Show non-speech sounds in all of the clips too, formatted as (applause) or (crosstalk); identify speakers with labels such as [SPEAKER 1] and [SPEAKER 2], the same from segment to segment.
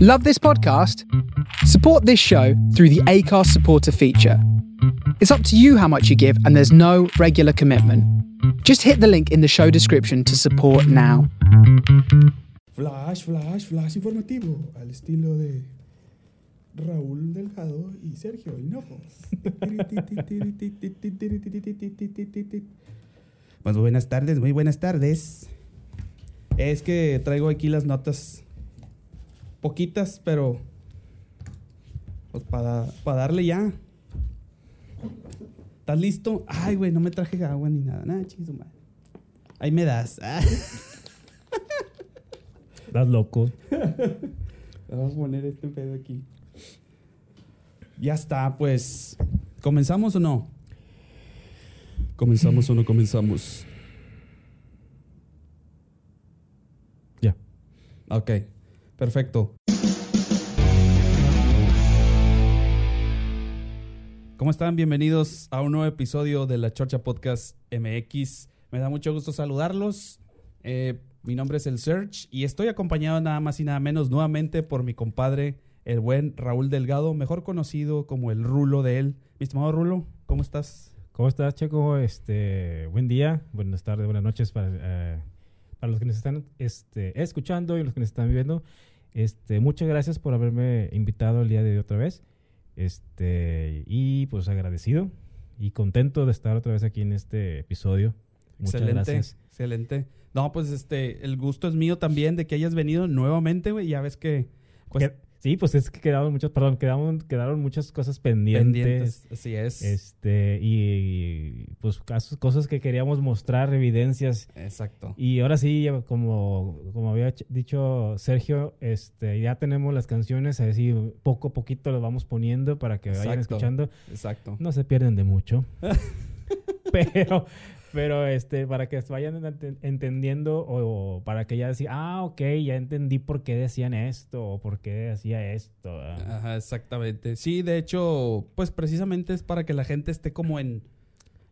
[SPEAKER 1] Love this podcast? Support this show through the ACARS supporter feature. It's up to you how much you give, and there's no regular commitment. Just hit the link in the show description to support now.
[SPEAKER 2] Flash, flash, flash informativo, al estilo de Raúl Delgado y Sergio Hinojos. (laughs) Pues muy buenas tardes, muy buenas tardes. Es que traigo aquí las notas poquitas, pero pues para darle ya. ¿Estás listo? Ay, güey, no me traje agua ni nada. Nada, chingos, madre. Ahí me das. (laughs) Ah.
[SPEAKER 3] Estás loco.
[SPEAKER 2] Vamos a poner este pedo aquí. Ya está, pues. ¿Comenzamos o no? ¿Comenzamos o no comenzamos?
[SPEAKER 3] Ya.
[SPEAKER 2] Ok, perfecto. ¿Cómo están? Bienvenidos a un nuevo episodio de la Chorcha Podcast MX. Me da mucho gusto saludarlos. Eh, mi nombre es el Search y estoy acompañado nada más y nada menos nuevamente por mi compadre, el buen Raúl Delgado, mejor conocido como el Rulo de él. Mi estimado Rulo, ¿cómo estás?
[SPEAKER 3] ¿Cómo estás, Checo? Este, buen día, buenas tardes, buenas noches para, eh, para los que nos están este, escuchando y los que nos están viendo. Este, muchas gracias por haberme invitado el día de hoy otra vez. Este, y pues agradecido y contento de estar otra vez aquí en este episodio. Muchas
[SPEAKER 2] excelente,
[SPEAKER 3] gracias.
[SPEAKER 2] excelente. No, pues este, el gusto es mío también de que hayas venido nuevamente, güey. Ya ves que pues,
[SPEAKER 3] Que- sí, pues es que quedaron muchas, perdón, quedaron, quedaron muchas cosas pendientes.
[SPEAKER 2] pendientes. Así es.
[SPEAKER 3] Este, y, y, pues casos- cosas que queríamos mostrar, evidencias.
[SPEAKER 2] Exacto.
[SPEAKER 3] Y ahora sí, ya como, como había ch- dicho Sergio, este, ya tenemos las canciones, así poco a poquito las vamos poniendo para que vayan
[SPEAKER 2] Exacto.
[SPEAKER 3] escuchando.
[SPEAKER 2] Exacto.
[SPEAKER 3] No se pierden
[SPEAKER 2] (laughs)
[SPEAKER 3] de mucho. pero, pero este, para que vayan ent- entendiendo o, o para que ya decían, ah, ok, ya entendí por qué decían esto o por qué hacía esto. ¿verdad?
[SPEAKER 2] Ajá, exactamente. Sí, de hecho, pues precisamente es para que la gente esté como en,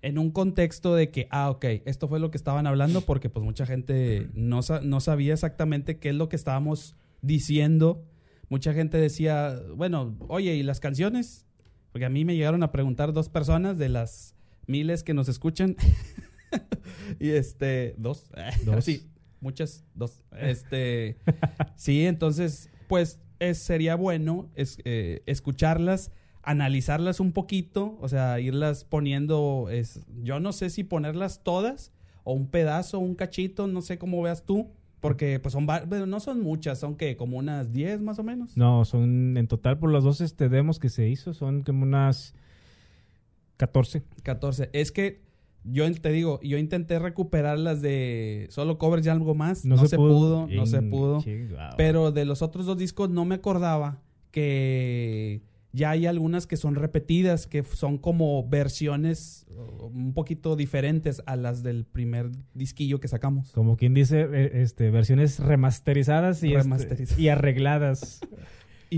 [SPEAKER 2] en un contexto de que, ah, ok, esto fue lo que estaban hablando, porque pues mucha gente no, sa- no sabía exactamente qué es lo que estábamos diciendo. Mucha gente decía, bueno, oye, ¿y las canciones? Porque a mí me llegaron a preguntar dos personas de las miles que nos escuchan. (laughs) y este, dos. (laughs)
[SPEAKER 3] Dos.
[SPEAKER 2] Sí, muchas, dos. Este, sí, entonces, pues es- sería bueno es- eh, escucharlas, analizarlas un poquito, o sea, irlas poniendo, es, yo no sé si ponerlas todas o un pedazo, un cachito, no sé cómo veas tú, porque pues son, va- bueno, no son muchas, son que como unas 10 más o menos.
[SPEAKER 3] No, son en total por los dos este, demos que se hizo, son como unas 14.
[SPEAKER 2] 14. Es que yo te digo, yo intenté recuperar las de solo covers y algo más, no, se, pudo, no se
[SPEAKER 3] Ching,
[SPEAKER 2] pudo.
[SPEAKER 3] ching, wow.
[SPEAKER 2] Pero de los otros dos discos no me acordaba que ya hay algunas que son repetidas, que son como versiones uh, un poquito diferentes a las del primer disquillo que sacamos.
[SPEAKER 3] Como quien dice, eh, este, versiones remasterizadas y, este,
[SPEAKER 2] Remasterizadas. (laughs)
[SPEAKER 3] y arregladas.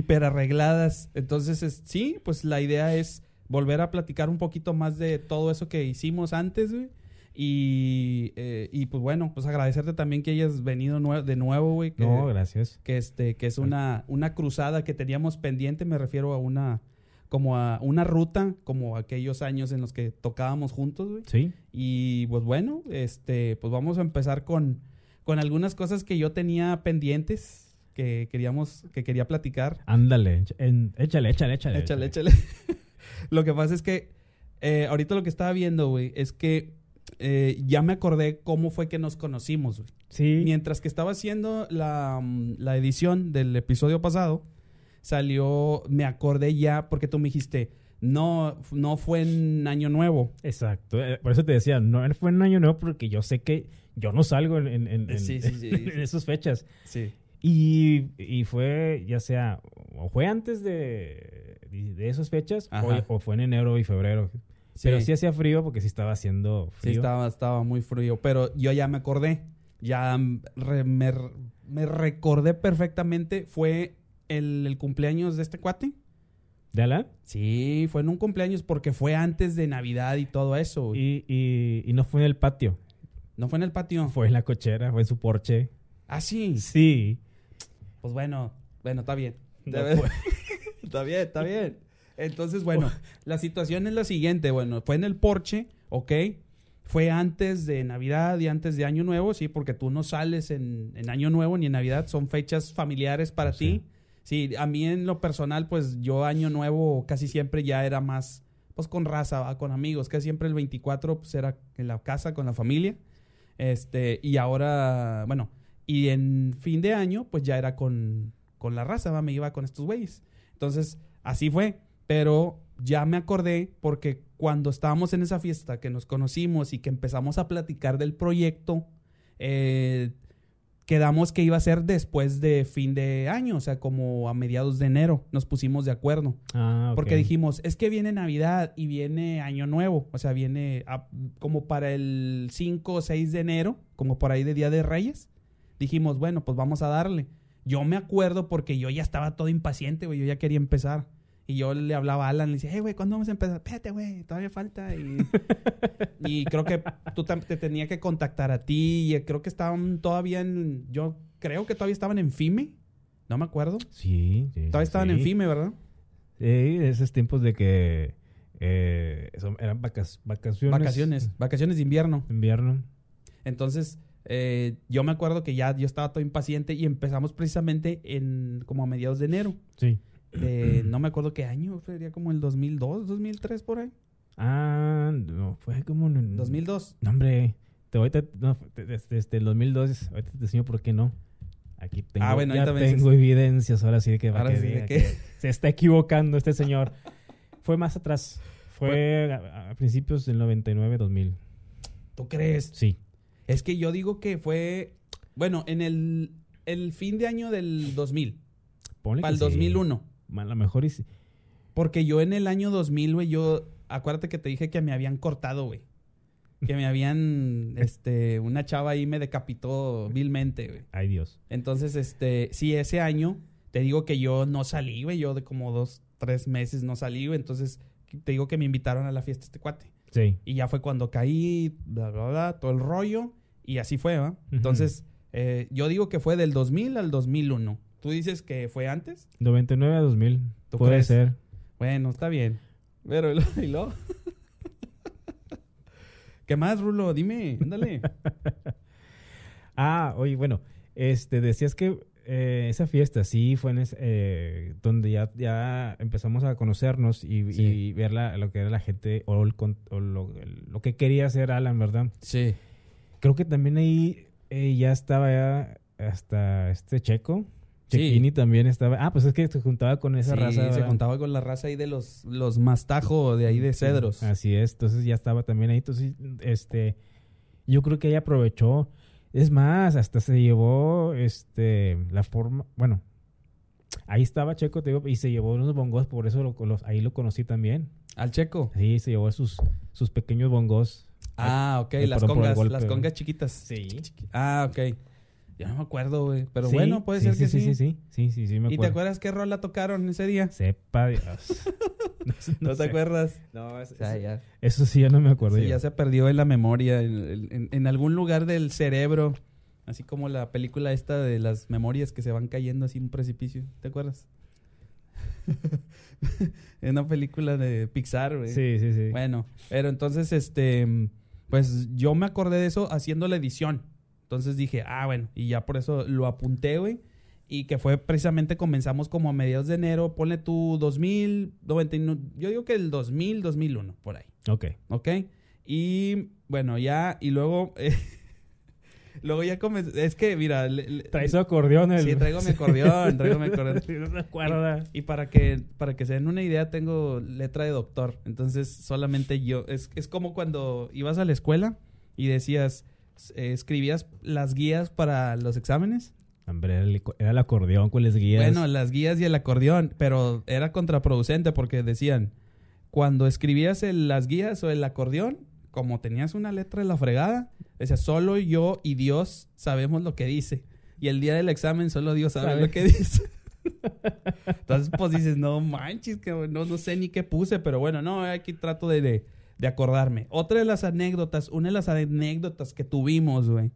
[SPEAKER 2] Hiperarregladas. Entonces, es- sí, pues la idea es volver a platicar un poquito más de todo eso que hicimos antes, güey. Y, eh, y pues bueno, pues agradecerte también que hayas venido nue- de nuevo, güey. que-
[SPEAKER 3] No, gracias.
[SPEAKER 2] que este que es una, una cruzada que teníamos pendiente, me refiero a una como a una ruta, como aquellos años en los que tocábamos juntos, güey.
[SPEAKER 3] Sí.
[SPEAKER 2] Y pues bueno, este pues vamos a empezar con con algunas cosas que yo tenía pendientes que queríamos que quería platicar.
[SPEAKER 3] Ándale, en- en- échale, échale, échale.
[SPEAKER 2] Échale, échale. (laughs) lo que pasa es que eh, ahorita lo que estaba viendo, güey, es que eh, ya me acordé cómo fue que nos conocimos, güey.
[SPEAKER 3] Sí.
[SPEAKER 2] Mientras que estaba haciendo la, mm, la edición del episodio pasado, salió, me acordé ya, porque tú me dijiste, no, f- no fue en Año Nuevo.
[SPEAKER 3] Exacto. eh, Por eso te decía, no fue un año nuevo porque yo sé que yo no salgo en, en- en- en-
[SPEAKER 2] Sí, sí, sí, sí.
[SPEAKER 3] (laughs) en esas fechas.
[SPEAKER 2] Sí.
[SPEAKER 3] Y, y fue, ya sea, o fue antes de, de esas fechas
[SPEAKER 2] Ajá.
[SPEAKER 3] o, o fue en enero y febrero. Pero sí hacía frío porque sí estaba haciendo
[SPEAKER 2] Sí,
[SPEAKER 3] frío.
[SPEAKER 2] estaba, estaba muy frío, pero yo ya me acordé, ya mm, re- me, r- me recordé perfectamente, fue el, el cumpleaños de este cuate.
[SPEAKER 3] ¿De Alan?
[SPEAKER 2] Sí, fue en un cumpleaños porque fue antes de Navidad y todo eso. güey.
[SPEAKER 3] Y, y, y no fue en el patio,
[SPEAKER 2] ¿No fue en el patio?
[SPEAKER 3] fue en la cochera, fue en su porche.
[SPEAKER 2] Ah, sí.
[SPEAKER 3] Sí.
[SPEAKER 2] Pues bueno, Bueno, está bien.
[SPEAKER 3] No
[SPEAKER 2] Debe-
[SPEAKER 3] fue.
[SPEAKER 2] (laughs) está bien, está bien. Entonces, bueno, la situación es la siguiente. Bueno, fue en el porche, ¿ok? Fue antes de Navidad y antes de Año Nuevo, sí, porque tú no sales en, en Año Nuevo ni en Navidad, son fechas familiares para ti. Sí, a mí en lo personal, pues yo Año Nuevo casi siempre ya era más, pues con raza, ¿va? con amigos, que siempre el 24 pues era en la casa con la familia. Este, y ahora, bueno, y en fin de año, pues ya era con, con la raza, ¿va? me iba con estos güeyes. Entonces, así fue. Pero ya me acordé porque cuando estábamos en esa fiesta que nos conocimos y que empezamos a platicar del proyecto, eh, quedamos que iba a ser después de fin de año, o sea, como a mediados de enero, nos pusimos de acuerdo.
[SPEAKER 3] Ah, ok.
[SPEAKER 2] Porque dijimos, es que viene Navidad y viene Año Nuevo, o sea, viene a- como para el 5 o 6 de enero, como por ahí de Día de Reyes. Dijimos, bueno, pues vamos a darle. Yo me acuerdo porque yo ya estaba todo impaciente, güey, yo ya quería empezar. Y yo le hablaba a Alan, le decía, hey, güey, ¿cuándo vamos a empezar? Espérate, güey, todavía falta.
[SPEAKER 3] (laughs)
[SPEAKER 2] Y, y creo que tú tam- te tenía que contactar a ti. Y creo que estaban todavía en. Yo creo que todavía estaban en FIME. No me acuerdo.
[SPEAKER 3] Sí, sí, sí,
[SPEAKER 2] Todavía estaban
[SPEAKER 3] sí.
[SPEAKER 2] en FIME, ¿verdad?
[SPEAKER 3] Sí, de esos tiempos de que eh, son- eran vacas- vacaciones.
[SPEAKER 2] Vacaciones, vacaciones de invierno.
[SPEAKER 3] Invierno.
[SPEAKER 2] Entonces, eh, yo me acuerdo que ya yo estaba todo impaciente y empezamos precisamente en como a mediados de enero.
[SPEAKER 3] Sí. (clears throat)
[SPEAKER 2] De, no me acuerdo qué año, sería como el 2002, 2003 por ahí.
[SPEAKER 3] Ah, no, fue como en... el-
[SPEAKER 2] 2002.
[SPEAKER 3] No, hombre. Te, ahorita, no, te- te- desde el 2002, ahorita te enseño por qué no. Aquí tengo,
[SPEAKER 2] Ah, bueno,
[SPEAKER 3] ya
[SPEAKER 2] ahorita me dices.
[SPEAKER 3] tengo evidencias ahora sí de que, va
[SPEAKER 2] Ahora
[SPEAKER 3] que
[SPEAKER 2] sí de
[SPEAKER 3] diga
[SPEAKER 2] que-
[SPEAKER 3] que se está equivocando
[SPEAKER 2] (laughs)
[SPEAKER 3] este señor. fue más atrás. Fue a, a principios del 99, 2000.
[SPEAKER 2] ¿Tú crees?
[SPEAKER 3] Sí.
[SPEAKER 2] Es que yo digo que fue, bueno, en el, el fin de año del 2000,
[SPEAKER 3] Ponle
[SPEAKER 2] para
[SPEAKER 3] que
[SPEAKER 2] el
[SPEAKER 3] sí.
[SPEAKER 2] 2001.
[SPEAKER 3] A lo mejor y sí.
[SPEAKER 2] Porque yo en el año 2000, güey, yo. Acuérdate que te dije que me habían cortado, güey. Que me
[SPEAKER 3] (laughs)
[SPEAKER 2] habían. este. Una chava ahí me decapitó vilmente, güey.
[SPEAKER 3] Ay, Dios.
[SPEAKER 2] Entonces, este. Sí, ese año. Te digo que yo no salí, güey. Yo de como dos, tres meses no salí, güey. Entonces, te digo que me invitaron a la fiesta este cuate.
[SPEAKER 3] Sí.
[SPEAKER 2] Y ya fue cuando caí, bla, bla, bla, todo el rollo. Y así fue, ¿va? Entonces, eh, yo digo que fue del 2000 al 2001. ¿Tú dices que fue antes?
[SPEAKER 3] 99 a 2000.
[SPEAKER 2] ¿Tú
[SPEAKER 3] Puede
[SPEAKER 2] crees?
[SPEAKER 3] ser.
[SPEAKER 2] Bueno, está bien. Pero, ¿y lo- (laughs) y lo? ¿Qué más, Rulo? Dime, ándale.
[SPEAKER 3] Ah, oye, bueno, este, decías que eh, esa fiesta sí fue en ese, eh, donde ya, ya empezamos a conocernos y,
[SPEAKER 2] Sí.
[SPEAKER 3] y ver la- lo que era la gente o, el con- o lo, el- lo que quería hacer Alan, ¿verdad?
[SPEAKER 2] (laughs) Sí.
[SPEAKER 3] Creo que también ahí eh, ya estaba ya hasta este Checo.
[SPEAKER 2] Sí.
[SPEAKER 3] Chequini también estaba. Ah, pues es que se juntaba con esa
[SPEAKER 2] Esa
[SPEAKER 3] raza.
[SPEAKER 2] raza se
[SPEAKER 3] ¿verdad?
[SPEAKER 2] contaba con la raza ahí de los, los mastajo de ahí de cedros.
[SPEAKER 3] Así es, entonces ya estaba también ahí. Entonces, este, yo creo que ella aprovechó. Es más, hasta se llevó este la forma. Bueno, ahí estaba Checo, te digo, y se llevó unos bongos, por eso lo- los- ahí lo conocí también.
[SPEAKER 2] Al checo.
[SPEAKER 3] Sí, se llevó sus, sus pequeños bongos.
[SPEAKER 2] Ah, ok,
[SPEAKER 3] Ay,
[SPEAKER 2] las
[SPEAKER 3] perdón por el
[SPEAKER 2] congas,
[SPEAKER 3] golpe,
[SPEAKER 2] las
[SPEAKER 3] güey.
[SPEAKER 2] congas chiquitas.
[SPEAKER 3] Sí.
[SPEAKER 2] Ah, ok. Yo no me acuerdo, güey. Pero
[SPEAKER 3] Sí,
[SPEAKER 2] bueno, puede
[SPEAKER 3] sí,
[SPEAKER 2] ser
[SPEAKER 3] sí,
[SPEAKER 2] que sí.
[SPEAKER 3] sí. Sí, sí, sí, sí, sí, me
[SPEAKER 2] ¿Y te
[SPEAKER 3] acuerdo.
[SPEAKER 2] acuerdas qué rola tocaron ese día?
[SPEAKER 3] Sepa Dios.
[SPEAKER 2] (laughs)
[SPEAKER 3] (laughs)
[SPEAKER 2] ¿No, te
[SPEAKER 3] sé.
[SPEAKER 2] acuerdas?
[SPEAKER 3] No, es-
[SPEAKER 2] O sea, ya,
[SPEAKER 3] Eso sí, ya no me acuerdo.
[SPEAKER 2] sí,
[SPEAKER 3] yo.
[SPEAKER 2] ya se perdió en la memoria, en, en- en algún lugar del cerebro. Así como la película esta de las memorias que se van cayendo así en un precipicio. ¿Te
[SPEAKER 3] (laughs)
[SPEAKER 2] acuerdas? (laughs) Es una película de Pixar, güey.
[SPEAKER 3] Sí, sí, sí.
[SPEAKER 2] Bueno, pero entonces, este, pues yo me acordé de eso haciendo la edición. Entonces dije, ah, bueno, y ya por eso lo apunté, güey. Y que fue precisamente comenzamos como a mediados de enero, ponle tú 2000, 99, yo digo que el 2000, 2001, por ahí.
[SPEAKER 3] Ok.
[SPEAKER 2] ¿ok? Y bueno, ya, y luego, (laughs) eh, luego ya comencé, es que mira, le- le-
[SPEAKER 3] Traes su acordeón. el-
[SPEAKER 2] sí,
[SPEAKER 3] (laughs)
[SPEAKER 2] traigo mi acordeón, traigo mi acordeón.
[SPEAKER 3] Sí, no se acuerda.
[SPEAKER 2] Y para que, para que se den una idea, tengo letra de doctor. Entonces, solamente yo. Es, es como cuando ibas a la escuela y decías, eh, escribías las guías para los exámenes.
[SPEAKER 3] Hombre, era el, era el acordeón con las guías.
[SPEAKER 2] Bueno, las guías y el acordeón, pero era contraproducente porque decían, cuando escribías el- las guías o el acordeón, como tenías una letra de la fregada, decía, solo yo y Dios sabemos lo que dice. Y el día del examen solo Dios sabe
[SPEAKER 3] Sabe.
[SPEAKER 2] lo que dice. (laughs) Entonces, pues dices, no manches, que no, no sé ni qué puse, pero bueno, no, aquí trato de, de, de acordarme. Otra de las anécdotas, una de las anécdotas que tuvimos, güey,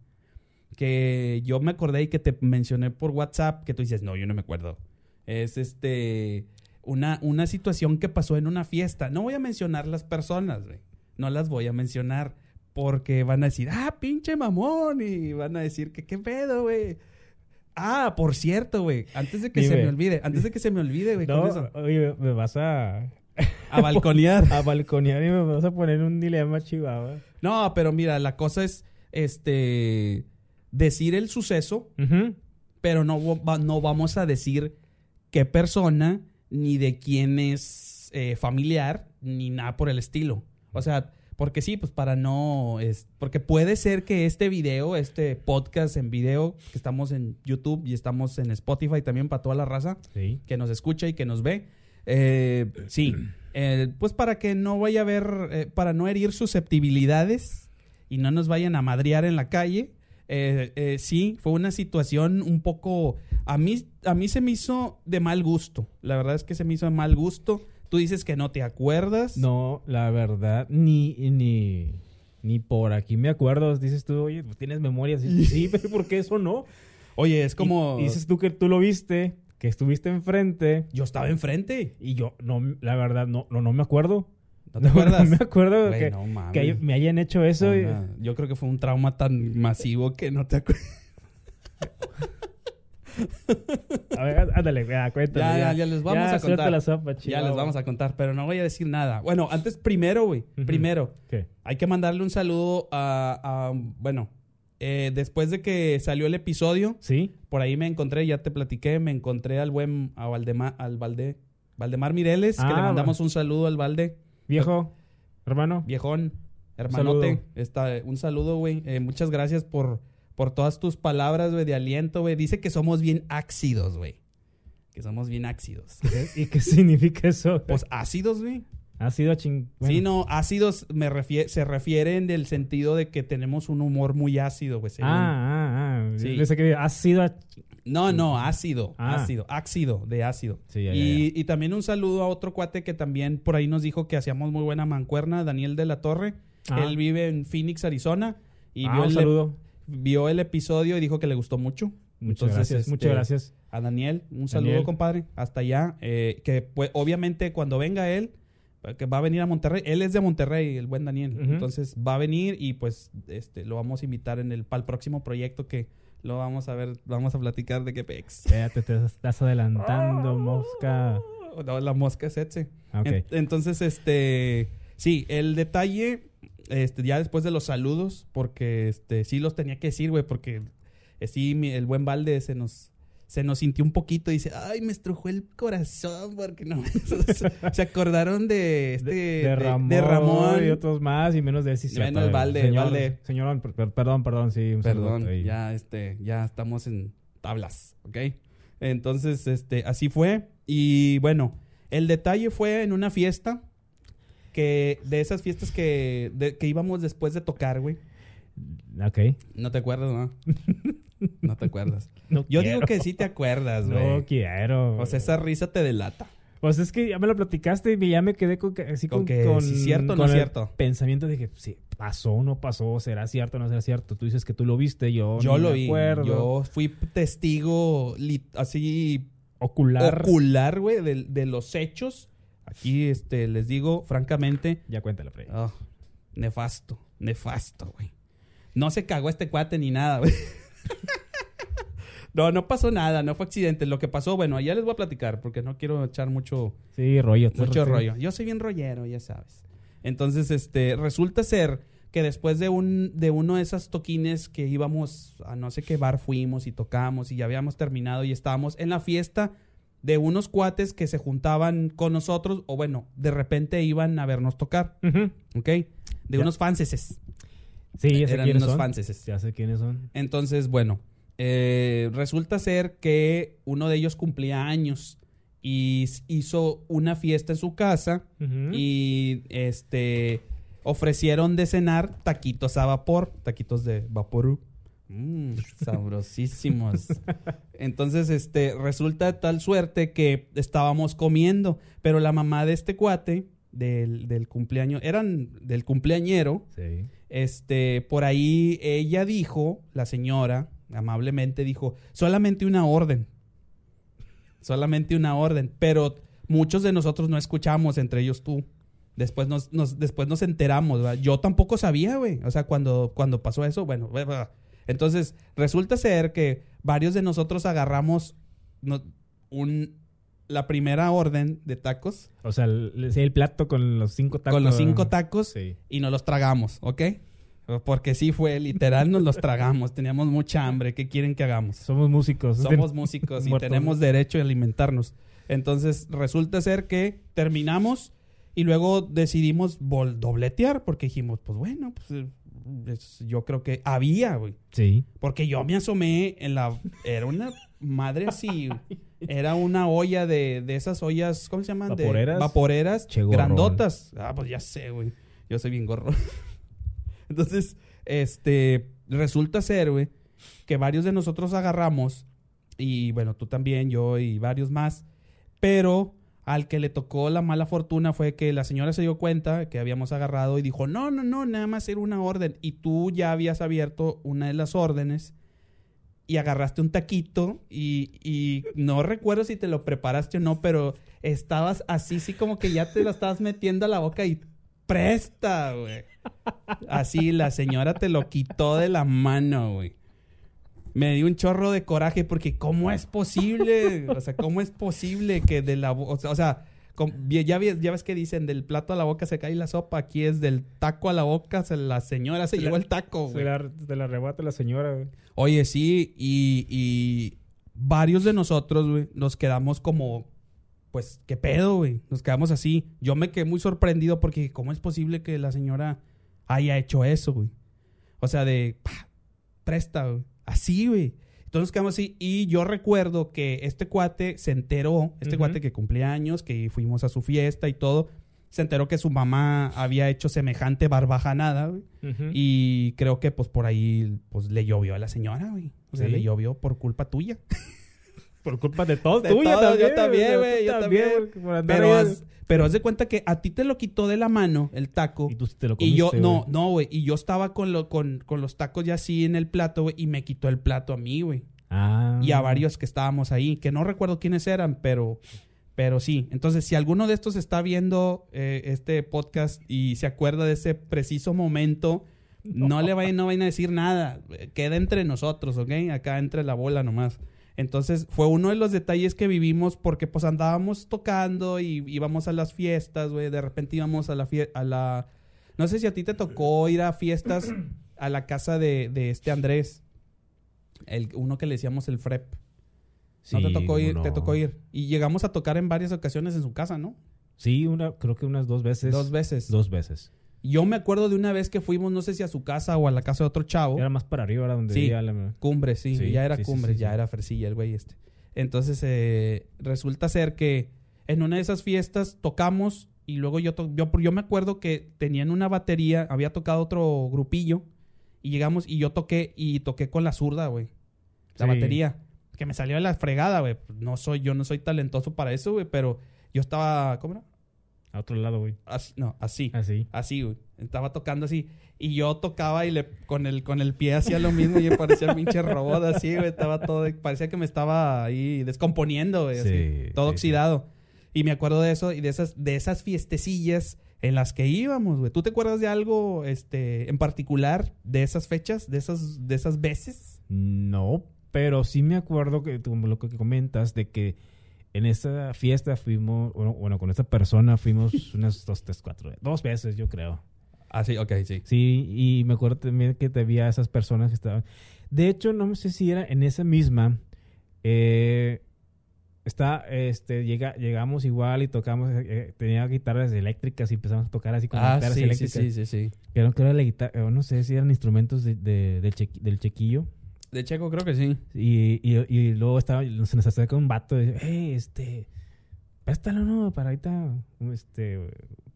[SPEAKER 2] que yo me acordé y que te mencioné por WhatsApp, que tú dices, no, yo no me acuerdo. Es este una, una situación que pasó en una fiesta. No voy a mencionar las personas, güey. No las voy a mencionar porque van a decir, ah, pinche mamón, y van a decir que qué pedo, güey. Ah, por cierto, güey, antes de que se
[SPEAKER 3] Dime.
[SPEAKER 2] me olvide, antes de que se me olvide, güey, con
[SPEAKER 3] No,
[SPEAKER 2] eso.
[SPEAKER 3] oye, me vas a,
[SPEAKER 2] A balconear.
[SPEAKER 3] a balconear y me vas a poner un dilema chivaba.
[SPEAKER 2] No, pero mira, la cosa es, este, decir el suceso, pero no, vo- va- no vamos a decir qué persona, ni de quién es eh, familiar, ni nada por el estilo. O sea, porque sí, pues para no. Es, porque puede ser que este video, este podcast en video, que estamos en YouTube y estamos en Spotify también para toda la raza
[SPEAKER 3] Sí.
[SPEAKER 2] que nos escucha y que nos ve. eh, sí, eh, pues para que no vaya a haber, eh, para no herir susceptibilidades y no nos vayan a madrear en la calle. eh, eh, sí, fue una situación un poco, a mí, a mí se me hizo de mal gusto. La verdad es que se me hizo de mal gusto. Tú dices que no te acuerdas.
[SPEAKER 3] No, la verdad, ni, ni, ni por aquí me acuerdo. Dices tú, oye, pues tienes memoria.
[SPEAKER 2] (laughs)
[SPEAKER 3] Sí, sí, pero ¿por qué eso no?
[SPEAKER 2] Oye, es como
[SPEAKER 3] Y- y dices tú que tú lo viste, que estuviste enfrente.
[SPEAKER 2] yo estaba enfrente.
[SPEAKER 3] Y yo, no, la verdad, no, no, no me acuerdo. (laughs)
[SPEAKER 2] ¿No te acuerdas?
[SPEAKER 3] No me acuerdo
[SPEAKER 2] Güey,
[SPEAKER 3] que,
[SPEAKER 2] no mames.
[SPEAKER 3] que hay- me hayan hecho eso. y-
[SPEAKER 2] Una- yo creo que fue un trauma tan masivo que no te acuerdas.
[SPEAKER 3] A ver, ándale, ya, cuéntame.
[SPEAKER 2] Ya, ya, ya les vamos a
[SPEAKER 3] suelta
[SPEAKER 2] contar.
[SPEAKER 3] la sopa,
[SPEAKER 2] Ya
[SPEAKER 3] chihuahua.
[SPEAKER 2] les vamos a contar, pero no voy a decir nada. Bueno, antes primero, güey,
[SPEAKER 3] Ujú.
[SPEAKER 2] primero,
[SPEAKER 3] ¿Qué?
[SPEAKER 2] hay que mandarle un saludo a, a- bueno, eh, después de que salió el episodio,
[SPEAKER 3] ¿Sí?
[SPEAKER 2] por ahí me encontré, ya te platiqué, me encontré al buen, a Valdemar, al Valde, Valdemar Mireles, que
[SPEAKER 3] Ah,
[SPEAKER 2] le mandamos un saludo al Valde,
[SPEAKER 3] Viejo, hermano.
[SPEAKER 2] viejón, hermanote,
[SPEAKER 3] Saludo.
[SPEAKER 2] está, un saludo, güey, Eh, muchas gracias por, por todas tus palabras, güey, de aliento, güey, dice que somos bien ácidos, güey, que somos bien ácidos.
[SPEAKER 3] ¿Y qué significa eso?
[SPEAKER 2] Pues ácidos, güey.
[SPEAKER 3] ha sido ching...
[SPEAKER 2] Sí,
[SPEAKER 3] bueno.
[SPEAKER 2] no, ácidos me refie- se refieren del sentido de que tenemos un humor muy ácido, güey. según.
[SPEAKER 3] Ah, ah, ah.
[SPEAKER 2] Sí.
[SPEAKER 3] Pensé que ha sido... a-
[SPEAKER 2] No, no, ácido,
[SPEAKER 3] Ah.
[SPEAKER 2] ácido, ácido, de ácido.
[SPEAKER 3] Sí, ya, ya,
[SPEAKER 2] y, y también un saludo a otro cuate que también por ahí nos dijo que hacíamos muy buena mancuerna, Daniel de la Torre.
[SPEAKER 3] Ah.
[SPEAKER 2] Él vive en Phoenix, Arizona. Y
[SPEAKER 3] Ah,
[SPEAKER 2] vio,
[SPEAKER 3] un
[SPEAKER 2] el,
[SPEAKER 3] saludo.
[SPEAKER 2] vio el episodio y dijo que le gustó mucho.
[SPEAKER 3] Muchas
[SPEAKER 2] Entonces,
[SPEAKER 3] gracias,
[SPEAKER 2] este,
[SPEAKER 3] muchas gracias.
[SPEAKER 2] A Daniel, un saludo,
[SPEAKER 3] Daniel.
[SPEAKER 2] compadre. Hasta allá. Eh, que pues, obviamente cuando venga él, que va a venir a Monterrey. Él es de Monterrey, el buen Daniel.
[SPEAKER 3] Ujú.
[SPEAKER 2] Entonces va a venir y pues este, lo vamos a invitar en el, para el próximo proyecto que lo vamos a ver, vamos a platicar de qué pex.
[SPEAKER 3] Ya te, te estás
[SPEAKER 2] Oh.
[SPEAKER 3] adelantando, mosca.
[SPEAKER 2] No, la mosca es ese.
[SPEAKER 3] Ah, Ok.
[SPEAKER 2] En- entonces, este, sí, el detalle, este, ya después de los saludos, porque este, sí los tenía que decir, güey, porque eh, sí, mi- el buen Valde se nos, se nos sintió un poquito y dice, ay, me estrujó el corazón, porque no, (laughs) se acordaron de este,
[SPEAKER 3] de,
[SPEAKER 2] de- de
[SPEAKER 3] Ramón,
[SPEAKER 2] Ramón.
[SPEAKER 3] y otros más y menos de sí, sí,
[SPEAKER 2] Menos
[SPEAKER 3] otra
[SPEAKER 2] Valde,
[SPEAKER 3] vez.
[SPEAKER 2] Valde.
[SPEAKER 3] Señor, per- per- perdón, perdón, sí. un
[SPEAKER 2] Perdón,
[SPEAKER 3] saludo ahí.
[SPEAKER 2] ya, este, ya estamos en tablas, ¿ok? Entonces, este, así fue. Y bueno, el detalle fue en una fiesta que de esas fiestas que, de- que íbamos después de tocar, güey.
[SPEAKER 3] Ok.
[SPEAKER 2] No te acuerdas, ¿no? (laughs) No te acuerdas.
[SPEAKER 3] No
[SPEAKER 2] Yo
[SPEAKER 3] quiero.
[SPEAKER 2] digo que sí te acuerdas, güey.
[SPEAKER 3] No quiero.
[SPEAKER 2] o sea, esa risa te delata.
[SPEAKER 3] Pues es que ya me lo platicaste y ya me quedé con, que- así
[SPEAKER 2] Con
[SPEAKER 3] con,
[SPEAKER 2] que
[SPEAKER 3] con-
[SPEAKER 2] si cierto o no
[SPEAKER 3] con el
[SPEAKER 2] cierto.
[SPEAKER 3] Pensamiento dije, sí, pasó, no pasó, será cierto, no será cierto. Tú dices que tú lo viste, yo
[SPEAKER 2] Yo
[SPEAKER 3] ni
[SPEAKER 2] lo
[SPEAKER 3] me
[SPEAKER 2] vi.
[SPEAKER 3] acuerdo.
[SPEAKER 2] Yo fui testigo lit- así
[SPEAKER 3] ocular.
[SPEAKER 2] ocular, güey, de, de los hechos. Aquí, este, les digo, francamente,
[SPEAKER 3] ya cuéntala, Freddy.
[SPEAKER 2] Oh, nefasto, nefasto, güey. No se cagó este cuate ni nada, güey. (laughs) No, no pasó nada, no fue accidente. Lo que pasó, bueno, ya les voy a platicar porque no quiero echar mucho,
[SPEAKER 3] Sí, rollo. te
[SPEAKER 2] mucho
[SPEAKER 3] refieres.
[SPEAKER 2] rollo. Yo soy bien rollero, ya sabes. Entonces, este, resulta ser que después de un, de uno de esos toquines que íbamos a no sé qué bar fuimos y tocamos y ya habíamos terminado y estábamos en la fiesta de unos cuates que se juntaban con nosotros o bueno, de repente iban a vernos tocar.
[SPEAKER 3] Ujú.
[SPEAKER 2] ¿Ok? De
[SPEAKER 3] Ya.
[SPEAKER 2] unos fanceses.
[SPEAKER 3] Sí, ya sé
[SPEAKER 2] Eran
[SPEAKER 3] quiénes
[SPEAKER 2] unos
[SPEAKER 3] son.
[SPEAKER 2] fanceses.
[SPEAKER 3] Ya sé quiénes son.
[SPEAKER 2] Entonces, bueno, eh, resulta ser que uno de ellos cumplía años y s- hizo una fiesta en su casa
[SPEAKER 3] Ujú.
[SPEAKER 2] y este ofrecieron de cenar taquitos a vapor, taquitos de vaporú.
[SPEAKER 3] (laughs)
[SPEAKER 2] Mm, sabrosísimos. Entonces, este, resulta de tal suerte que estábamos comiendo, pero la mamá de este cuate, del, del cumpleaños, eran del cumpleañero,
[SPEAKER 3] Sí.
[SPEAKER 2] este, por ahí ella dijo, la señora, amablemente dijo, solamente una orden. solamente una orden, pero muchos de nosotros no escuchamos, entre ellos tú. Después nos, nos- después nos enteramos, ¿verdad? Yo tampoco sabía, güey. O sea, cuando, cuando pasó eso, bueno, bla, bla. entonces resulta ser que varios de nosotros agarramos no- un, la primera orden de tacos
[SPEAKER 3] O sea, el, el plato con los cinco tacos.
[SPEAKER 2] con los cinco tacos
[SPEAKER 3] Sí.
[SPEAKER 2] y nos los tragamos, ¿ok? Porque sí fue, literal, nos los tragamos. Teníamos mucha hambre. ¿Qué quieren que hagamos?
[SPEAKER 3] Somos músicos.
[SPEAKER 2] Somos músicos y
[SPEAKER 3] Muertos.
[SPEAKER 2] tenemos derecho a alimentarnos. Entonces, resulta ser que terminamos y luego decidimos vol- dobletear porque dijimos, pues bueno, pues, eh, es- yo creo que había, güey.
[SPEAKER 3] Sí.
[SPEAKER 2] Porque yo me asomé en la... Era una madre
[SPEAKER 3] (laughs)
[SPEAKER 2] así. güey. Era una olla de, de esas ollas, ¿cómo se llaman? De-
[SPEAKER 3] Vaporeras.
[SPEAKER 2] vaporeras
[SPEAKER 3] Che gorrón.
[SPEAKER 2] grandotas. Ah, pues ya sé, güey. Yo soy bien gorro. (laughs) Entonces, este, resulta ser, güey, que varios de nosotros agarramos, y bueno, tú también, yo y varios más, pero al que le tocó la mala fortuna fue que la señora se dio cuenta que habíamos agarrado y dijo, no, no, no, nada más era una orden, y tú ya habías abierto una de las órdenes. Y agarraste un taquito y, y no recuerdo si te lo preparaste o no, pero estabas así, sí como que ya te lo estabas metiendo a la boca y presta, güey. Así la señora te lo quitó de la mano, güey. Me dio un chorro de coraje porque ¿cómo es posible? O sea, ¿cómo es posible que de la... bo- O sea, o sea, com- vi- ya, vi- ya ves que dicen del plato a la boca se cae la sopa. Aquí es del taco a la boca, se- la señora se
[SPEAKER 3] Se
[SPEAKER 2] llevó
[SPEAKER 3] la-
[SPEAKER 2] el taco,
[SPEAKER 3] Te
[SPEAKER 2] güey.
[SPEAKER 3] la, te la arrebata la señora, güey.
[SPEAKER 2] Oye, sí, y, y varios de nosotros, güey, nos quedamos como, pues, ¿qué pedo, güey? Nos quedamos así. Yo me quedé muy sorprendido porque, dije, ¿cómo es posible que la señora haya hecho eso, güey? O sea, de, pa, presta, güey. Así, güey. Entonces nos quedamos así. Y yo recuerdo que este cuate se enteró, este
[SPEAKER 3] Ujú.
[SPEAKER 2] cuate que cumplía años, que fuimos a su fiesta y todo, se enteró que su mamá había hecho semejante barbajanada, güey.
[SPEAKER 3] Y
[SPEAKER 2] Y creo que pues por ahí pues le llovió a la señora, güey. O sea,
[SPEAKER 3] Sí.
[SPEAKER 2] le llovió por culpa
[SPEAKER 3] (laughs)
[SPEAKER 2] tuya.
[SPEAKER 3] por culpa de todos,
[SPEAKER 2] De
[SPEAKER 3] tuya
[SPEAKER 2] todos,
[SPEAKER 3] también.
[SPEAKER 2] yo también,
[SPEAKER 3] o sea,
[SPEAKER 2] güey,
[SPEAKER 3] tú
[SPEAKER 2] yo también.
[SPEAKER 3] güey, por andar
[SPEAKER 2] Pero
[SPEAKER 3] ahí-
[SPEAKER 2] haz, pero haz de cuenta que a ti te lo quitó de la mano el taco.
[SPEAKER 3] Y tú sí te lo
[SPEAKER 2] Y yo,
[SPEAKER 3] comiste,
[SPEAKER 2] no,
[SPEAKER 3] güey.
[SPEAKER 2] no, güey. Y yo estaba con, lo, con, con los tacos ya así en el plato, güey. Y me quitó el plato a mí, güey.
[SPEAKER 3] Ah.
[SPEAKER 2] Y a varios que estábamos ahí. Que no recuerdo quiénes eran, pero, pero sí. Entonces, si alguno de estos está viendo eh, este podcast y se acuerda de ese preciso momento, no, le vayan, no vayan a decir nada. Eh, Queda entre nosotros, ¿ok? Acá entre la bola nomás. Entonces, fue uno de los detalles que vivimos porque, pues, andábamos tocando y íbamos a las fiestas, güey. De repente íbamos a la, fie- a la... No sé si a ti te tocó ir a fiestas a la casa de, de este Andrés. El, uno que le decíamos el Frep.
[SPEAKER 3] Sí,
[SPEAKER 2] no te tocó ir,
[SPEAKER 3] cómo
[SPEAKER 2] te
[SPEAKER 3] no.
[SPEAKER 2] tocó ir. Y llegamos a tocar en varias ocasiones en su casa, ¿no?
[SPEAKER 3] Sí, una, creo que unas dos veces.
[SPEAKER 2] Dos veces.
[SPEAKER 3] Dos veces.
[SPEAKER 2] Yo me acuerdo de una vez que fuimos, no sé si a su casa o a la casa de otro chavo.
[SPEAKER 3] Era más para arriba, era donde
[SPEAKER 2] Oh. Sí.
[SPEAKER 3] vivía la-
[SPEAKER 2] Cumbre, sí,
[SPEAKER 3] Sí,
[SPEAKER 2] ya era
[SPEAKER 3] sí, sí,
[SPEAKER 2] cumbre,
[SPEAKER 3] sí,
[SPEAKER 2] ya
[SPEAKER 3] sí.
[SPEAKER 2] era fresilla el güey este. Entonces, eh, resulta ser que en una de esas fiestas tocamos y luego yo, to- yo, yo me acuerdo que tenían una batería, había tocado otro grupillo y llegamos y yo toqué y toqué con la zurda, güey. La
[SPEAKER 3] Sí.
[SPEAKER 2] batería. Que me salió de la fregada, güey. No soy, yo no soy talentoso para eso, güey, pero yo estaba, ¿cómo era?
[SPEAKER 3] a otro lado, güey.
[SPEAKER 2] Así, no, así.
[SPEAKER 3] Así.
[SPEAKER 2] Así, güey. Estaba tocando así. Y yo tocaba y le, con, el, con el pie hacía lo mismo. Y yo parecía un pinche robot así, güey. Estaba todo... Parecía que me estaba ahí descomponiendo, güey. así,
[SPEAKER 3] Sí,
[SPEAKER 2] todo
[SPEAKER 3] sí, sí.
[SPEAKER 2] oxidado. Y me acuerdo de eso y de esas, de esas fiestecillas en las que íbamos, güey. ¿Tú te acuerdas de algo este, en particular de esas fechas? ¿De esas, de esas veces?
[SPEAKER 3] No, pero sí me acuerdo que como lo que comentas de que en esa fiesta fuimos, bueno, bueno, con esta
[SPEAKER 2] (laughs)
[SPEAKER 3] persona fuimos unas dos, tres, cuatro, dos veces yo creo.
[SPEAKER 2] Ah, sí. Ok, sí.
[SPEAKER 3] Sí, y me acuerdo también que te había esas personas que estaban. De hecho, no sé si era en esa misma. eh, está, este, llega, llegamos igual y tocamos. eh, tenía guitarras eléctricas y empezamos a tocar así con
[SPEAKER 2] Ah,
[SPEAKER 3] guitarras
[SPEAKER 2] sí, sí,
[SPEAKER 3] eléctricas.
[SPEAKER 2] sí, sí, sí.
[SPEAKER 3] Creo que era la guitarra, no sé si eran instrumentos de- de- del, chequi- del chequillo.
[SPEAKER 2] De Checo creo que sí.
[SPEAKER 3] Y, y, y luego estaba, se nos acerca un vato y dice, hey, este, préstalo, ¿no? Para ahorita, este,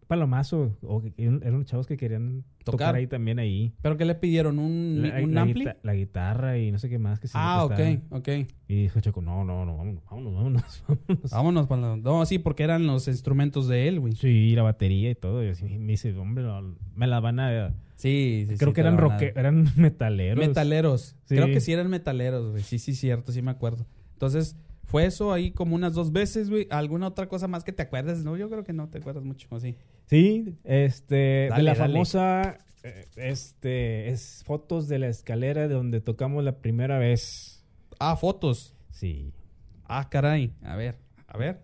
[SPEAKER 3] palomazo. O que- eran eran chavos que querían tocar,
[SPEAKER 2] Tocar.
[SPEAKER 3] ahí también ahí.
[SPEAKER 2] ¿Pero qué le pidieron? ¿Un,
[SPEAKER 3] La,
[SPEAKER 2] un
[SPEAKER 3] la
[SPEAKER 2] ampli?
[SPEAKER 3] guita- la guitarra y no sé qué más que se
[SPEAKER 2] Ah, ok,
[SPEAKER 3] prestaban.
[SPEAKER 2] ok.
[SPEAKER 3] Y dijo Choco, no, no, no, vámonos, vámonos, vámonos. (laughs) vámonos".
[SPEAKER 2] Vámonos para la... No, sí, porque eran los instrumentos de él, güey.
[SPEAKER 3] Sí, y la batería y todo. Y así me dice, hombre, no, me la van a.
[SPEAKER 2] Sí, sí,
[SPEAKER 3] creo
[SPEAKER 2] sí,
[SPEAKER 3] que
[SPEAKER 2] te
[SPEAKER 3] eran
[SPEAKER 2] la van a
[SPEAKER 3] rocke-
[SPEAKER 2] dar.
[SPEAKER 3] eran metaleros.
[SPEAKER 2] Metaleros.
[SPEAKER 3] Sí.
[SPEAKER 2] Creo que sí eran metaleros, güey. Sí, sí, cierto, sí me acuerdo. Entonces, Fue eso ahí como unas dos veces, güey. ¿Alguna otra cosa más que te acuerdes? No, yo creo que no te acuerdas mucho, así.
[SPEAKER 3] Sí, este,
[SPEAKER 2] Dale,
[SPEAKER 3] de la
[SPEAKER 2] dale.
[SPEAKER 3] famosa, eh, este, es fotos de la escalera de donde tocamos la primera vez.
[SPEAKER 2] Ah, fotos.
[SPEAKER 3] Sí.
[SPEAKER 2] Ah, caray. A ver, a ver.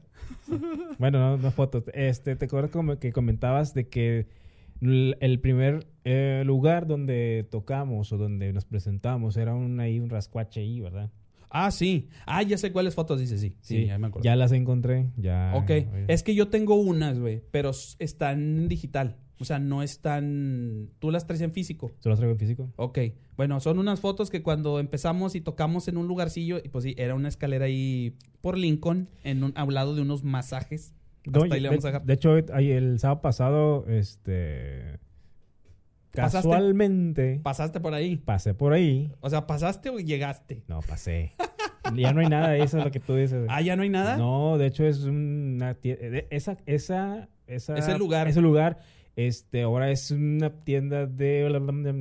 [SPEAKER 3] Bueno, no, no fotos. Este, ¿te acuerdas como que comentabas de que l- el primer eh, lugar donde tocamos o donde nos presentamos era un ahí un rascuache ahí, ¿verdad?
[SPEAKER 2] Ah, sí. Ah, ya sé cuáles fotos dice, sí. Sí, ya me acuerdo.
[SPEAKER 3] Ya las encontré, ya.
[SPEAKER 2] Ok.
[SPEAKER 3] eh,
[SPEAKER 2] Es que yo tengo unas, güey, pero s- están en digital. O sea, no están... Tú las traes en físico.
[SPEAKER 3] ¿Se las traigo en físico?
[SPEAKER 2] Ok, bueno, son unas fotos que cuando empezamos y tocamos en un lugarcillo, y pues sí, era una escalera ahí por Lincoln, en un, a un lado de unos masajes. Hasta
[SPEAKER 3] No,
[SPEAKER 2] ahí le
[SPEAKER 3] de,
[SPEAKER 2] vamos a dejar.
[SPEAKER 3] de hecho, ahí el sábado pasado, este,
[SPEAKER 2] ¿Pasaste?
[SPEAKER 3] casualmente
[SPEAKER 2] Pasaste por ahí.
[SPEAKER 3] pasé por ahí.
[SPEAKER 2] O sea, ¿pasaste o llegaste?
[SPEAKER 3] No, pasé.
[SPEAKER 2] (laughs)
[SPEAKER 3] ya no hay nada de eso, es lo que tú dices.
[SPEAKER 2] Ah, ya no hay nada.
[SPEAKER 3] No, de hecho es una tie- de- esa esa esa
[SPEAKER 2] Ese lugar.
[SPEAKER 3] ese lugar este ahora es una tienda de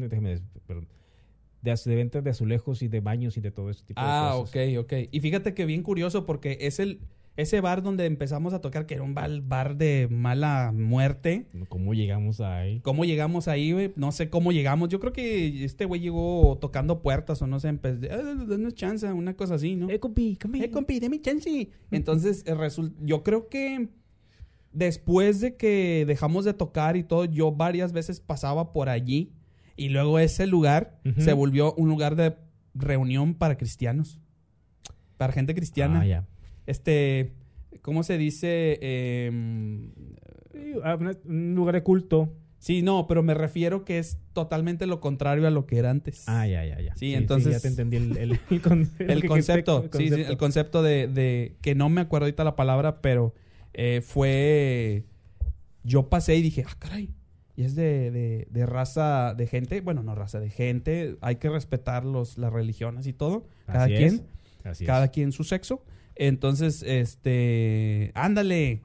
[SPEAKER 3] déjame des- perdón, de, az- de ventas de azulejos y de baños y de todo ese tipo
[SPEAKER 2] ah,
[SPEAKER 3] de
[SPEAKER 2] ok,
[SPEAKER 3] cosas.
[SPEAKER 2] ok. Y fíjate que bien curioso porque es el, ese bar donde empezamos a tocar, que era un bar, bar de mala muerte.
[SPEAKER 3] ¿Cómo llegamos ahí?
[SPEAKER 2] ¿Cómo llegamos ahí, güey? No sé cómo llegamos. Yo creo que este güey llegó tocando puertas o no sé, empezó, "Ah, danos chance, una cosa así, ¿no?
[SPEAKER 3] Eh, compi, come.
[SPEAKER 2] Eh, compi, dame chance. Entonces, eh, resul- yo creo que después de que dejamos de tocar y todo, yo varias veces pasaba por allí y luego ese lugar
[SPEAKER 3] Ujú.
[SPEAKER 2] se volvió un lugar de reunión para cristianos, para gente cristiana.
[SPEAKER 3] Ah, ya.
[SPEAKER 2] Este, ¿cómo se dice? Em,
[SPEAKER 3] Sí, ah, una- un lugar de culto.
[SPEAKER 2] sí, no, pero me refiero que es totalmente lo contrario a lo que era antes.
[SPEAKER 3] Ah, ya, ya, ya.
[SPEAKER 2] Sí, entonces-
[SPEAKER 3] ya te entendí el, el,
[SPEAKER 2] (laughs)
[SPEAKER 3] el con- (laughs) lo
[SPEAKER 2] El
[SPEAKER 3] que-
[SPEAKER 2] concepto,
[SPEAKER 3] el
[SPEAKER 2] sí, sí, el concepto de, de- que no me acuerdo ahorita la palabra, pero eh, fue. Yo pasé y dije, ah, caray, y es de, de- de raza de gente, bueno, no raza de gente, hay que respetar los, las religiones y todo, cada
[SPEAKER 3] Así
[SPEAKER 2] quien,
[SPEAKER 3] es, Así
[SPEAKER 2] cada
[SPEAKER 3] es.
[SPEAKER 2] quien su sexo. Entonces, este, ándale,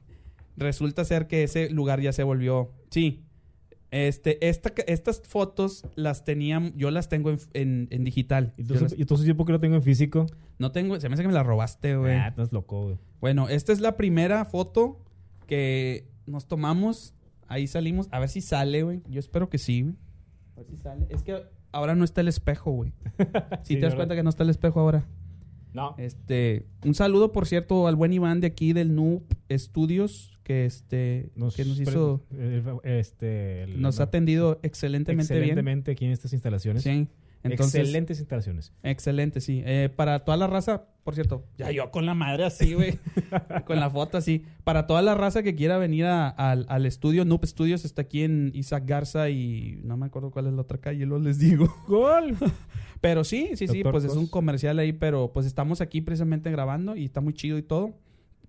[SPEAKER 2] resulta ser que ese lugar ya se volvió, sí. Este, esta, estas fotos las tenían, yo las tengo en, en- en digital.
[SPEAKER 3] ¿Y
[SPEAKER 2] Yo las-
[SPEAKER 3] entonces, ¿y entonces yo por qué lo tengo en físico?
[SPEAKER 2] no tengo, se me hace que me la robaste, güey.
[SPEAKER 3] Ah, estás loco, güey.
[SPEAKER 2] Bueno, esta es la primera foto que nos tomamos. Ahí salimos. A ver si sale, güey. Yo espero que sí, güey. A ver si sale. Es que ahora no está el espejo,
[SPEAKER 3] (laughs)
[SPEAKER 2] güey. Si
[SPEAKER 3] Sí,
[SPEAKER 2] te das
[SPEAKER 3] ¿verdad?
[SPEAKER 2] cuenta que no está el espejo ahora.
[SPEAKER 3] No.
[SPEAKER 2] Este, un saludo, por cierto, al buen Iván de aquí del Noob Studios, que este, que nos hizo,
[SPEAKER 3] pre- el fa- este, el-
[SPEAKER 2] nos ha atendido excelentemente,
[SPEAKER 3] excelentemente aquí en estas instalaciones.
[SPEAKER 2] bien. Sí. Entonces, excelente.
[SPEAKER 3] Excelentes instalaciones.
[SPEAKER 2] sí. Eh, para toda la raza, por cierto, ya yo con la madre así, güey. con la foto así. Para toda la raza que quiera venir a- al, al estudio, Noob Studios está aquí en Isaac Garza y no me acuerdo cuál es la otra calle, lo les digo. (laughs)
[SPEAKER 3] ¡Gol!
[SPEAKER 2] Pero sí, sí, sí,
[SPEAKER 3] Doctor
[SPEAKER 2] pues es
[SPEAKER 3] Cos.
[SPEAKER 2] un comercial ahí, pero pues estamos aquí precisamente grabando y está muy chido y todo.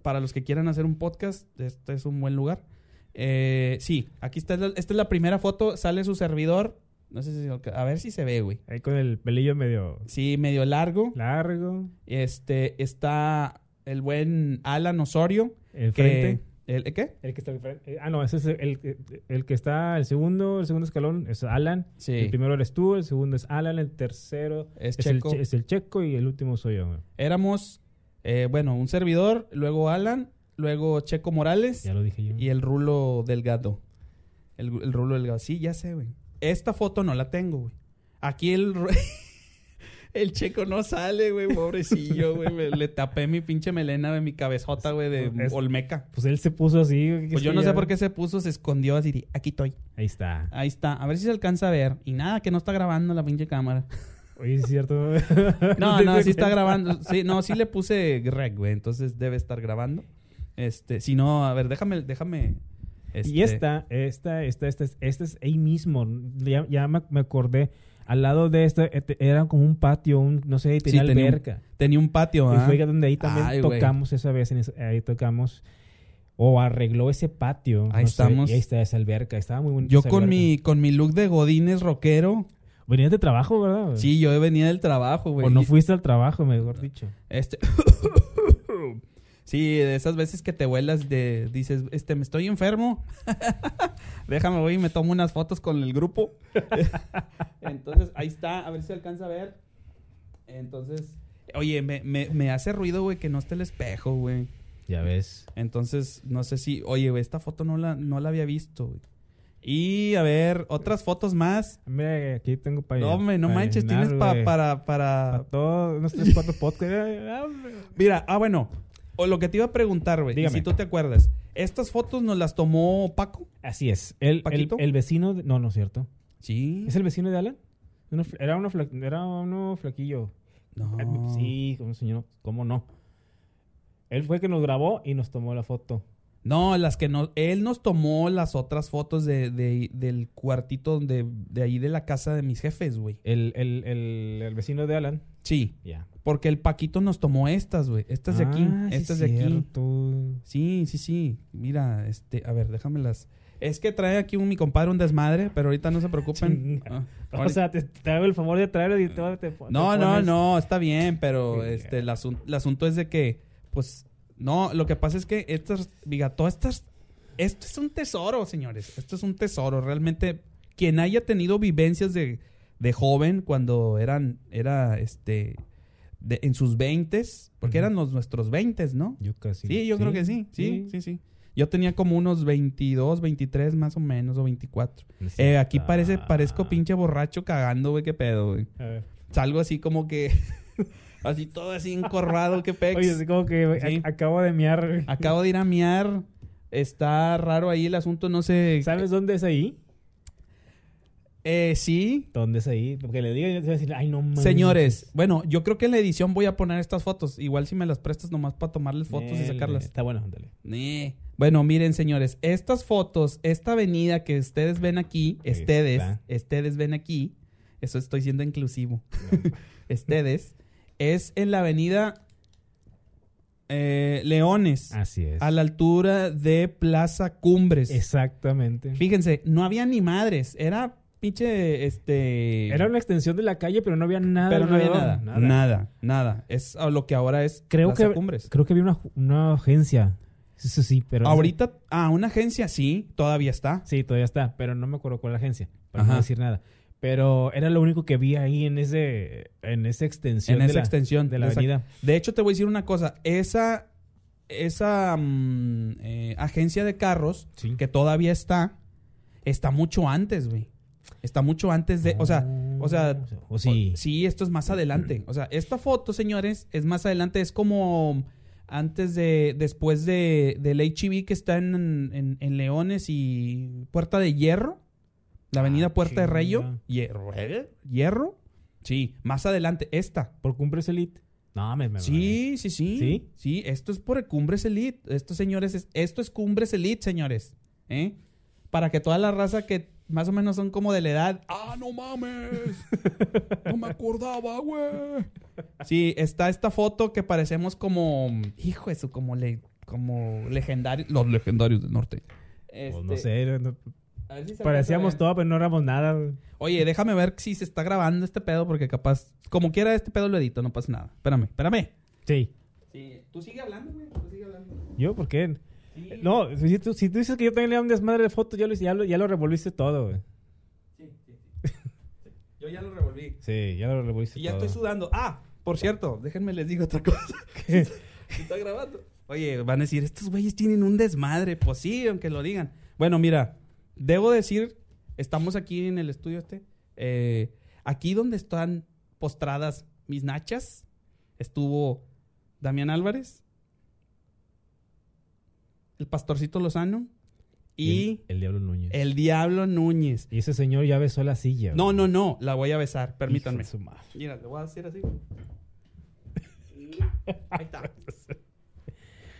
[SPEAKER 2] Para los que quieran hacer un podcast, este es un buen lugar. Eh, sí, aquí está, la- esta es la primera foto, sale su servidor. No sé si, a ver si se ve, güey.
[SPEAKER 3] Ahí con el pelillo medio
[SPEAKER 2] Sí, medio largo.
[SPEAKER 3] largo.
[SPEAKER 2] Este, está el buen Alan Osorio.
[SPEAKER 3] El
[SPEAKER 2] Que,
[SPEAKER 3] frente.
[SPEAKER 2] ¿El el qué?
[SPEAKER 3] El que está al frente. Eh, Ah, no, ese es el, el- el que está, el segundo, el segundo escalón es Alan.
[SPEAKER 2] Sí.
[SPEAKER 3] El primero eres tú, el segundo es Alan, el tercero
[SPEAKER 2] Es
[SPEAKER 3] el,
[SPEAKER 2] Checo.
[SPEAKER 3] che- es el checo y el último soy yo. güey.
[SPEAKER 2] Éramos, eh, bueno, un servidor, luego Alan, luego Checo Morales.
[SPEAKER 3] Ya lo dije yo.
[SPEAKER 2] Y el rulo delgado. El, el rulo delgado. Sí, ya sé, güey. Esta foto no la tengo, güey. Aquí el... ru- (laughs) el checo no sale, güey. Pobrecillo, güey. Me- Le tapé mi pinche melena de mi cabezota, güey, de
[SPEAKER 3] Es-
[SPEAKER 2] Olmeca.
[SPEAKER 3] Pues él se puso así. güey, que
[SPEAKER 2] Pues yo
[SPEAKER 3] sí,
[SPEAKER 2] no sé
[SPEAKER 3] ya-
[SPEAKER 2] por qué se puso, se escondió así. de, Aquí estoy.
[SPEAKER 3] Ahí está.
[SPEAKER 2] Ahí está. A ver si se alcanza a ver. Y nada, que no está grabando la pinche cámara.
[SPEAKER 3] Oye, es cierto.
[SPEAKER 2] (laughs)
[SPEAKER 3] (laughs)
[SPEAKER 2] No, no, sí está
[SPEAKER 3] grabado.
[SPEAKER 2] grabando. Sí, no, sí le puse rec, güey. Entonces debe estar grabando. Este, si no, a ver, déjame, déjame.
[SPEAKER 3] Y
[SPEAKER 2] este,
[SPEAKER 3] esta, esta, esta, esta, es- esta es ahí mismo. Ya, ya me, me acordé. Al lado de esta este, era como un patio, un, no sé, tenía
[SPEAKER 2] tenía un-
[SPEAKER 3] alberca.
[SPEAKER 2] Tenía un patio,
[SPEAKER 3] Y
[SPEAKER 2] ¿ah?
[SPEAKER 3] fue donde ahí también
[SPEAKER 2] Ay, güey.
[SPEAKER 3] tocamos esa vez. en esa- ahí tocamos o arregló ese patio.
[SPEAKER 2] Ahí
[SPEAKER 3] no sé,
[SPEAKER 2] estamos.
[SPEAKER 3] y ahí está esa alberca. Estaba muy bonita.
[SPEAKER 2] Yo
[SPEAKER 3] esa
[SPEAKER 2] con
[SPEAKER 3] alberca.
[SPEAKER 2] mi, con mi look de Godines rockero.
[SPEAKER 3] Venías de trabajo, ¿verdad? güey?
[SPEAKER 2] Sí, yo venía del trabajo, güey.
[SPEAKER 3] O no
[SPEAKER 2] Y-
[SPEAKER 3] fuiste al trabajo, mejor dicho.
[SPEAKER 2] Este. (laughs) sí, de esas veces que te vuelas de. Dices, este, me estoy enfermo. (laughs) Déjame, voy y me tomo unas fotos con el grupo. (laughs) Entonces, ahí está, a ver si alcanza a ver. Entonces, Oye, me, me, me hace ruido, güey, que no esté el espejo, güey.
[SPEAKER 3] Ya ves.
[SPEAKER 2] Entonces, no sé si, oye, güey, esta foto no la, no la había visto, güey. Y a ver, otras fotos más.
[SPEAKER 3] Mira, aquí tengo para
[SPEAKER 2] No, hombre, no manches, tienes pa- para, para.
[SPEAKER 3] Para todos, unos 3, 4 podcasts. Ah, hombre.
[SPEAKER 2] (laughs) Mira, ah, bueno. O lo que te iba a preguntar, güey, y
[SPEAKER 3] Dígame.
[SPEAKER 2] si tú te acuerdas, ¿estas fotos nos las tomó Paco?
[SPEAKER 3] Así es. El, el,
[SPEAKER 2] ¿Paquito?
[SPEAKER 3] el vecino. de- no, no es cierto.
[SPEAKER 2] Sí.
[SPEAKER 3] ¿Es el vecino de Alan? Uno fla- era, uno fla- era uno flaquillo. Ah,
[SPEAKER 2] No.
[SPEAKER 3] Sí, como señor. ¿Cómo no? Él fue el que nos grabó y nos tomó la foto.
[SPEAKER 2] No, las que no. Él nos tomó las otras fotos de, de- del cuartito donde, de ahí de la casa de mis jefes, güey.
[SPEAKER 3] El, el, el, el vecino de Alan.
[SPEAKER 2] Sí.
[SPEAKER 3] Ya.
[SPEAKER 2] Porque el Paquito nos tomó estas, güey. Estas de aquí.
[SPEAKER 3] Ah, sí
[SPEAKER 2] estas
[SPEAKER 3] es
[SPEAKER 2] de aquí. (laughs)
[SPEAKER 3] cierto.
[SPEAKER 2] Sí, sí, sí. Mira, este, a ver, déjamelas. Es que trae aquí un, mi compadre un desmadre, pero ahorita no se preocupen.
[SPEAKER 3] Chinga.
[SPEAKER 2] Ah,
[SPEAKER 3] (laughs) O sea, te, te hago el favor de traerlo y todo te pon-
[SPEAKER 2] no,
[SPEAKER 3] te
[SPEAKER 2] no,
[SPEAKER 3] pones-
[SPEAKER 2] no, está bien, pero
[SPEAKER 3] Chinga.
[SPEAKER 2] este, el, asun- el asunto es de que, pues, no, lo que pasa es que estas, diga, todas estas, esto es un tesoro, señores, esto es un tesoro. Realmente, quien haya tenido vivencias de, de joven cuando eran, era, este, de- en sus veintes, porque
[SPEAKER 3] Ujú.
[SPEAKER 2] eran los, nuestros veintes, ¿no?
[SPEAKER 3] Yo casi.
[SPEAKER 2] Sí, yo creo que sí. Sí, sí, sí. Yo tenía como unos 22, 23 más o menos, o 24. Eh, aquí parece, parezco pinche borracho cagando, güey, qué pedo, güey.
[SPEAKER 3] A ver.
[SPEAKER 2] Salgo así como que, (laughs) así todo así encorrado, qué pex.
[SPEAKER 3] Oye, es como que güey,
[SPEAKER 2] Sí.
[SPEAKER 3] ac- acabo de miar. güey.
[SPEAKER 2] Acabo de ir a miar, está raro ahí el asunto, no sé.
[SPEAKER 3] ¿Sabes dónde es ahí?
[SPEAKER 2] Eh, sí,
[SPEAKER 3] ¿Dónde es ahí? Porque le digan y te va a decir, ay, no mames.
[SPEAKER 2] señores, bueno, yo creo que en la edición voy a poner estas fotos. Igual si me las prestas nomás para tomarles fotos y
[SPEAKER 3] Nel,
[SPEAKER 2] sacarlas.
[SPEAKER 3] Está bueno, ándale.
[SPEAKER 2] Nee. Bueno, miren, señores, estas fotos, esta avenida que ustedes ven aquí,
[SPEAKER 3] Ahí
[SPEAKER 2] ustedes,
[SPEAKER 3] está.
[SPEAKER 2] ustedes ven aquí, eso estoy siendo inclusivo, (laughs) ustedes, es en la avenida eh, Leones,
[SPEAKER 3] Así es.
[SPEAKER 2] a la altura de Plaza Cumbres.
[SPEAKER 3] Exactamente.
[SPEAKER 2] Fíjense, no había ni madres, era pinche, este...
[SPEAKER 3] Era una extensión de la calle, pero no había nada.
[SPEAKER 2] pero no había
[SPEAKER 3] alrededor.
[SPEAKER 2] nada, nada, nada, Es a lo que ahora es
[SPEAKER 3] Creo
[SPEAKER 2] Plaza
[SPEAKER 3] que-
[SPEAKER 2] Cumbres.
[SPEAKER 3] Creo que había una, una agencia. Eso sí, pero.
[SPEAKER 2] Ahorita, ah, una agencia, sí, todavía está.
[SPEAKER 3] Sí, todavía está, pero no me acuerdo cuál agencia, para
[SPEAKER 2] Ajá.
[SPEAKER 3] no decir nada. Pero era lo único que vi ahí en ese en esa extensión
[SPEAKER 2] en
[SPEAKER 3] de
[SPEAKER 2] esa
[SPEAKER 3] la,
[SPEAKER 2] extensión
[SPEAKER 3] de la
[SPEAKER 2] exacto.
[SPEAKER 3] avenida.
[SPEAKER 2] De hecho, te voy a decir una cosa. Esa, esa mm, eh, agencia de carros
[SPEAKER 3] Sí.
[SPEAKER 2] que todavía está, está mucho antes, güey. Está mucho antes de... O sea, o sea...
[SPEAKER 3] o sí.
[SPEAKER 2] o- sí, esto es más adelante. O sea, esta foto, señores, es más adelante. Es como antes de... Después de, del HIV que está en, en- en Leones y Puerta de Hierro. La avenida
[SPEAKER 3] Ah,
[SPEAKER 2] Puerta de Rayo.
[SPEAKER 3] chinga.
[SPEAKER 2] Hierro. ¿eh? Hierro. Sí, más adelante. Esta.
[SPEAKER 3] por cumbres elite. No, me, me
[SPEAKER 2] Sí, sí, sí.
[SPEAKER 3] ¿eh? ¿Sí?
[SPEAKER 2] Sí, esto es por Cumbres Elite. Estos señores, es- esto es Cumbres Elite, señores. ¿Eh? Para que toda la raza que más o menos son como de la edad. ¡Ah, no mames! No me acordaba, güey. Sí, está esta foto que parecemos como. Hijo eso, como le, como legendarios. Los legendarios del norte.
[SPEAKER 3] Pues
[SPEAKER 2] Este,
[SPEAKER 3] no sé, no- no-
[SPEAKER 2] a ver si se alcanza a
[SPEAKER 3] parecíamos
[SPEAKER 2] ver.
[SPEAKER 3] todo, pero no éramos nada.
[SPEAKER 2] Oye, déjame ver si se está grabando este pedo, porque capaz. Como quiera, este pedo lo edito, no pasa nada. Espérame, espérame.
[SPEAKER 3] Sí.
[SPEAKER 2] Sí, tú sigue hablando, güey. Tú sigue hablando.
[SPEAKER 3] ¿Yo por qué?
[SPEAKER 2] Sí.
[SPEAKER 3] No, si tú, si tú dices que yo también le da un desmadre de fotos, ya lo, hice- ya lo, ya lo revolviste todo, güey.
[SPEAKER 2] Sí, sí, sí. Sí. Yo ya lo revolví.
[SPEAKER 3] Sí, ya lo revolviste
[SPEAKER 2] Y ya
[SPEAKER 3] todo.
[SPEAKER 2] estoy sudando. Ah, por cierto, déjenme les digo otra cosa. (laughs) Se está grabando. Oye, van a decir, estos güeyes tienen un desmadre. Pues sí, aunque lo digan. Bueno, mira, debo decir, estamos aquí en el estudio este. eh, aquí donde están postradas mis nachas, estuvo Damián Álvarez, el pastorcito Lozano y
[SPEAKER 3] el, el Diablo Núñez.
[SPEAKER 2] el diablo Núñez.
[SPEAKER 3] Y ese señor ya besó la silla.
[SPEAKER 2] No,
[SPEAKER 3] güey.
[SPEAKER 2] no, no, la voy a besar, permítanme.
[SPEAKER 3] Hijo de su madre.
[SPEAKER 2] Mira, le voy a hacer (laughs) así. Ahí está.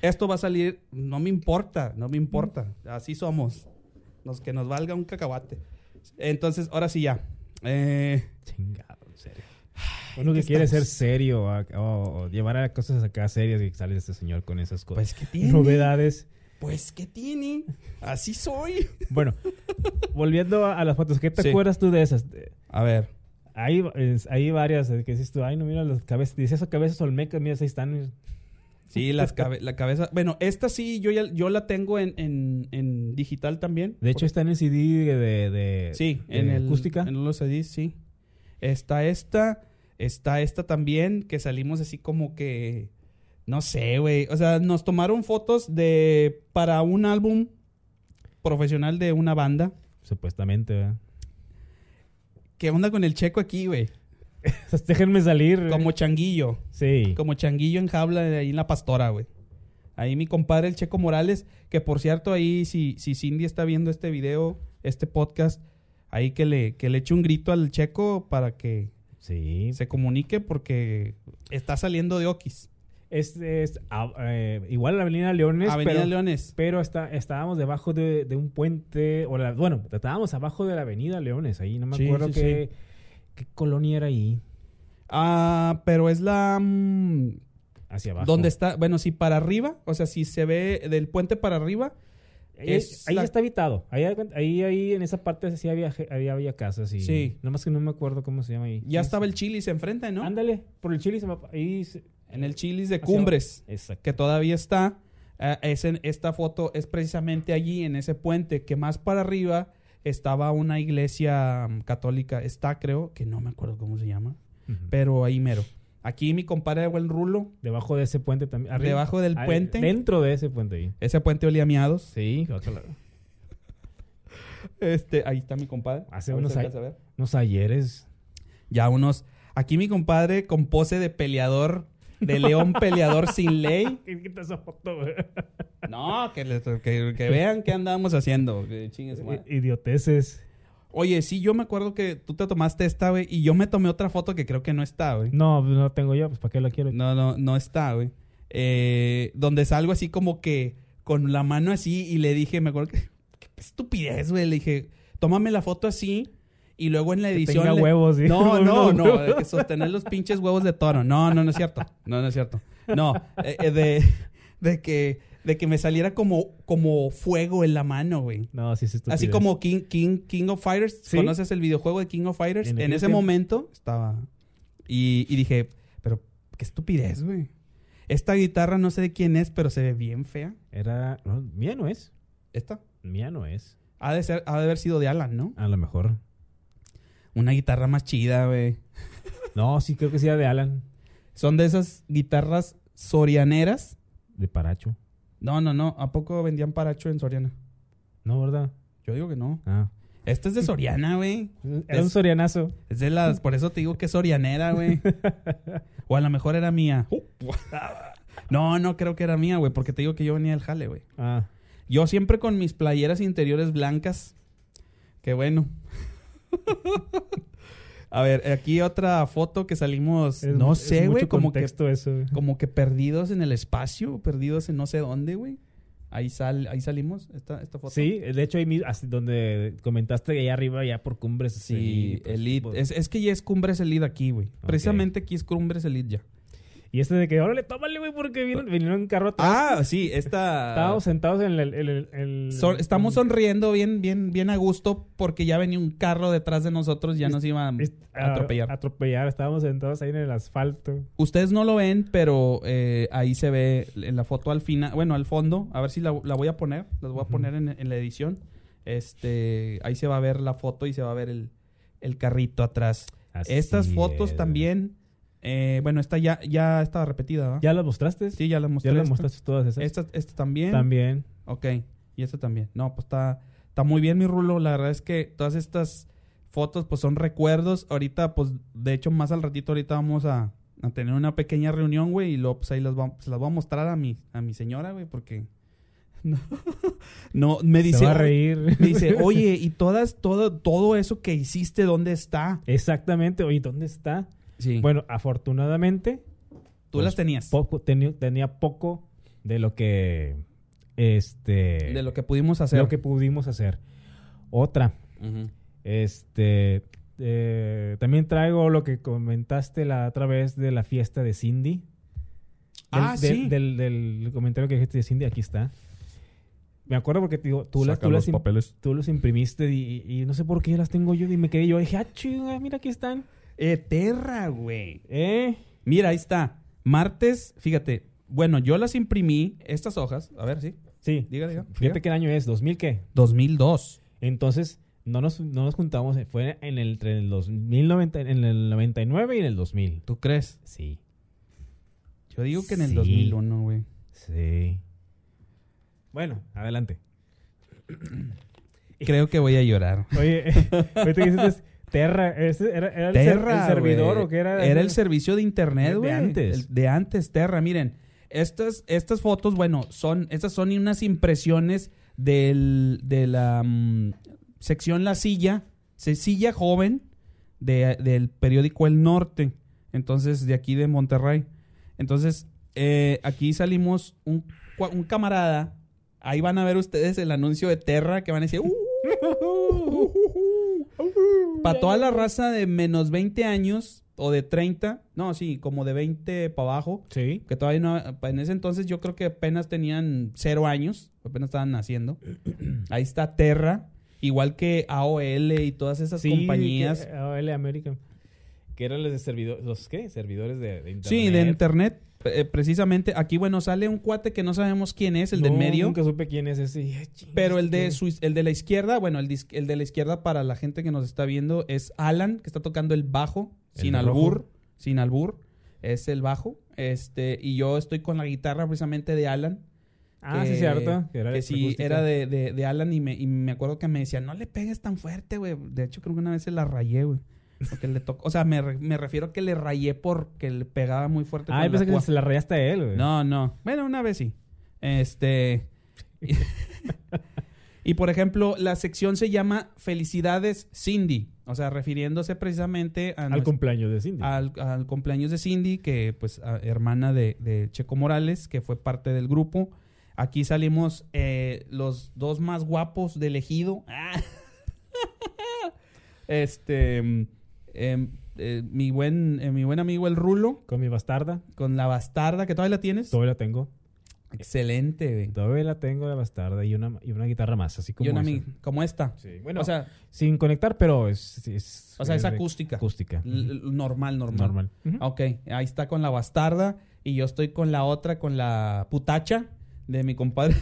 [SPEAKER 2] Esto va a salir, no me importa, no me importa. Así somos. Los que nos valga un cacahuate. Entonces, ahora sí ya. Eh,
[SPEAKER 3] Chingado, en serio. Uno que
[SPEAKER 2] qué
[SPEAKER 3] quiere ser
[SPEAKER 2] estamos?
[SPEAKER 3] serio a- o, o llevar a cosas acá serias y sale este señor con esas cosas.
[SPEAKER 2] pues que tiene.
[SPEAKER 3] Novedades.
[SPEAKER 2] Pues que tiene. Así soy.
[SPEAKER 3] (laughs) Bueno, volviendo a, a las fotos, ¿qué te
[SPEAKER 2] Sí.
[SPEAKER 3] acuerdas tú de esas? De-
[SPEAKER 2] A ver.
[SPEAKER 3] Hay, es- hay varias eh, que dices tú, ay, no, mira las cabezas, dices esas cabezas olmecas, mira, ahí están.
[SPEAKER 2] Sí, las cabe- la cabeza. Bueno, esta sí, yo, ya, yo la tengo en, en- en digital también.
[SPEAKER 3] De hecho, está en el CD de... de-
[SPEAKER 2] Sí,
[SPEAKER 3] de
[SPEAKER 2] en el
[SPEAKER 3] eh, acústica.
[SPEAKER 2] En los CDs, sí. Está esta. Está esta también, que salimos así como que. No sé, güey. O sea, nos tomaron fotos de. para un álbum profesional de una banda.
[SPEAKER 3] Supuestamente, ¿verdad? (laughs)
[SPEAKER 2] ¿Qué onda con el checo aquí, güey?
[SPEAKER 3] Déjenme salir. güey.
[SPEAKER 2] Como changuillo.
[SPEAKER 3] Sí.
[SPEAKER 2] Como changuillo en jaula de ahí en la pastora, güey. Ahí mi compadre, el Checo Morales, que por cierto, ahí si, si Cindy está viendo este video, este podcast, ahí que le, que le eche un grito al Checo para que
[SPEAKER 3] Sí.
[SPEAKER 2] se comunique porque está saliendo de Oquis.
[SPEAKER 3] Es, es, ah, eh, igual la Avenida Leones,
[SPEAKER 2] Avenida
[SPEAKER 3] pero,
[SPEAKER 2] Leones.
[SPEAKER 3] pero está, estábamos debajo de, de un puente, o la- bueno, estábamos abajo de la Avenida Leones, ahí no me
[SPEAKER 2] Sí,
[SPEAKER 3] acuerdo
[SPEAKER 2] sí,
[SPEAKER 3] qué, qué colonia era ahí,
[SPEAKER 2] Ah, pero es la... mm,
[SPEAKER 3] hacia abajo.
[SPEAKER 2] ¿Dónde está? Bueno, si para arriba, o sea, si se ve del puente para arriba,
[SPEAKER 3] Ahí,
[SPEAKER 2] es
[SPEAKER 3] ahí
[SPEAKER 2] la-
[SPEAKER 3] está habitado, ahí, ahí, ahí en esa parte sí había, ge- había, había casas y...
[SPEAKER 2] Sí.
[SPEAKER 3] Nada más que no me acuerdo cómo se llama ahí.
[SPEAKER 2] ya
[SPEAKER 3] Sí,
[SPEAKER 2] estaba
[SPEAKER 3] sí.
[SPEAKER 2] el Chilis enfrente, ¿no?
[SPEAKER 3] Ándale, por el Chile se va- ahí... se-
[SPEAKER 2] En el Chilis de
[SPEAKER 3] hacia abajo.
[SPEAKER 2] Cumbres.
[SPEAKER 3] Exacto.
[SPEAKER 2] que todavía está. eh, es en- esta foto es precisamente allí, en ese puente, que más para arriba estaba una iglesia mm, católica, está creo, que no me acuerdo cómo se llama,
[SPEAKER 3] Ujú.
[SPEAKER 2] pero ahí mero. Aquí mi compadre de buen rulo,
[SPEAKER 3] Debajo de ese puente también. arriba.
[SPEAKER 2] Debajo del
[SPEAKER 3] Ah,
[SPEAKER 2] puente.
[SPEAKER 3] Dentro de ese puente ahí.
[SPEAKER 2] ese puente olía a miados.
[SPEAKER 3] Sí,
[SPEAKER 2] Este, ahí está mi compadre.
[SPEAKER 3] Hace
[SPEAKER 2] A ver
[SPEAKER 3] unos
[SPEAKER 2] si
[SPEAKER 3] a-
[SPEAKER 2] alcanza a ver.
[SPEAKER 3] unos ayeres.
[SPEAKER 2] Ya unos. Aquí mi compadre con pose de peleador, de (laughs) león peleador sin ley.
[SPEAKER 3] ¿Qué quita esa foto, güey?
[SPEAKER 2] No, que, les- que- (laughs) que vean qué andábamos haciendo. que chingue su madre.
[SPEAKER 3] I- Idioteces.
[SPEAKER 2] Oye, sí, yo me acuerdo que tú te tomaste esta, güey, y yo me tomé otra foto que creo que no está, güey.
[SPEAKER 3] No, pues, no la tengo yo, pues ¿para qué la quiero?
[SPEAKER 2] No, no, no está, güey. Eh, donde salgo así como que con la mano así y le dije, me acuerdo que, (laughs) qué estupidez, güey. Le dije, tómame la foto así y luego en la
[SPEAKER 3] Que
[SPEAKER 2] edición.
[SPEAKER 3] tenga
[SPEAKER 2] le-
[SPEAKER 3] huevos, sí. (laughs)
[SPEAKER 2] No, no,
[SPEAKER 3] Unos
[SPEAKER 2] no, eh.
[SPEAKER 3] huevos.
[SPEAKER 2] de que sostener los pinches huevos de toro. No, no, no es cierto. No, no es cierto. No, eh, eh, de, de que de que me saliera como, como fuego en la mano, güey.
[SPEAKER 3] No, sí,
[SPEAKER 2] Así
[SPEAKER 3] sí, estupidez.
[SPEAKER 2] como King, King, King of Fighters,
[SPEAKER 3] Sí.
[SPEAKER 2] ¿conoces el videojuego de King of Fighters?
[SPEAKER 3] En
[SPEAKER 2] En,
[SPEAKER 3] aquel
[SPEAKER 2] ese
[SPEAKER 3] tiempo.
[SPEAKER 2] momento estaba. Y, y dije, pero qué estupidez, güey. Esta guitarra no sé de quién es, pero se ve bien fea.
[SPEAKER 3] Era. no, mía no es.
[SPEAKER 2] Esta.
[SPEAKER 3] Mía no es.
[SPEAKER 2] Ha de, ser, ha de haber sido de Alan, ¿no?
[SPEAKER 3] A lo mejor.
[SPEAKER 2] Una guitarra más chida, güey.
[SPEAKER 3] No, sí, creo que sí era de Alan.
[SPEAKER 2] Son de esas guitarras sorianeras.
[SPEAKER 3] De Paracho.
[SPEAKER 2] No, no, no. ¿A poco vendían paracho en Soriana?
[SPEAKER 3] No, ¿verdad?
[SPEAKER 2] Yo digo que no.
[SPEAKER 3] Ah.
[SPEAKER 2] Esta es de Soriana, güey.
[SPEAKER 3] Era un
[SPEAKER 2] Es-
[SPEAKER 3] sorianazo.
[SPEAKER 2] Es de las, por eso te digo que es orianera, güey. O a lo mejor era
[SPEAKER 3] (laughs)
[SPEAKER 2] mía. No, no creo que era mía, güey, porque te digo que yo venía del jale, güey.
[SPEAKER 3] Ah.
[SPEAKER 2] Yo siempre con mis playeras interiores blancas. Qué
[SPEAKER 3] (laughs)
[SPEAKER 2] bueno. a ver, aquí otra foto que salimos,
[SPEAKER 3] Es-
[SPEAKER 2] no
[SPEAKER 3] es
[SPEAKER 2] sé,
[SPEAKER 3] mucho
[SPEAKER 2] güey, como que,
[SPEAKER 3] contexto eso, güey.
[SPEAKER 2] como que perdidos en el espacio, perdidos en no sé dónde, güey. Ahí, sal, ahí salimos, esta, esta foto.
[SPEAKER 3] Sí, de hecho, ahí mismo, así donde comentaste allá arriba, ya por cumbres.
[SPEAKER 2] Sí,
[SPEAKER 3] pues,
[SPEAKER 2] Elite.
[SPEAKER 3] pues,
[SPEAKER 2] Es, es que ya es Cumbres Elite aquí, güey. Precisamente aquí es Cumbres Elite ya.
[SPEAKER 3] Y este de que, órale, tómale, güey, porque vinieron, vinieron en carro atrás.
[SPEAKER 2] Ah, sí, esta. (laughs)
[SPEAKER 3] Estábamos sentados en el... el- el- el-
[SPEAKER 2] So- estamos sonriendo bien, bien, bien a gusto porque ya venía un carro detrás de nosotros, ya nos iba a
[SPEAKER 3] Est- a-
[SPEAKER 2] atropellar.
[SPEAKER 3] Atropellar, estábamos sentados ahí en el asfalto.
[SPEAKER 2] Ustedes no lo ven, pero eh, ahí se ve en la foto al final, bueno, al fondo, a ver si la, la voy a poner, las voy a
[SPEAKER 3] Ujú.
[SPEAKER 2] poner en, en la edición. Este, ahí se va a ver la foto y se va a ver el, el carrito atrás. Estas fotos también, eh, bueno, esta ya, ya estaba repetida, ¿va?
[SPEAKER 3] ¿Ya las mostraste?
[SPEAKER 2] Sí, ya la mostré.
[SPEAKER 3] ¿Ya las
[SPEAKER 2] esta.
[SPEAKER 3] mostraste todas esas?
[SPEAKER 2] Esta, esta también.
[SPEAKER 3] También.
[SPEAKER 2] Ok, y esta también. No, pues está, está muy bien mi rulo. La verdad es que todas estas fotos pues son recuerdos. Ahorita pues de hecho más al ratito ahorita vamos a, a tener una pequeña reunión, güey. Y luego pues ahí las va- se las voy a mostrar a mi, a mi señora, güey, porque... (laughs) No, no, me
[SPEAKER 3] Se
[SPEAKER 2] dice...
[SPEAKER 3] va a reír.
[SPEAKER 2] me dice, oye, ¿y todas, todo, todo eso que hiciste, dónde está?
[SPEAKER 3] (laughs) Exactamente. Oye, ¿dónde está?
[SPEAKER 2] Sí. Bueno,
[SPEAKER 3] Bueno, afortunadamente,
[SPEAKER 2] tú
[SPEAKER 3] Pues,
[SPEAKER 2] las tenías.
[SPEAKER 3] poco, teni- tenía poco de lo que... Este...
[SPEAKER 2] De lo que pudimos hacer.
[SPEAKER 3] lo que pudimos hacer. Otra.
[SPEAKER 2] Ujú.
[SPEAKER 3] Este... eh, también traigo lo que comentaste la otra vez de la fiesta de Cindy. Del,
[SPEAKER 2] Ah,
[SPEAKER 3] del-
[SPEAKER 2] sí.
[SPEAKER 3] Del, del comentario que dijiste de Cindy, aquí está. Me acuerdo porque te digo, tú, las, tú, las im-
[SPEAKER 2] papeles.
[SPEAKER 3] tú los imprimiste y, y no sé por qué las tengo yo. Y me quedé yo, dije, ah, chinga, mira, aquí están.
[SPEAKER 2] Eh, Terra, güey.
[SPEAKER 3] ¿Eh?
[SPEAKER 2] Mira, ahí está. Martes, fíjate. Bueno, yo las imprimí, estas hojas. A ver, sí.
[SPEAKER 3] Sí.
[SPEAKER 2] Diga, diga.
[SPEAKER 3] Fíjate qué año es, ¿2000 qué?
[SPEAKER 2] 2002.
[SPEAKER 3] Entonces, No nos, no nos juntamos, eh, fue en el, entre el 2090, en el 99 y en el 2000.
[SPEAKER 2] ¿Tú crees?
[SPEAKER 3] Sí,
[SPEAKER 2] Yo digo que en el
[SPEAKER 3] Sí.
[SPEAKER 2] 2001, güey.
[SPEAKER 3] sí. Bueno, adelante.
[SPEAKER 2] Creo que voy a llorar. (laughs)
[SPEAKER 3] Oye, (laughs) ahorita que dices Terra, ¿ese ¿era, era el, ser-
[SPEAKER 2] Terra,
[SPEAKER 3] el servidor
[SPEAKER 2] güey.
[SPEAKER 3] o qué era?
[SPEAKER 2] Era
[SPEAKER 3] (laughs)
[SPEAKER 2] el servicio de internet,
[SPEAKER 3] De
[SPEAKER 2] güey.
[SPEAKER 3] antes.
[SPEAKER 2] El- de antes, Terra. Miren, estas, estas fotos, bueno, son, estas son unas impresiones del, de la mm, sección La Silla, se- Silla Joven, de- del periódico El Norte. Entonces, de aquí de Monterrey. Entonces, eh, aquí salimos un, cua- un camarada. Ahí van a ver ustedes el anuncio de Terra que van a decir, "Uh, para toda la raza de menos 20 años o de 30, no, sí, como de 20 para abajo,
[SPEAKER 3] Sí.
[SPEAKER 2] que todavía no, en ese entonces yo creo que apenas tenían 0 años, apenas estaban
[SPEAKER 3] (clears throat)
[SPEAKER 2] naciendo. Ahí está Terra, igual que AOL y todas esas
[SPEAKER 3] Sí,
[SPEAKER 2] compañías.
[SPEAKER 3] que- AOL América. Que eran los de servidores, ¿los qué? Servidores de, de internet.
[SPEAKER 2] Sí, de internet. eh, precisamente aquí, bueno, sale un cuate que no sabemos quién es, el del
[SPEAKER 3] No,
[SPEAKER 2] medio.
[SPEAKER 3] Nunca supe quién es ese. Y, ay, chingas,
[SPEAKER 2] Pero el de,
[SPEAKER 3] ¿qué?
[SPEAKER 2] su, el de la izquierda, bueno, el, dis- el de la izquierda para la gente que nos está viendo es Alan, que está tocando el bajo,
[SPEAKER 3] El
[SPEAKER 2] sin
[SPEAKER 3] rojo.
[SPEAKER 2] albur, sin albur, es el bajo. Este, y yo estoy con la guitarra precisamente de Alan.
[SPEAKER 3] Ah, sí,
[SPEAKER 2] que-
[SPEAKER 3] cierto. Que era,
[SPEAKER 2] que sí,
[SPEAKER 3] electroacústica.
[SPEAKER 2] era de, de- de Alan y me, y me acuerdo que me decía, no le pegues tan fuerte, güey. De hecho, creo que una vez se la rayé, güey. Porque le tocó, o sea, me, re- me refiero a que le rayé porque le pegaba muy fuerte.
[SPEAKER 3] Ah,
[SPEAKER 2] con
[SPEAKER 3] yo pensé
[SPEAKER 2] la
[SPEAKER 3] que
[SPEAKER 2] cua-
[SPEAKER 3] se la rayaste a él, güey.
[SPEAKER 2] no, no. Bueno, una vez sí. Este. y- (laughs) y por ejemplo, la sección se llama Felicidades Cindy. O sea, refiriéndose precisamente a
[SPEAKER 3] Al
[SPEAKER 2] nuestro-
[SPEAKER 3] cumpleaños de Cindy.
[SPEAKER 2] al, al cumpleaños de Cindy, que pues a- hermana de, de Checo Morales, que fue parte del grupo. Aquí salimos eh, los dos más guapos del ejido. (laughs) Ah. este. mm, em, eh, mi, buen, eh, mi buen amigo el Rulo,
[SPEAKER 3] Con mi bastarda.
[SPEAKER 2] con la bastarda, que todavía la tienes.
[SPEAKER 3] Todavía la tengo.
[SPEAKER 2] Excelente, güey.
[SPEAKER 3] Todavía la tengo la bastarda y una, y una guitarra más, así como.
[SPEAKER 2] Y una
[SPEAKER 3] esa.
[SPEAKER 2] mi- como esta.
[SPEAKER 3] Sí, bueno,
[SPEAKER 2] o sea,
[SPEAKER 3] sin conectar, pero es. es-
[SPEAKER 2] o sea, es
[SPEAKER 3] de-
[SPEAKER 2] acústica.
[SPEAKER 3] Acústica.
[SPEAKER 2] L- l- normal, normal. Ah,
[SPEAKER 3] Normal. Ah, Ujú.
[SPEAKER 2] Ok, ahí está con la bastarda y yo estoy con la otra, con la putacha de mi compadre.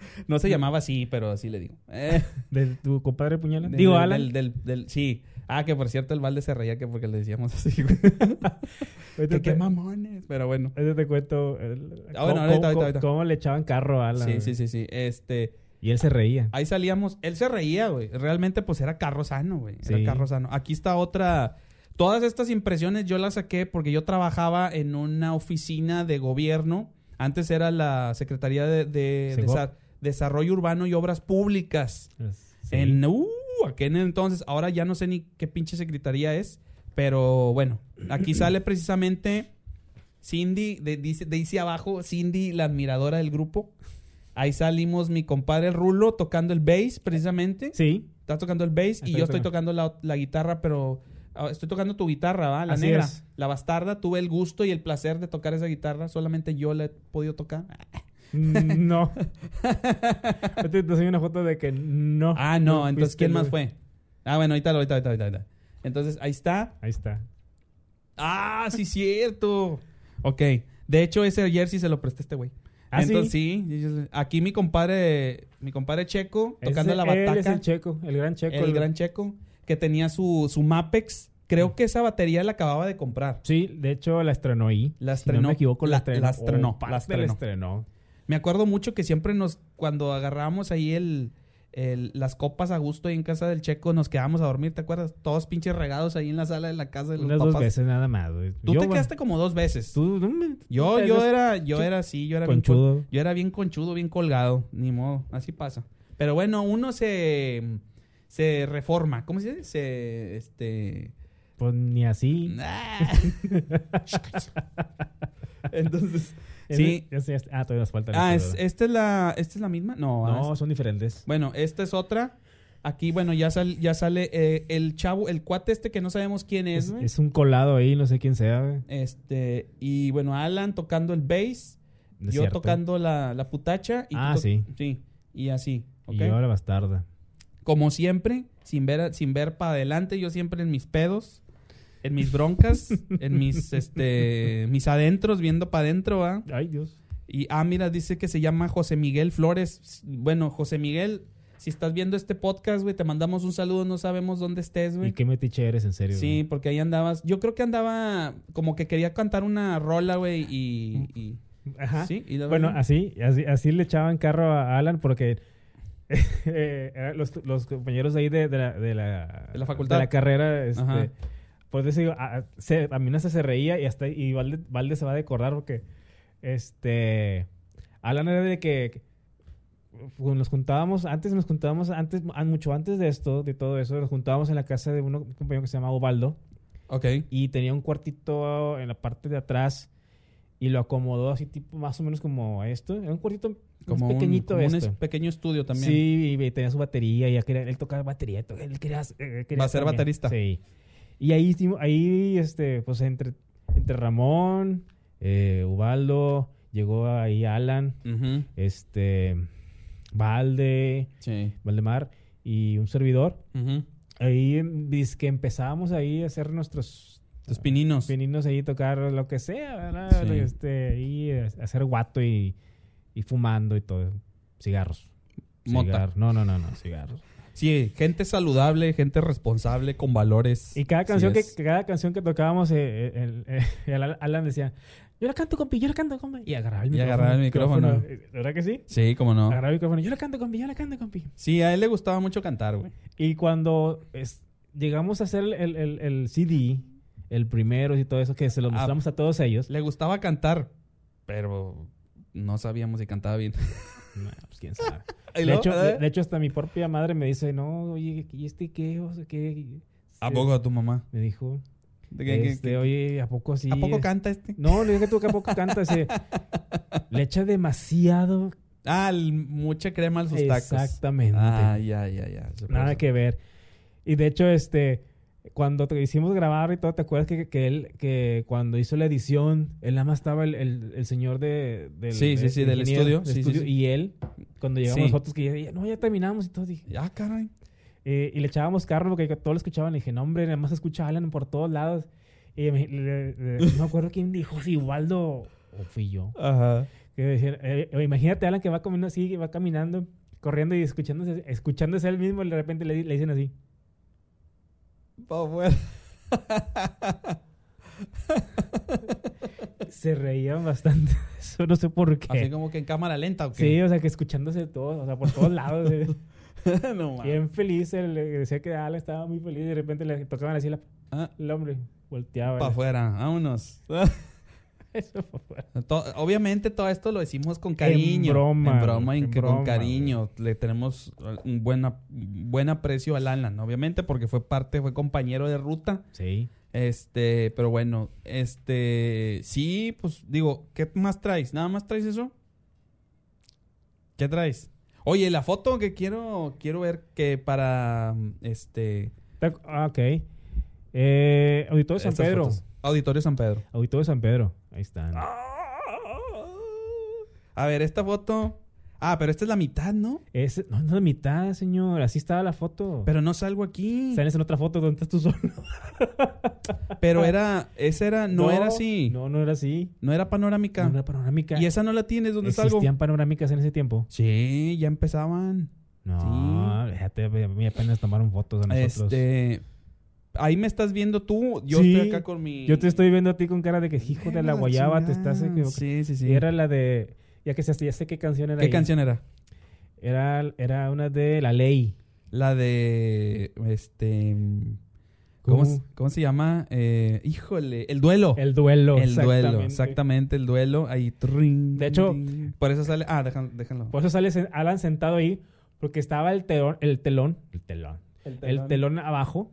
[SPEAKER 2] (laughs) no se llamaba así, pero así le digo. Eh,
[SPEAKER 3] ¿De tu compadre Puñala?
[SPEAKER 2] del-
[SPEAKER 3] Digo,
[SPEAKER 2] del- Del,
[SPEAKER 3] Alan.
[SPEAKER 2] del- del- sí. Ah, que por cierto el balde se reía que porque le decíamos así. güey.
[SPEAKER 3] ahorita
[SPEAKER 2] (laughs) que qué
[SPEAKER 3] Este te-
[SPEAKER 2] mamones. Pero bueno.
[SPEAKER 3] ahorita te cuento. el-
[SPEAKER 2] Ah, bueno,
[SPEAKER 3] cómo-
[SPEAKER 2] ahorita,
[SPEAKER 3] cómo-
[SPEAKER 2] ahorita, ahorita.
[SPEAKER 3] cómo le echaban carro a Alan.
[SPEAKER 2] Sí,
[SPEAKER 3] güey.
[SPEAKER 2] sí, sí, sí. Este,
[SPEAKER 3] Y él se reía.
[SPEAKER 2] Ahí salíamos. Él se reía, güey. Realmente, pues era carro sano, güey. Era
[SPEAKER 3] Sí.
[SPEAKER 2] carro sano. Aquí está otra. Todas estas impresiones yo las saqué porque yo trabajaba en una oficina de gobierno. Antes era la Secretaría de, de-
[SPEAKER 3] Segov.
[SPEAKER 2] Desa- Desarrollo Urbano y Obras Públicas.
[SPEAKER 3] Sí.
[SPEAKER 2] En. Uh, aquel entonces. Ahora ya no sé ni qué pinche secretaría es. Pero bueno,
[SPEAKER 3] (clears throat)
[SPEAKER 2] aquí sale precisamente Cindy, de- dice, dice abajo, Cindy, la admiradora del grupo. Ahí salimos mi compadre Rulo tocando el bass, precisamente. (laughs)
[SPEAKER 3] Sí,
[SPEAKER 2] Está tocando el bass
[SPEAKER 3] Está
[SPEAKER 2] y yo estoy
[SPEAKER 3] tocando.
[SPEAKER 2] tocando la, la guitarra, pero ah, estoy tocando tu guitarra, ¿va? La
[SPEAKER 3] Así
[SPEAKER 2] negra.
[SPEAKER 3] es.
[SPEAKER 2] La bastarda. Tuve el gusto y el placer de tocar esa guitarra. Solamente yo la he podido tocar.
[SPEAKER 3] Ah, Mm,
[SPEAKER 2] (laughs)
[SPEAKER 3] No. Ahorita te enseño una foto de que no.
[SPEAKER 2] Ah, no.
[SPEAKER 3] fuiste
[SPEAKER 2] entonces, ¿quién
[SPEAKER 3] el-
[SPEAKER 2] más fue? Ah, bueno, ahorita, ahorita, ahorita, ahorita, ahorita. Entonces, ahí está.
[SPEAKER 3] Ahí está.
[SPEAKER 2] Ah, sí, cierto. Ok. De hecho, ese jersey se lo presté a este güey.
[SPEAKER 3] Ah, sí.
[SPEAKER 2] Entonces, sí. yo- Aquí mi compadre, mi compadre Checo, tocando
[SPEAKER 3] Ese-
[SPEAKER 2] la
[SPEAKER 3] Él
[SPEAKER 2] bataca.
[SPEAKER 3] es el checo, el gran checo.
[SPEAKER 2] el gran Checo, que tenía su, su Mapex. Creo que esa batería la acababa de comprar.
[SPEAKER 3] Sí, de hecho la estrenó ahí.
[SPEAKER 2] La
[SPEAKER 3] Si no
[SPEAKER 2] estrenó.
[SPEAKER 3] me equivoco, la
[SPEAKER 2] La-
[SPEAKER 3] estrenó.
[SPEAKER 2] la estrenó,
[SPEAKER 3] Oh,
[SPEAKER 2] la
[SPEAKER 3] parte
[SPEAKER 2] estrenó.
[SPEAKER 3] estrenó.
[SPEAKER 2] Me acuerdo mucho que siempre nos, cuando agarrábamos ahí el, el- las copas a gusto ahí en casa del Checo, nos quedábamos a dormir, ¿te acuerdas? Todos pinches regados ahí en la sala de la casa de los
[SPEAKER 3] Unas
[SPEAKER 2] papás.
[SPEAKER 3] dos veces nada más. güey.
[SPEAKER 2] Tú
[SPEAKER 3] Yo,
[SPEAKER 2] te
[SPEAKER 3] bueno,
[SPEAKER 2] quedaste como dos veces.
[SPEAKER 3] tú, no pues, me-
[SPEAKER 2] yo,
[SPEAKER 3] tú
[SPEAKER 2] yo
[SPEAKER 3] eres
[SPEAKER 2] era, yo era así, yo era bien col-
[SPEAKER 3] Conchudo.
[SPEAKER 2] yo era bien conchudo, bien colgado, ni modo, así pasa. Pero bueno, uno se se reforma, ¿cómo se dice? Se este
[SPEAKER 3] Pues ni (laughs) así.
[SPEAKER 2] Ah. Entonces,
[SPEAKER 3] Ese-
[SPEAKER 2] sí.
[SPEAKER 3] ese- ese- ah, todavía nos falta.
[SPEAKER 2] Ah,
[SPEAKER 3] la
[SPEAKER 2] es-
[SPEAKER 3] estrenadora.
[SPEAKER 2] esta es la esta es la misma? No, ah,
[SPEAKER 3] No, son diferentes.
[SPEAKER 2] bueno, esta es otra. Aquí, bueno, ya, sal- ya sale eh, el chavo, el cuate este que no sabemos quién es,
[SPEAKER 3] Es,
[SPEAKER 2] güey.
[SPEAKER 3] es un colado ahí, no sé quién sea. güey.
[SPEAKER 2] Este, y bueno, Alan tocando el bass,
[SPEAKER 3] No es
[SPEAKER 2] yo
[SPEAKER 3] cierto.
[SPEAKER 2] tocando la, la putacha. Y tú
[SPEAKER 3] Ah,
[SPEAKER 2] to-
[SPEAKER 3] sí.
[SPEAKER 2] Sí, y así, ¿ok?
[SPEAKER 3] Y yo la bastarda.
[SPEAKER 2] Como siempre, sin ver, a- sin ver para adelante, yo siempre en mis pedos, en mis
[SPEAKER 3] (laughs)
[SPEAKER 2] broncas, en mis, este, mis adentros, viendo para adentro, ¿va?
[SPEAKER 3] Ay, Dios.
[SPEAKER 2] Y, ah, mira, dice que se llama José Miguel Flores. Bueno, José Miguel, Si estás viendo este podcast, güey, te mandamos un saludo, no sabemos dónde estés,
[SPEAKER 3] Y
[SPEAKER 2] güey.
[SPEAKER 3] qué metiche eres, en serio.
[SPEAKER 2] Sí, porque ahí andabas. Yo creo que andaba como que quería cantar una rola, güey, y, y-
[SPEAKER 3] güey. Ajá.
[SPEAKER 2] sí, y la-
[SPEAKER 3] Bueno, así, así, así le echaban carro a Alan porque (laughs) eh, eran los, los compañeros ahí de, de la, de, la,
[SPEAKER 2] De la facultad.
[SPEAKER 3] de la carrera,
[SPEAKER 2] Ajá.
[SPEAKER 3] este, por decir, a, a- se, a mí no se, se reía y hasta y Valde, Valde se va a acordar porque este Alan era de que cuando nos juntábamos, antes nos juntábamos, antes, ah, mucho antes de esto, de todo eso, nos juntábamos en la casa de uno- un compañero que se llama Ovaldo
[SPEAKER 2] Ok.
[SPEAKER 3] y tenía un cuartito en la parte de atrás y lo acomodó así tipo más o menos como esto era un cuartito
[SPEAKER 2] Como
[SPEAKER 3] más pequeñito
[SPEAKER 2] un, como un
[SPEAKER 3] esto
[SPEAKER 2] es- pequeño estudio también.
[SPEAKER 3] sí y tenía su batería y él tocaba batería to- él quería, eh, quería
[SPEAKER 2] Va a ser
[SPEAKER 3] también.
[SPEAKER 2] baterista.
[SPEAKER 3] sí y ahí hicimos- ahí este pues entre entre Ramón eh, Ubaldo llegó ahí Alan
[SPEAKER 2] Ujú,
[SPEAKER 3] este Valde
[SPEAKER 2] Sí.
[SPEAKER 3] Valdemar y un servidor
[SPEAKER 2] Ujú.
[SPEAKER 3] ahí em, que empezábamos ahí a hacer nuestros
[SPEAKER 2] Tus pininos.
[SPEAKER 3] venirnos ahí a tocar lo que sea, ¿verdad?
[SPEAKER 2] Sí.
[SPEAKER 3] Este, y eh, hacer guato y, y fumando y todo. Cigarros.
[SPEAKER 2] Mota.
[SPEAKER 3] Cigar- No, no, no, no, cigarros.
[SPEAKER 2] Sí, gente saludable, gente responsable, con valores.
[SPEAKER 3] Y cada
[SPEAKER 2] Sí
[SPEAKER 3] canción,
[SPEAKER 2] es.
[SPEAKER 3] que, que cada canción que tocábamos, eh, eh, el- eh, (laughs) el Al- Alan decía, yo la canto, compi, yo la canto, compi. Y agarraba el
[SPEAKER 2] Y
[SPEAKER 3] micrófono.
[SPEAKER 2] agarraba el micrófono.
[SPEAKER 3] Eh, (laughs) ¿Verdad que sí?
[SPEAKER 2] Sí, cómo no.
[SPEAKER 3] Agarraba el micrófono, yo la canto, compi, yo la canto, compi.
[SPEAKER 2] Sí, a él le gustaba mucho cantar, güey.
[SPEAKER 3] Y cuando es- llegamos a hacer el, el- el- el CD, el primero y todo eso, que se lo
[SPEAKER 2] Ah.
[SPEAKER 3] mostramos a todos ellos.
[SPEAKER 2] Le gustaba cantar, pero no sabíamos si cantaba bien.
[SPEAKER 3] No, pues quién sabe.
[SPEAKER 2] Y
[SPEAKER 3] De
[SPEAKER 2] luego,
[SPEAKER 3] hecho, de,
[SPEAKER 2] ¿eh?
[SPEAKER 3] de hecho, hasta mi propia madre me dice, no, oye, ¿y este qué? O sea, ¿qué?
[SPEAKER 2] ¿A poco a tu mamá?
[SPEAKER 3] Me dijo,
[SPEAKER 2] ¿De qué- qué-
[SPEAKER 3] este,
[SPEAKER 2] qué-
[SPEAKER 3] oye, ¿a poco sí?
[SPEAKER 2] ¿A poco
[SPEAKER 3] es-
[SPEAKER 2] canta este?
[SPEAKER 3] No, le dije tú que a poco canta. ese. le echa demasiado.
[SPEAKER 2] Ah, el- mucha crema a sus tacos.
[SPEAKER 3] Exactamente.
[SPEAKER 2] Ah, ya, ya, ya. Se
[SPEAKER 3] Nada
[SPEAKER 2] pasó.
[SPEAKER 3] que ver. Y de hecho, este, cuando te hicimos grabar y todo, ¿te acuerdas que, que él, que cuando hizo la edición, él nada más estaba el, el- el señor de, del,
[SPEAKER 2] Sí, sí,
[SPEAKER 3] de-
[SPEAKER 2] sí, del
[SPEAKER 3] ingeniero,
[SPEAKER 2] estudio. Sí, sí, sí.
[SPEAKER 3] Y él, cuando llegamos
[SPEAKER 2] Sí.
[SPEAKER 3] nosotros, que ya, ya- no, ya terminamos y todo, dije,
[SPEAKER 2] Ah, caray.
[SPEAKER 3] Eh, y le echábamos carro porque todos lo escuchaban. Le dije, no, hombre, nada más se escucha Alan por todos lados. Y me- le- le- no me acuerdo quién dijo, si Waldo o fui yo.
[SPEAKER 2] Ajá.
[SPEAKER 3] Que decía, eh, eh, imagínate, Alan que va caminando así, que va caminando, corriendo y escuchándose, escuchándose él mismo. Y de repente le, di- le dicen así.
[SPEAKER 2] Pa' (laughs) fuera.
[SPEAKER 3] Se reían bastante. (laughs) Eso no sé por
[SPEAKER 2] Así
[SPEAKER 3] qué.
[SPEAKER 2] como que en cámara lenta, ¿o
[SPEAKER 3] Sí,
[SPEAKER 2] qué?
[SPEAKER 3] o sea, que escuchándose todos, o sea, por todos lados.
[SPEAKER 2] (laughs)
[SPEAKER 3] eh.
[SPEAKER 2] no, mames.
[SPEAKER 3] Bien feliz. él, eh, decía que Alan estaba muy feliz. Y de repente le tocaban así la,
[SPEAKER 2] Ah,
[SPEAKER 3] el hombre. Volteaba.
[SPEAKER 2] pa' afuera, vámonos.
[SPEAKER 3] (laughs) Eso fue.
[SPEAKER 2] To- obviamente todo esto lo decimos con cariño.
[SPEAKER 3] En broma,
[SPEAKER 2] En broma,
[SPEAKER 3] güey,
[SPEAKER 2] en
[SPEAKER 3] en
[SPEAKER 2] que-
[SPEAKER 3] broma,
[SPEAKER 2] con cariño. Le tenemos eh, un buena, buen aprecio al Alan, obviamente, porque fue parte, fue compañero de ruta.
[SPEAKER 3] Sí.
[SPEAKER 2] Este, pero bueno, este, sí, pues digo, ¿qué más traes? ¿Nada más traes eso? ¿Qué traes? Oye, la foto que quiero, quiero ver que para, mm, este...
[SPEAKER 3] Ta- ah, Ok. Eh, Auditorio de San
[SPEAKER 2] estas
[SPEAKER 3] Pedro.
[SPEAKER 2] fotos. Ah. Auditorio San Pedro.
[SPEAKER 3] Auditorio de San Pedro. Ahí están.
[SPEAKER 2] A ver, esta foto... Ah, pero esta es la mitad, ¿no?
[SPEAKER 3] Es, no, es la mitad, señor. Así estaba la foto.
[SPEAKER 2] Pero no salgo aquí.
[SPEAKER 3] Sales en otra foto donde estás tú solo. (laughs)
[SPEAKER 2] Pero era, esa era, no, era así. No,
[SPEAKER 3] No, no era así.
[SPEAKER 2] era panorámica.
[SPEAKER 3] No era panorámica.
[SPEAKER 2] Y esa no la tienes donde
[SPEAKER 3] ¿Existían
[SPEAKER 2] salgo.
[SPEAKER 3] panorámicas en ese tiempo?
[SPEAKER 2] Sí, ya empezaban.
[SPEAKER 3] No, déjate. A mí apenas tomaron fotos a nosotros.
[SPEAKER 2] Este. Ahí me estás viendo tú. Yo
[SPEAKER 3] Sí,
[SPEAKER 2] estoy acá con mi.
[SPEAKER 3] Yo te estoy viendo a ti con cara de que hijo de la guayaba te estás
[SPEAKER 2] equivocando. Sí,
[SPEAKER 3] equivocando.
[SPEAKER 2] sí, sí.
[SPEAKER 3] Y era la de... Ya que sé, ya sé qué canción era
[SPEAKER 2] ¿Qué
[SPEAKER 3] ahí.
[SPEAKER 2] canción era?
[SPEAKER 3] Era, era una de La Ley.
[SPEAKER 2] La de. Este. ¿Cómo, se- cómo se llama? Eh, híjole, el duelo.
[SPEAKER 3] El duelo.
[SPEAKER 2] Oh. El duelo,
[SPEAKER 3] exactamente.
[SPEAKER 2] exactamente, el duelo. Ahí. trin,
[SPEAKER 3] De hecho-
[SPEAKER 2] trin. por eso sale. Ah, déjalo. déjalo.
[SPEAKER 3] Por eso sale sen- Alan sentado ahí, porque estaba el telón, el telón, el telón,
[SPEAKER 2] El
[SPEAKER 3] el
[SPEAKER 2] (laughs)
[SPEAKER 3] telón abajo.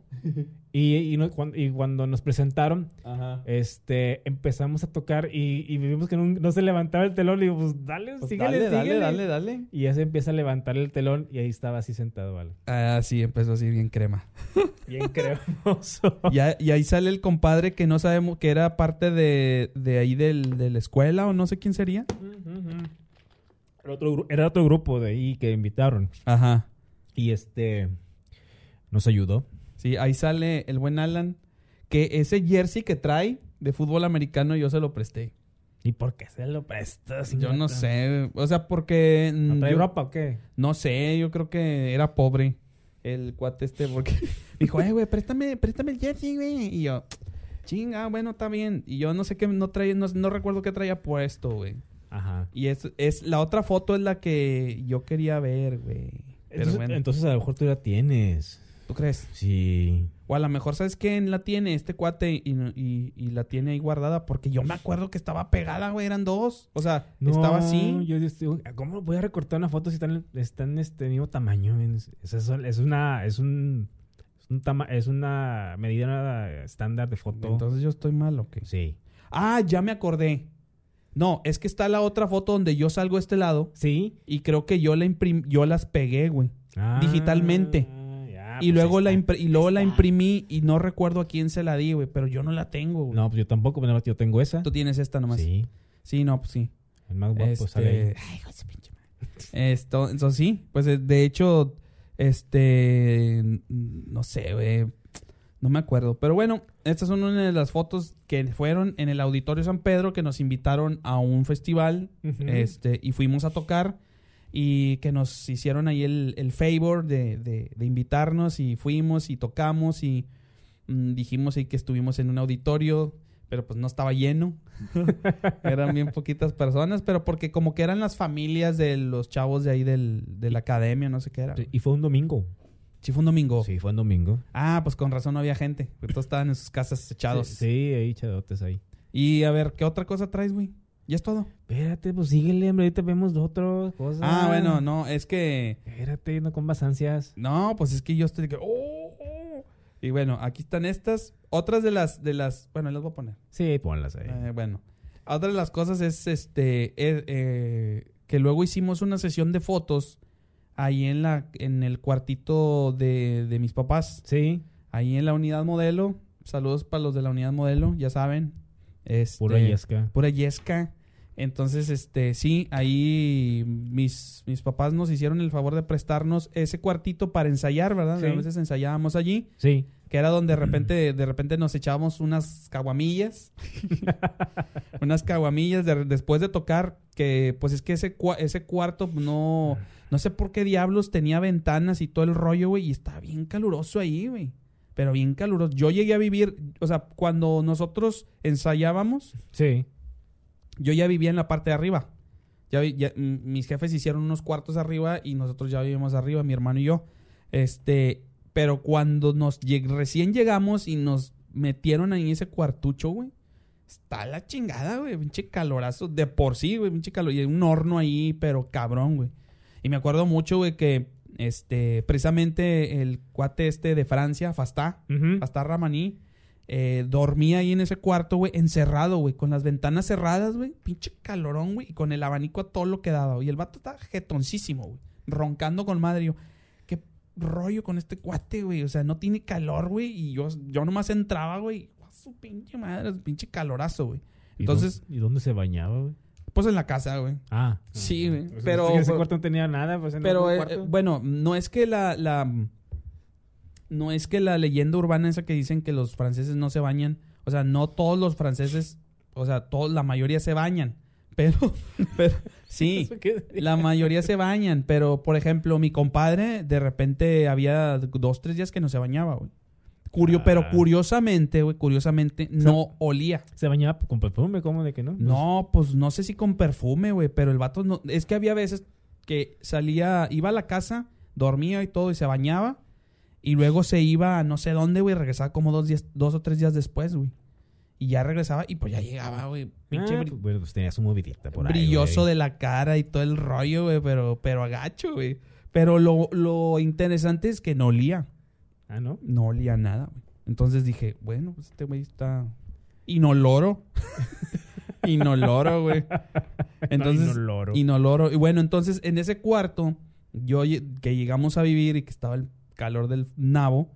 [SPEAKER 3] y, y, no- cuan- y cuando nos presentaron,
[SPEAKER 2] Ajá.
[SPEAKER 3] este, empezamos a tocar y, y vimos que no, no se levantaba el telón. Y digo, pues dale,
[SPEAKER 2] Pues
[SPEAKER 3] síguele,
[SPEAKER 2] dale, dale,
[SPEAKER 3] síguele.
[SPEAKER 2] dale, dale.
[SPEAKER 3] Y ya se empieza a levantar el telón y ahí estaba así sentado Alan.
[SPEAKER 2] Ah, sí, empezó así bien crema. (laughs)
[SPEAKER 3] Bien cremoso.
[SPEAKER 2] Y, a- y ahí sale el compadre que no sabemos que era parte de, de ahí del, de la escuela o no sé quién sería.
[SPEAKER 3] Era otro gru- era otro grupo de ahí que invitaron.
[SPEAKER 2] Ajá.
[SPEAKER 3] Y este, nos ayudó.
[SPEAKER 2] Sí, ahí sale el buen Alan. Que ese jersey que trae de fútbol americano yo se lo presté.
[SPEAKER 3] ¿Y por qué se lo prestas?
[SPEAKER 2] Yo no
[SPEAKER 3] idiota?
[SPEAKER 2] sé. O sea, porque. mm,
[SPEAKER 3] ¿No trae
[SPEAKER 2] yo-
[SPEAKER 3] ropa o qué?
[SPEAKER 2] No sé, yo creo que era pobre el cuate este porque (laughs) dijo, eh, güey, préstame, préstame el jersey, güey. Y yo, chinga, bueno, está bien. Y yo no sé qué, no traía, no, no recuerdo qué traía puesto, güey.
[SPEAKER 3] Ajá.
[SPEAKER 2] Y es, es, la otra foto es la que yo quería ver, güey. Pero
[SPEAKER 3] Entonces,
[SPEAKER 2] bueno,
[SPEAKER 3] entonces a lo mejor tú la tienes.
[SPEAKER 2] ¿tú crees?
[SPEAKER 3] Sí.
[SPEAKER 2] O a lo mejor, ¿sabes quién la tiene? Este cuate y, no- y- y la tiene ahí guardada porque yo me acuerdo que estaba pegada, güey, eran dos. O sea, estaba así.
[SPEAKER 3] Yo estoy- ¿Cómo voy a recortar una foto si están, están este mismo tamaño? Es, es- es una, es un, es un tama- es una medida estándar de foto.
[SPEAKER 2] Entonces yo estoy mal, ¿o qué?
[SPEAKER 3] sí.
[SPEAKER 2] Ah, ya me acordé. No, es que está la otra foto donde yo salgo a este lado
[SPEAKER 3] Sí.
[SPEAKER 2] y creo que yo la imprim- yo las pegué, güey. Digitalmente.
[SPEAKER 3] Ah, ya,
[SPEAKER 2] y
[SPEAKER 3] pues
[SPEAKER 2] luego
[SPEAKER 3] ahí
[SPEAKER 2] la
[SPEAKER 3] está.
[SPEAKER 2] impr- y luego la
[SPEAKER 3] está.
[SPEAKER 2] imprimí y no recuerdo a quién se la di, güey, pero yo no la tengo, güey.
[SPEAKER 3] No, pues yo tampoco, pero yo tengo esa.
[SPEAKER 2] Tú tienes esta nomás. Sí,
[SPEAKER 3] Sí. Ah,
[SPEAKER 2] no, pues sí.
[SPEAKER 3] El más guapo
[SPEAKER 2] Este,
[SPEAKER 3] sale ahí.
[SPEAKER 2] ay, hijo de su pinche madre. Esto, entonces sí, pues eh, de hecho este mm, no sé, güey. No me acuerdo, pero bueno, estas son una de las fotos que fueron en el Auditorio San Pedro que nos invitaron a un festival
[SPEAKER 3] Ujú.
[SPEAKER 2] este, y fuimos a tocar y que nos hicieron ahí el, el favor de, de- de invitarnos y fuimos y tocamos y mm, dijimos ahí que estuvimos en un auditorio, pero pues no estaba
[SPEAKER 3] (laughs)
[SPEAKER 2] lleno, eran bien poquitas personas, pero porque como que eran las familias de los chavos de ahí del, de la academia, no sé qué era.
[SPEAKER 3] Y fue un domingo.
[SPEAKER 2] Sí, fue un domingo.
[SPEAKER 3] Sí, fue un domingo.
[SPEAKER 2] Ah, pues con razón no había gente, porque todos estaban en sus casas echados.
[SPEAKER 3] Sí, sí, ahí chadotes ahí.
[SPEAKER 2] Y a ver, ¿qué otra cosa traes, güey? Ya es todo.
[SPEAKER 3] Espérate, pues síguele, hombre, ahorita vemos otras cosas.
[SPEAKER 2] Ah, bueno, no, es que...
[SPEAKER 3] Espérate, no comas ansias.
[SPEAKER 2] No, pues es que yo estoy de que. "Oh, oh". Y bueno, aquí están estas. Otras de las, de las. Bueno, las voy a poner.
[SPEAKER 3] Sí, ponlas ahí.
[SPEAKER 2] Eh, bueno. Otra de las cosas es este. eh, eh, que luego hicimos una sesión de fotos ahí en la, en el cuartito de, de mis papás.
[SPEAKER 3] Sí,
[SPEAKER 2] Ahí en la unidad modelo. Saludos para los de la unidad modelo, ya saben. Este,
[SPEAKER 3] pura yesca.
[SPEAKER 2] pura yesca. Entonces, este, sí, ahí mis, mis papás nos hicieron el favor de prestarnos ese cuartito para ensayar, ¿verdad?
[SPEAKER 3] Sí.
[SPEAKER 2] A veces ensayábamos allí,
[SPEAKER 3] Sí.
[SPEAKER 2] que era donde de repente, de repente nos echábamos unas caguamillas. unas caguamillas de- después de tocar, que pues es que ese, cua- ese cuarto pues, no, no sé por qué diablos tenía ventanas y todo el rollo, güey, y estaba bien caluroso ahí, güey. Pero bien caluroso. Yo llegué a vivir, o sea, cuando nosotros ensayábamos,
[SPEAKER 3] Sí.
[SPEAKER 2] yo ya vivía en la parte de arriba. Ya, vi- ya, m- mis jefes hicieron unos cuartos arriba y nosotros ya vivíamos arriba, mi hermano y yo. Este, pero cuando nos lleg- recién llegamos y nos metieron ahí ese cuartucho, güey. Está la chingada, güey. Pinche calorazo. De por sí, güey. Pinche calor. Y un horno ahí, pero cabrón, güey. Y me acuerdo mucho, güey, que este, precisamente el cuate este de Francia, Fastá,
[SPEAKER 3] Ujú.
[SPEAKER 2] hasta Ramaní. eh, dormía ahí en ese cuarto, güey, encerrado, güey, con las ventanas cerradas, güey, pinche calorón, güey, y con el abanico a todo lo que daba. güey. Y el vato estaba jetoncísimo, güey, roncando con madre. Yo, qué rollo con este cuate, güey, o sea, no tiene calor, güey, y yo, yo nomás entraba, güey, a su pinche madre, su pinche calorazo, güey.
[SPEAKER 3] ¿Y dó-
[SPEAKER 2] Entonces,
[SPEAKER 3] ¿Y dónde se bañaba, güey?
[SPEAKER 2] pues en la casa, güey.
[SPEAKER 3] Ah.
[SPEAKER 2] Sí, güey,
[SPEAKER 3] O sea,
[SPEAKER 2] pero-
[SPEAKER 3] es que ese cuarto no tenía nada, pues en
[SPEAKER 2] Pero,
[SPEAKER 3] algún
[SPEAKER 2] eh,
[SPEAKER 3] cuarto.
[SPEAKER 2] eh, bueno, no es que la, la- No es que la leyenda urbana esa que dicen que los franceses no se bañan. O sea, no todos los franceses. O sea, todos, la mayoría se bañan. (laughs) Pero. pero sí.
[SPEAKER 3] (laughs) ¿Eso qué?
[SPEAKER 2] La mayoría se bañan, pero por ejemplo, mi compadre de repente había dos, tres días que no se bañaba, güey. Curio,
[SPEAKER 3] Ah.
[SPEAKER 2] Pero curiosamente, güey, curiosamente, no olía.
[SPEAKER 3] Se bañaba con perfume, ¿cómo de que no? Ah,
[SPEAKER 2] No, pues no sé si con perfume, güey, pero el vato no. Es que había veces que salía, iba a la casa, dormía y todo y se bañaba. Y luego se iba a no sé dónde, güey, regresaba como dos, días, dos o tres días después, güey. Y ya regresaba y pues ya llegaba, güey. Pinche
[SPEAKER 3] Ah,
[SPEAKER 2] bri-
[SPEAKER 3] pues, bueno, pues tenía su movidita por ahí.
[SPEAKER 2] brilloso
[SPEAKER 3] güey.
[SPEAKER 2] de la cara y todo el rollo, güey, pero, pero agacho, güey. Pero lo, lo interesante es que no olía.
[SPEAKER 3] Ah, ¿no?
[SPEAKER 2] No olía nada, güey. Entonces dije, bueno, pues este güey está inoloro. (laughs) inoloro,
[SPEAKER 3] (laughs)
[SPEAKER 2] güey. Entonces,
[SPEAKER 3] No, loro.
[SPEAKER 2] inoloro. Y bueno, entonces en ese cuarto, yo lle- que llegamos a vivir y que estaba el calor del nabo,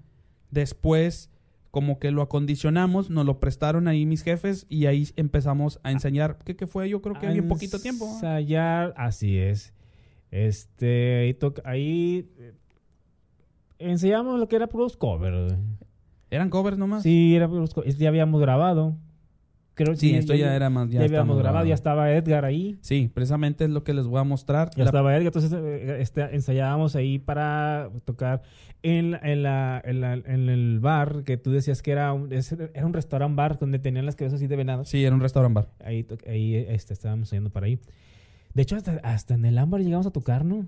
[SPEAKER 2] después como que lo acondicionamos, nos lo prestaron ahí mis jefes y ahí empezamos a enseñar, que, que fue yo creo que bien poquito tiempo. ¿eh?
[SPEAKER 3] Ah, Ensayar, así es. Este, ahí, toca- ahí eh, ensayamos lo que era puros covers. güey.
[SPEAKER 2] Eran covers nomás.
[SPEAKER 3] Sí, era puros covers. Ya habíamos grabado. creo
[SPEAKER 2] Sí, esto ya era más.
[SPEAKER 3] Ya,
[SPEAKER 2] Ya,
[SPEAKER 3] habíamos
[SPEAKER 2] estamos
[SPEAKER 3] grabado,
[SPEAKER 2] grabando.
[SPEAKER 3] ya estaba Edgar ahí.
[SPEAKER 2] Sí, precisamente es lo que les voy a mostrar.
[SPEAKER 3] Ya
[SPEAKER 2] La-
[SPEAKER 3] estaba Edgar, entonces eh, este, ensayábamos ahí para tocar en, la- en, la, en, la- en el bar que tú decías que era un, es- era un restaurant bar donde tenían las cabezas así de venados.
[SPEAKER 2] Sí, era un restaurant bar.
[SPEAKER 3] Ahí, to- ahí este, estábamos yendo para ahí. De hecho, hasta, hasta en el ámbar llegamos a tocar, ¿no?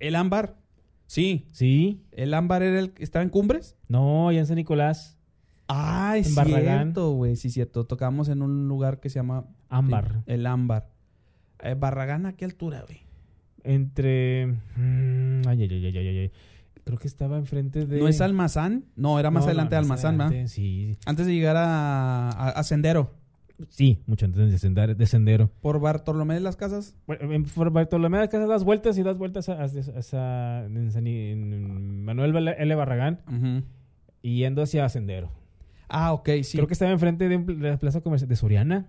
[SPEAKER 2] El ámbar. Sí,
[SPEAKER 3] Sí.
[SPEAKER 2] el ámbar era el que estaba en Cumbres.
[SPEAKER 3] No, ya en San Nicolás.
[SPEAKER 2] Ah, es
[SPEAKER 3] En Barragán.
[SPEAKER 2] cierto, güey. Sí, cierto. Tocamos en un lugar que se llama sí,
[SPEAKER 3] Ámbar.
[SPEAKER 2] el ámbar. Eh, Barragán, ¿a qué altura, güey?
[SPEAKER 3] Entre. mm, ay, ay, ay, ay, ay, ay. Creo que estaba enfrente de.
[SPEAKER 2] ¿No es Almazán? No, era más
[SPEAKER 3] No, no,
[SPEAKER 2] adelante de Almazán, ¿verdad?
[SPEAKER 3] adelante, Sí,
[SPEAKER 2] Antes de llegar a, a- a Sendero.
[SPEAKER 3] sí, mucho antes de, sendar- de Sendero.
[SPEAKER 2] Por Bartolomé de las Casas.
[SPEAKER 3] Bueno, en Fort Bartolomé de Casas das vueltas y das vueltas a- hacia- hacia- en, San- en Manuel Bala- L. Barragán y yendo hacia Sendero.
[SPEAKER 2] Ah, ok, sí.
[SPEAKER 3] Creo que estaba enfrente de, un pl- de la plaza comercial de Soriana.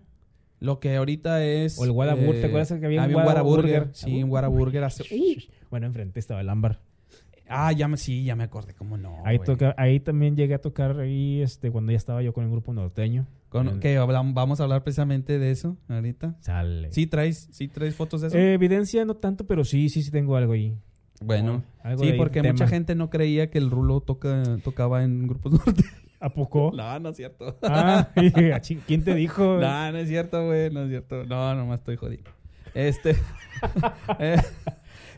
[SPEAKER 2] Lo que ahorita es... eh,
[SPEAKER 3] O el Whataburger, ¿te acuerdas que había un
[SPEAKER 2] un
[SPEAKER 3] Whataburger?
[SPEAKER 2] Whataburger? Sí, un Whataburger hace...
[SPEAKER 3] Bueno, enfrente estaba el ámbar.
[SPEAKER 2] Ah, ya me, sí, ya me acordé, cómo no,
[SPEAKER 3] ahí,
[SPEAKER 2] Ah, güey.
[SPEAKER 3] toca, ahí también llegué a tocar ahí este, cuando ya estaba yo con el grupo norteño.
[SPEAKER 2] Con- que hablam- vamos a hablar precisamente de eso ahorita.
[SPEAKER 3] Sale.
[SPEAKER 2] Sí traes, sí traes fotos de eso.
[SPEAKER 3] Eh, evidencia no tanto, pero sí, sí, sí tengo algo ahí.
[SPEAKER 2] bueno,
[SPEAKER 3] Algo
[SPEAKER 2] sí,
[SPEAKER 3] de ahí,
[SPEAKER 2] porque
[SPEAKER 3] tema.
[SPEAKER 2] mucha gente no creía que el rulo toca, tocaba en grupos (laughs) norte. (laughs)
[SPEAKER 3] ¿A poco?
[SPEAKER 2] No, no es
[SPEAKER 3] (laughs)
[SPEAKER 2] cierto.
[SPEAKER 3] Ah, ah, ching, ¿quién
[SPEAKER 2] (laughs)
[SPEAKER 3] te dijo?
[SPEAKER 2] No, no es cierto, güey, no es cierto. No, nomás estoy jodido.
[SPEAKER 3] (laughs)
[SPEAKER 2] Este... eh,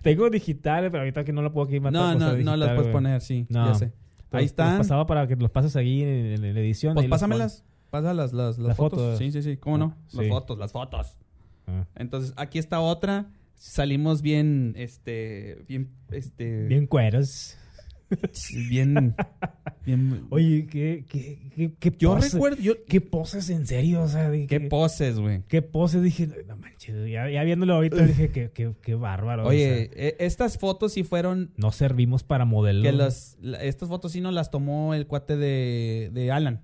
[SPEAKER 3] Tengo digitales, pero ahorita que no lo puedo aquí
[SPEAKER 2] no,
[SPEAKER 3] cosas
[SPEAKER 2] no, no
[SPEAKER 3] digital,
[SPEAKER 2] las puedes
[SPEAKER 3] güey.
[SPEAKER 2] poner, sí,
[SPEAKER 3] No. pues,
[SPEAKER 2] ya sé.
[SPEAKER 3] Los-
[SPEAKER 2] Ahí están.
[SPEAKER 3] Los pasaba para que los pases ahí en, en- en la edición.
[SPEAKER 2] Pues
[SPEAKER 3] ahí los pones.
[SPEAKER 2] pásamelas. Pasa las, las, las
[SPEAKER 3] Las
[SPEAKER 2] fotos.
[SPEAKER 3] fotos.
[SPEAKER 2] Sí, sí, sí. ¿Cómo no?
[SPEAKER 3] Ah,
[SPEAKER 2] Las
[SPEAKER 3] sí.
[SPEAKER 2] fotos, las fotos.
[SPEAKER 3] Ah.
[SPEAKER 2] Entonces, aquí está otra. Salimos bien, este, bien, este,
[SPEAKER 3] Bien cueros.
[SPEAKER 2] bien, bien-
[SPEAKER 3] (laughs) Oye, ¿qué, qué, qué, qué
[SPEAKER 2] yo
[SPEAKER 3] pose-
[SPEAKER 2] recuerdo, yo-
[SPEAKER 3] ¿Qué poses en serio? O sea, de
[SPEAKER 2] qué
[SPEAKER 3] que-
[SPEAKER 2] poses, güey.
[SPEAKER 3] ¿Qué poses? Dije, no manches, ya, ya viéndolo
[SPEAKER 2] (laughs)
[SPEAKER 3] ahorita dije, qué, qué, qué bárbaro. o
[SPEAKER 2] Oye,
[SPEAKER 3] sea,
[SPEAKER 2] e- estas fotos sí fueron,
[SPEAKER 3] no servimos para modelo.
[SPEAKER 2] que las, la- estas fotos sí nos las tomó el cuate de, de Alan.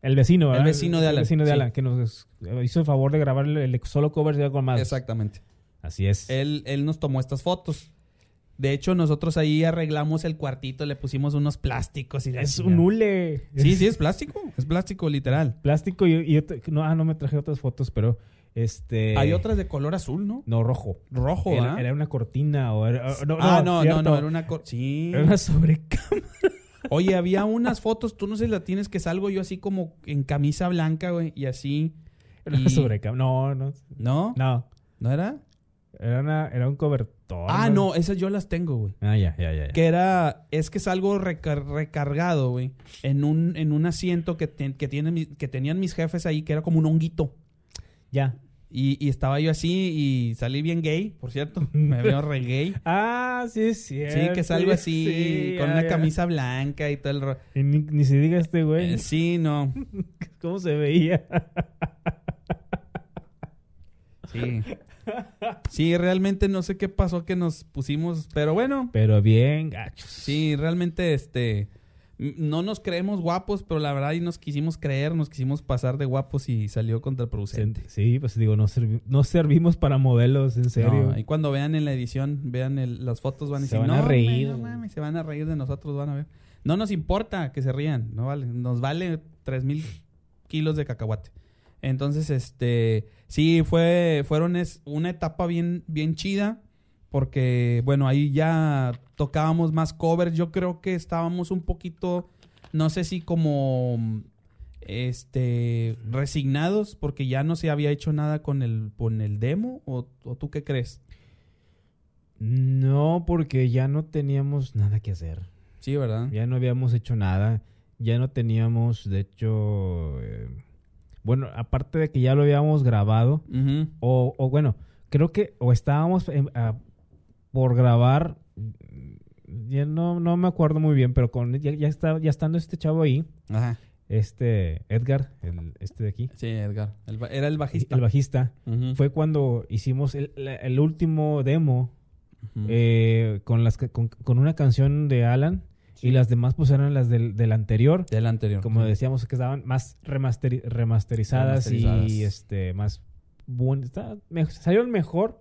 [SPEAKER 3] El vecino, ¿verdad?
[SPEAKER 2] El vecino de Alan,
[SPEAKER 3] El vecino de
[SPEAKER 2] sí.
[SPEAKER 3] Alan, que nos eh, hizo el favor de grabar el, el solo cover de algo más.
[SPEAKER 2] Exactamente.
[SPEAKER 3] Así es.
[SPEAKER 2] Él, él nos tomó estas fotos. De hecho, nosotros ahí arreglamos el cuartito, le pusimos unos plásticos y la
[SPEAKER 3] es
[SPEAKER 2] chingada.
[SPEAKER 3] un hule.
[SPEAKER 2] Sí, sí, es plástico. Es plástico, literal.
[SPEAKER 3] Plástico y, y otro- no, ah, no me traje otras fotos, pero este.
[SPEAKER 2] Hay otras de color azul, ¿no?
[SPEAKER 3] No, rojo.
[SPEAKER 2] Rojo,
[SPEAKER 3] Era,
[SPEAKER 2] ¿ah?
[SPEAKER 3] era una cortina o era, o- no,
[SPEAKER 2] ah, no, no,
[SPEAKER 3] cierto.
[SPEAKER 2] no, era una... co- Sí.
[SPEAKER 3] (laughs) Era una sobrecama.
[SPEAKER 2] Oye, había unas fotos, tú no sé si la tienes, que salgo yo así como en camisa blanca, güey, y así.
[SPEAKER 3] Era
[SPEAKER 2] Y-
[SPEAKER 3] una sobrecama. No, no.
[SPEAKER 2] ¿No? ¿No,
[SPEAKER 3] No.
[SPEAKER 2] era?
[SPEAKER 3] Era, una, era un cobertor.
[SPEAKER 2] Ah, no, esas yo las tengo, güey.
[SPEAKER 3] Ah, ya, ya, ya. ya.
[SPEAKER 2] Que era... Es que salgo recar- recargado, güey, en un, en un asiento que, ten- que, tienen mis- que tenían mis jefes ahí, que era como un honguito.
[SPEAKER 3] Ya.
[SPEAKER 2] Y, y estaba yo así y salí bien gay, por cierto. Me veo re
[SPEAKER 3] (laughs)
[SPEAKER 2] gay.
[SPEAKER 3] Ah, sí, es cierto.
[SPEAKER 2] Sí, que salgo así,
[SPEAKER 3] Sí,
[SPEAKER 2] con
[SPEAKER 3] ya,
[SPEAKER 2] una
[SPEAKER 3] ya.
[SPEAKER 2] camisa blanca y todo el rollo.
[SPEAKER 3] Y ni, ni se diga este güey.
[SPEAKER 2] sí, no.
[SPEAKER 3] ¿Cómo se veía?
[SPEAKER 2] Sí. Sí, realmente no sé qué pasó que nos pusimos, pero bueno,
[SPEAKER 3] (laughs) Pero bien, gachos.
[SPEAKER 2] sí, realmente este m- no nos creemos guapos, pero la verdad y nos quisimos creer, nos quisimos pasar de guapos y salió contraproducente.
[SPEAKER 3] Sí, pues digo, no, servi- no servimos para modelos, en serio.
[SPEAKER 2] No, y cuando vean en la edición, vean el- las fotos, van a
[SPEAKER 3] Se
[SPEAKER 2] decir,
[SPEAKER 3] van a
[SPEAKER 2] no, güey,
[SPEAKER 3] reír".
[SPEAKER 2] no mames, se van a reír de nosotros, van a ver. No nos importa que se rían, no vale, nos vale tres mil kilos de cacahuate. Entonces, este, sí, fue, fueron es, una etapa bien, bien chida, porque, bueno, ahí ya tocábamos más covers. Yo creo que estábamos un poquito, no sé si como, este, resignados, porque ya no se había hecho nada con el, con el demo, o, o tú qué crees?
[SPEAKER 3] No, porque ya no teníamos nada que hacer.
[SPEAKER 2] Sí, ¿verdad?
[SPEAKER 3] Ya no habíamos hecho nada. Ya no teníamos, de hecho. eh, bueno, aparte de que ya lo habíamos grabado,
[SPEAKER 2] Ujú.
[SPEAKER 3] o, o bueno, creo que o estábamos en- a- por grabar. mm, Ya no, no me acuerdo muy bien, pero con ya, ya está, ya estando este chavo ahí,
[SPEAKER 2] Ajá.
[SPEAKER 3] este Edgar, el, este de aquí,
[SPEAKER 2] Sí, Edgar. El ba- era el bajista.
[SPEAKER 3] el bajista,
[SPEAKER 2] Ujú.
[SPEAKER 3] fue cuando hicimos el, la- el último demo
[SPEAKER 2] Ujú.
[SPEAKER 3] eh, con, las, ca- con, con una canción de Alan
[SPEAKER 2] Sí.
[SPEAKER 3] y las demás pues eran las del, del anterior.
[SPEAKER 2] Del anterior.
[SPEAKER 3] Como
[SPEAKER 2] Sí.
[SPEAKER 3] decíamos que estaban más remasteri- remasterizadas,
[SPEAKER 2] Remasterizadas.
[SPEAKER 3] y este más buen, está- me- salieron mejor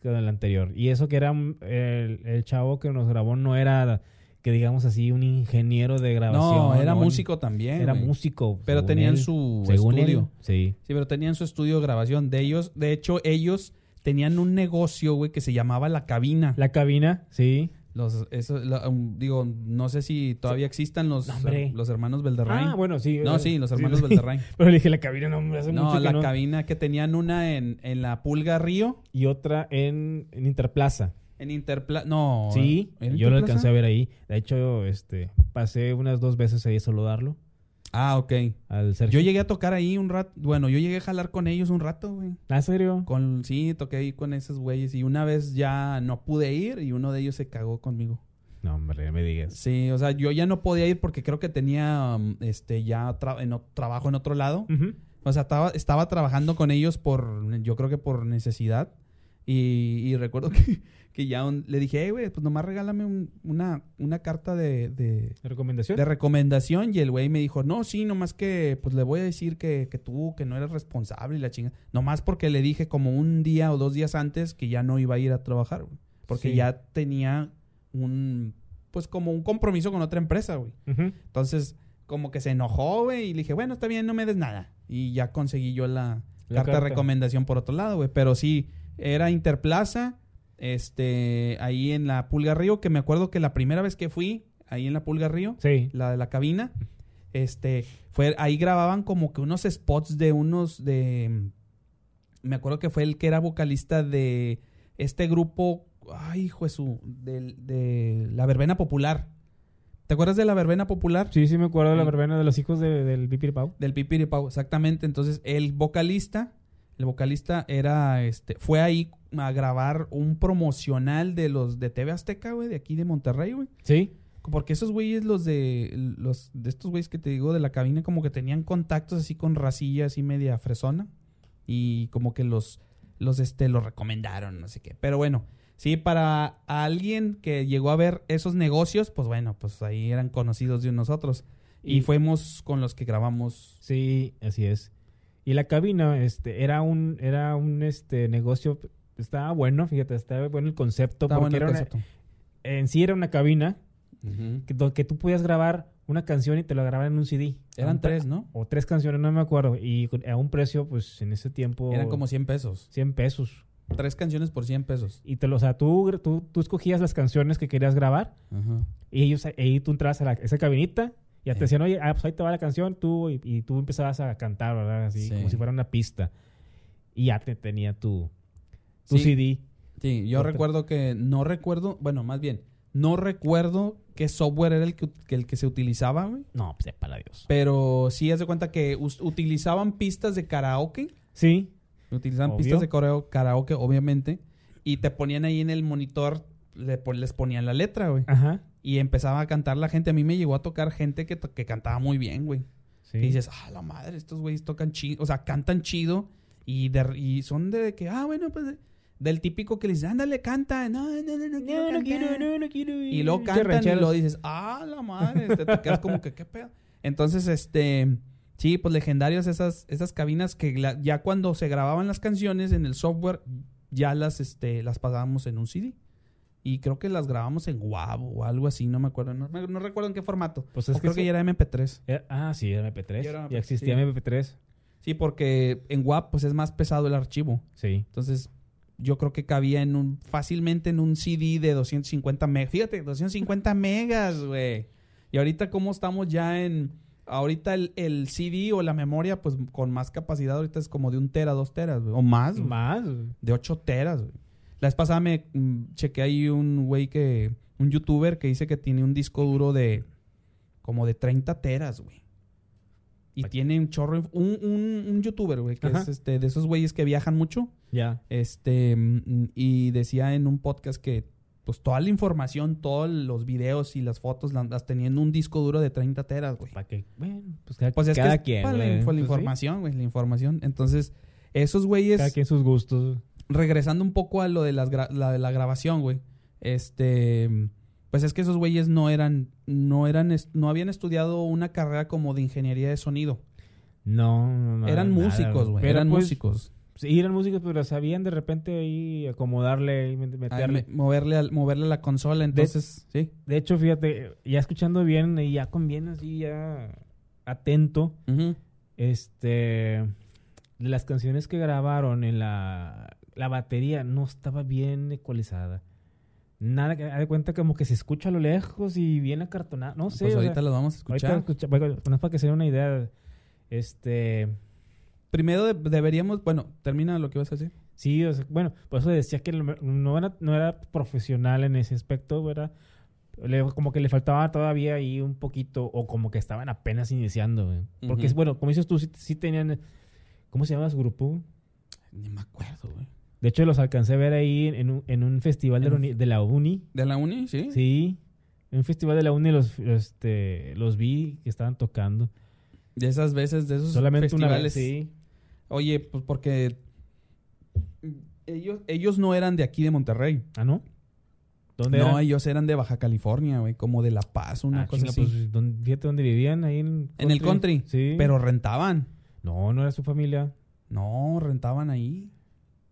[SPEAKER 3] que el anterior. Y eso que era mm, el, el chavo que nos grabó no era que digamos así, un ingeniero de grabación.
[SPEAKER 2] No, era
[SPEAKER 3] un-
[SPEAKER 2] músico también.
[SPEAKER 3] Era
[SPEAKER 2] güey.
[SPEAKER 3] músico.
[SPEAKER 2] Pero
[SPEAKER 3] según
[SPEAKER 2] tenían
[SPEAKER 3] él.
[SPEAKER 2] su
[SPEAKER 3] Según él,
[SPEAKER 2] estudio.
[SPEAKER 3] sí.
[SPEAKER 2] Sí, pero tenían su estudio de grabación de ellos. De hecho, ellos tenían un negocio, güey, que se llamaba La Cabina.
[SPEAKER 3] La cabina, sí.
[SPEAKER 2] Los, eso, la- um, digo, no sé si todavía existan los,
[SPEAKER 3] No, hombre.
[SPEAKER 2] los hermanos Belderrain.
[SPEAKER 3] Ah, bueno, sí.
[SPEAKER 2] no,
[SPEAKER 3] eh,
[SPEAKER 2] sí, los hermanos
[SPEAKER 3] sí.
[SPEAKER 2] Belderrain.
[SPEAKER 3] (laughs) Pero le dije la cabina, no, hombre, hace mucho
[SPEAKER 2] No,
[SPEAKER 3] que
[SPEAKER 2] la
[SPEAKER 3] no.
[SPEAKER 2] cabina que tenían una en, en la Pulga Río,
[SPEAKER 3] Y otra en, en Interplaza.
[SPEAKER 2] en Interpla... No.
[SPEAKER 3] sí,
[SPEAKER 2] ¿era
[SPEAKER 3] yo lo
[SPEAKER 2] Interplaza?
[SPEAKER 3] alcancé a ver ahí. De hecho, este, pasé unas dos veces ahí a saludarlo.
[SPEAKER 2] Ah, ok.
[SPEAKER 3] Al Sergio.
[SPEAKER 2] Yo llegué a tocar ahí un rato. Bueno, yo llegué a jalar con ellos un rato, güey.
[SPEAKER 3] ¿Ah, ¿en serio?
[SPEAKER 2] Con, sí, toqué ahí con esos güeyes y una vez ya no pude ir y uno de ellos se cagó conmigo.
[SPEAKER 3] No, hombre, no me digas.
[SPEAKER 2] Sí, o sea, yo ya no podía ir porque creo que tenía um, este ya tra- en o- trabajo en otro lado.
[SPEAKER 3] Ujú.
[SPEAKER 2] O sea, estaba, estaba trabajando con ellos por, yo creo que por necesidad. Y, y recuerdo (laughs) que, que ya un- le dije, hey, güey, pues nomás regálame un- una, una carta de, de,
[SPEAKER 3] ¿Recomendación?
[SPEAKER 2] de recomendación. Y el güey me dijo, no, sí, nomás que pues le voy a decir que, que tú, que no eres responsable y la chinga. Nomás porque le dije como un día o dos días antes que ya no iba a ir a trabajar, güey. Porque
[SPEAKER 3] Sí.
[SPEAKER 2] ya tenía un, pues como un compromiso con otra empresa, güey.
[SPEAKER 3] Ujú.
[SPEAKER 2] Entonces, como que se enojó, güey, y le dije, bueno, está bien, no me des nada. Y ya conseguí yo la,
[SPEAKER 3] La
[SPEAKER 2] carta,
[SPEAKER 3] carta.
[SPEAKER 2] de recomendación por otro lado, güey. Pero sí, era Interplaza, este, ahí en la Pulga Río, que me acuerdo que la primera vez que fui, ahí en la Pulga Río,
[SPEAKER 3] Sí.
[SPEAKER 2] la de la cabina, este, fue, ahí grababan como que unos spots de unos, de, me acuerdo que fue el que era vocalista de este grupo, ay, hijo de su, del- de la verbena popular. ¿Te acuerdas de la verbena popular?
[SPEAKER 3] Sí, sí me acuerdo de la
[SPEAKER 2] Sí.
[SPEAKER 3] verbena de los hijos de- del Pipiripau.
[SPEAKER 2] Del Pipiripau, exactamente. Entonces, el vocalista, el vocalista era, este, fue ahí a grabar un promocional de los de TV Azteca, güey, de aquí de Monterrey, güey.
[SPEAKER 3] Sí.
[SPEAKER 2] Porque esos güeyes, los de, los, de estos güeyes que te digo de la cabina, como que tenían contactos así con racilla, así media fresona. Y como que los, los, este, los recomendaron, no sé qué. Pero bueno, sí, para alguien que llegó a ver esos negocios, pues bueno, pues ahí eran conocidos de nosotros. y
[SPEAKER 3] Y-
[SPEAKER 2] fuimos con los que grabamos
[SPEAKER 3] Sí, así es. Y la cabina, este, era un, era un este negocio, estaba bueno, fíjate, estaba bueno el concepto,
[SPEAKER 2] Está
[SPEAKER 3] porque
[SPEAKER 2] bueno el
[SPEAKER 3] era una-
[SPEAKER 2] concepto.
[SPEAKER 3] en sí era una cabina
[SPEAKER 2] Ujú.
[SPEAKER 3] que, do- que tú podías grabar una canción y te la grababan en un CD.
[SPEAKER 2] Eran
[SPEAKER 3] Un tra-
[SPEAKER 2] tres, ¿no?
[SPEAKER 3] O tres canciones, no me acuerdo. Y con- a un precio, pues en ese tiempo.
[SPEAKER 2] Eran como 100 pesos.
[SPEAKER 3] 100 pesos.
[SPEAKER 2] Tres canciones por 100 pesos.
[SPEAKER 3] Y te lo, o sea, tú, tú, tú escogías las canciones que querías grabar y ellos ahí tú entrabas a la- esa cabinita y ya
[SPEAKER 2] Sí.
[SPEAKER 3] te decían, oye, ah, pues ahí te va la canción tú y, y tú empezabas a cantar, ¿verdad? Así
[SPEAKER 2] Sí.
[SPEAKER 3] como si fuera una pista. Y ya te tenía tu, tu
[SPEAKER 2] Sí.
[SPEAKER 3] CD.
[SPEAKER 2] Sí, yo
[SPEAKER 3] Otra.
[SPEAKER 2] recuerdo que no recuerdo, bueno, más bien, no recuerdo qué software era el que, que el que se utilizaba, güey.
[SPEAKER 3] No, pues para Dios.
[SPEAKER 2] Pero sí, haz de cuenta que us- utilizaban pistas de karaoke.
[SPEAKER 3] Sí,
[SPEAKER 2] Utilizaban
[SPEAKER 3] Obvio.
[SPEAKER 2] pistas de coreo- karaoke, obviamente. Y te ponían ahí en el monitor, le pon- les ponían la letra, güey.
[SPEAKER 3] ajá.
[SPEAKER 2] Y empezaba a cantar la gente. A mí me llegó a tocar gente que, to- que cantaba muy bien, güey.
[SPEAKER 3] Sí.
[SPEAKER 2] Y dices, ah, la madre, estos güeyes tocan chido, o sea, cantan chido y, de, y son de que, ah, bueno, pues, del típico que le dices, ándale, canta, no, no, no, no, quiero
[SPEAKER 3] no, no
[SPEAKER 2] cantar".
[SPEAKER 3] quiero, no, no quiero.
[SPEAKER 2] Y luego
[SPEAKER 3] Pinches
[SPEAKER 2] cantan y
[SPEAKER 3] rancheros.
[SPEAKER 2] luego dices, ah, la madre, te, te quedas como que, qué pedo. Entonces, este, sí, pues legendarios esas, esas cabinas que la- ya cuando se grababan las canciones en el software, ya las, este, las pasábamos en un CD. Y creo que las grabamos en Guavo o algo así, no me acuerdo, no, me- no recuerdo en qué formato.
[SPEAKER 3] Pues
[SPEAKER 2] O
[SPEAKER 3] es que
[SPEAKER 2] creo que
[SPEAKER 3] eso-
[SPEAKER 2] ya era MP3.
[SPEAKER 3] Era- ah, sí, era MP3.
[SPEAKER 2] Ya era
[SPEAKER 3] ya
[SPEAKER 2] MP3,
[SPEAKER 3] existía
[SPEAKER 2] sí.
[SPEAKER 3] MP3.
[SPEAKER 2] Sí, porque en WAP pues es más pesado el archivo.
[SPEAKER 3] Sí.
[SPEAKER 2] Entonces, yo creo que cabía en un fácilmente en un CD de 250 megas. Fíjate, 250 megas, güey. Y ahorita cómo estamos ya en ahorita el, el CD o la memoria pues con más capacidad ahorita es como de un tera, dos teras, güey, o más, güey,
[SPEAKER 3] Más.
[SPEAKER 2] de 8 teras, güey. La vez pasada me mm, chequé ahí un güey que un youtuber que dice que tiene un disco duro de como de 30 teras, güey. Y
[SPEAKER 3] Ay.
[SPEAKER 2] tiene un chorro, un, un, un youtuber, güey, que
[SPEAKER 3] Ajá.
[SPEAKER 2] es este, de esos güeyes que viajan mucho.
[SPEAKER 3] Ya.
[SPEAKER 2] Este, mm, y decía en un podcast que pues toda la información, todos los videos y las fotos la- las tenía en un disco duro de 30 teras, güey.
[SPEAKER 3] Para que, bueno, pues cada,
[SPEAKER 2] Pues es que es
[SPEAKER 3] cada quien.
[SPEAKER 2] para la,
[SPEAKER 3] ¿verdad?
[SPEAKER 2] inf- la
[SPEAKER 3] Pues sí,
[SPEAKER 2] información, güey, la información. Entonces, esos güeyes,
[SPEAKER 3] Cada quien sus gustos.
[SPEAKER 2] regresando un poco a lo de las gra- la, de la grabación, güey. Este, pues es que esos güeyes no eran no eran est- no habían estudiado una carrera como de ingeniería de sonido.
[SPEAKER 3] No, no, no,
[SPEAKER 2] eran
[SPEAKER 3] nada,
[SPEAKER 2] músicos, güey,
[SPEAKER 3] Pero,
[SPEAKER 2] eran
[SPEAKER 3] pues,
[SPEAKER 2] músicos.
[SPEAKER 3] sí, eran músicos, pero sabían de repente ahí acomodarle y met-
[SPEAKER 2] Ah,
[SPEAKER 3] meterle.
[SPEAKER 2] me- moverle, al- moverle la consola, entonces, sí.
[SPEAKER 3] De hecho, fíjate, ya escuchando bien y ya con bien así, ya atento,
[SPEAKER 2] Ujú.
[SPEAKER 3] este, de las canciones que grabaron en la, la batería no estaba bien ecualizada. Nada, que- haz de cuenta como que se escucha a lo lejos y bien acartonada. No sé.
[SPEAKER 2] pues
[SPEAKER 3] o
[SPEAKER 2] ahorita
[SPEAKER 3] sea,
[SPEAKER 2] los vamos a
[SPEAKER 3] ahorita
[SPEAKER 2] escuchar.
[SPEAKER 3] escucha- bueno, nada más para que se den una idea, este,
[SPEAKER 2] Primero de- deberíamos, bueno, termina lo que ibas a decir.
[SPEAKER 3] Sí, o sea, bueno, por eso decía que lo- no era, no era profesional en ese aspecto, ¿verdad? Le- como que le faltaba todavía ahí un poquito, o como que estaban apenas iniciando, güey. Porque,
[SPEAKER 2] Ujú.
[SPEAKER 3] es bueno, como dices tú, sí, sí tenían... ¿Cómo se llama su grupo?
[SPEAKER 2] Ni me acuerdo, güey.
[SPEAKER 3] De hecho, los alcancé a ver ahí en un, en un festival de,
[SPEAKER 2] En
[SPEAKER 3] la
[SPEAKER 2] un
[SPEAKER 3] uni- de la uni.
[SPEAKER 2] ¿De la uni? Sí.
[SPEAKER 3] Sí, en un festival de la uni los, este, los vi que estaban tocando.
[SPEAKER 2] De esas veces, de esos
[SPEAKER 3] Solamente
[SPEAKER 2] festivales.
[SPEAKER 3] una vez, sí.
[SPEAKER 2] Oye, pues porque ellos, ellos no eran de aquí de Monterrey.
[SPEAKER 3] ¿Ah, no? ¿Dónde
[SPEAKER 2] No,
[SPEAKER 3] eran?
[SPEAKER 2] ellos eran de Baja California, güey, como de La Paz, una
[SPEAKER 3] Ah,
[SPEAKER 2] cosa
[SPEAKER 3] chinga,
[SPEAKER 2] así.
[SPEAKER 3] pues, ¿dónde- fíjate dónde vivían, ahí en...
[SPEAKER 2] En el country,
[SPEAKER 3] Sí.
[SPEAKER 2] Pero rentaban.
[SPEAKER 3] No, no era su familia.
[SPEAKER 2] No, rentaban ahí.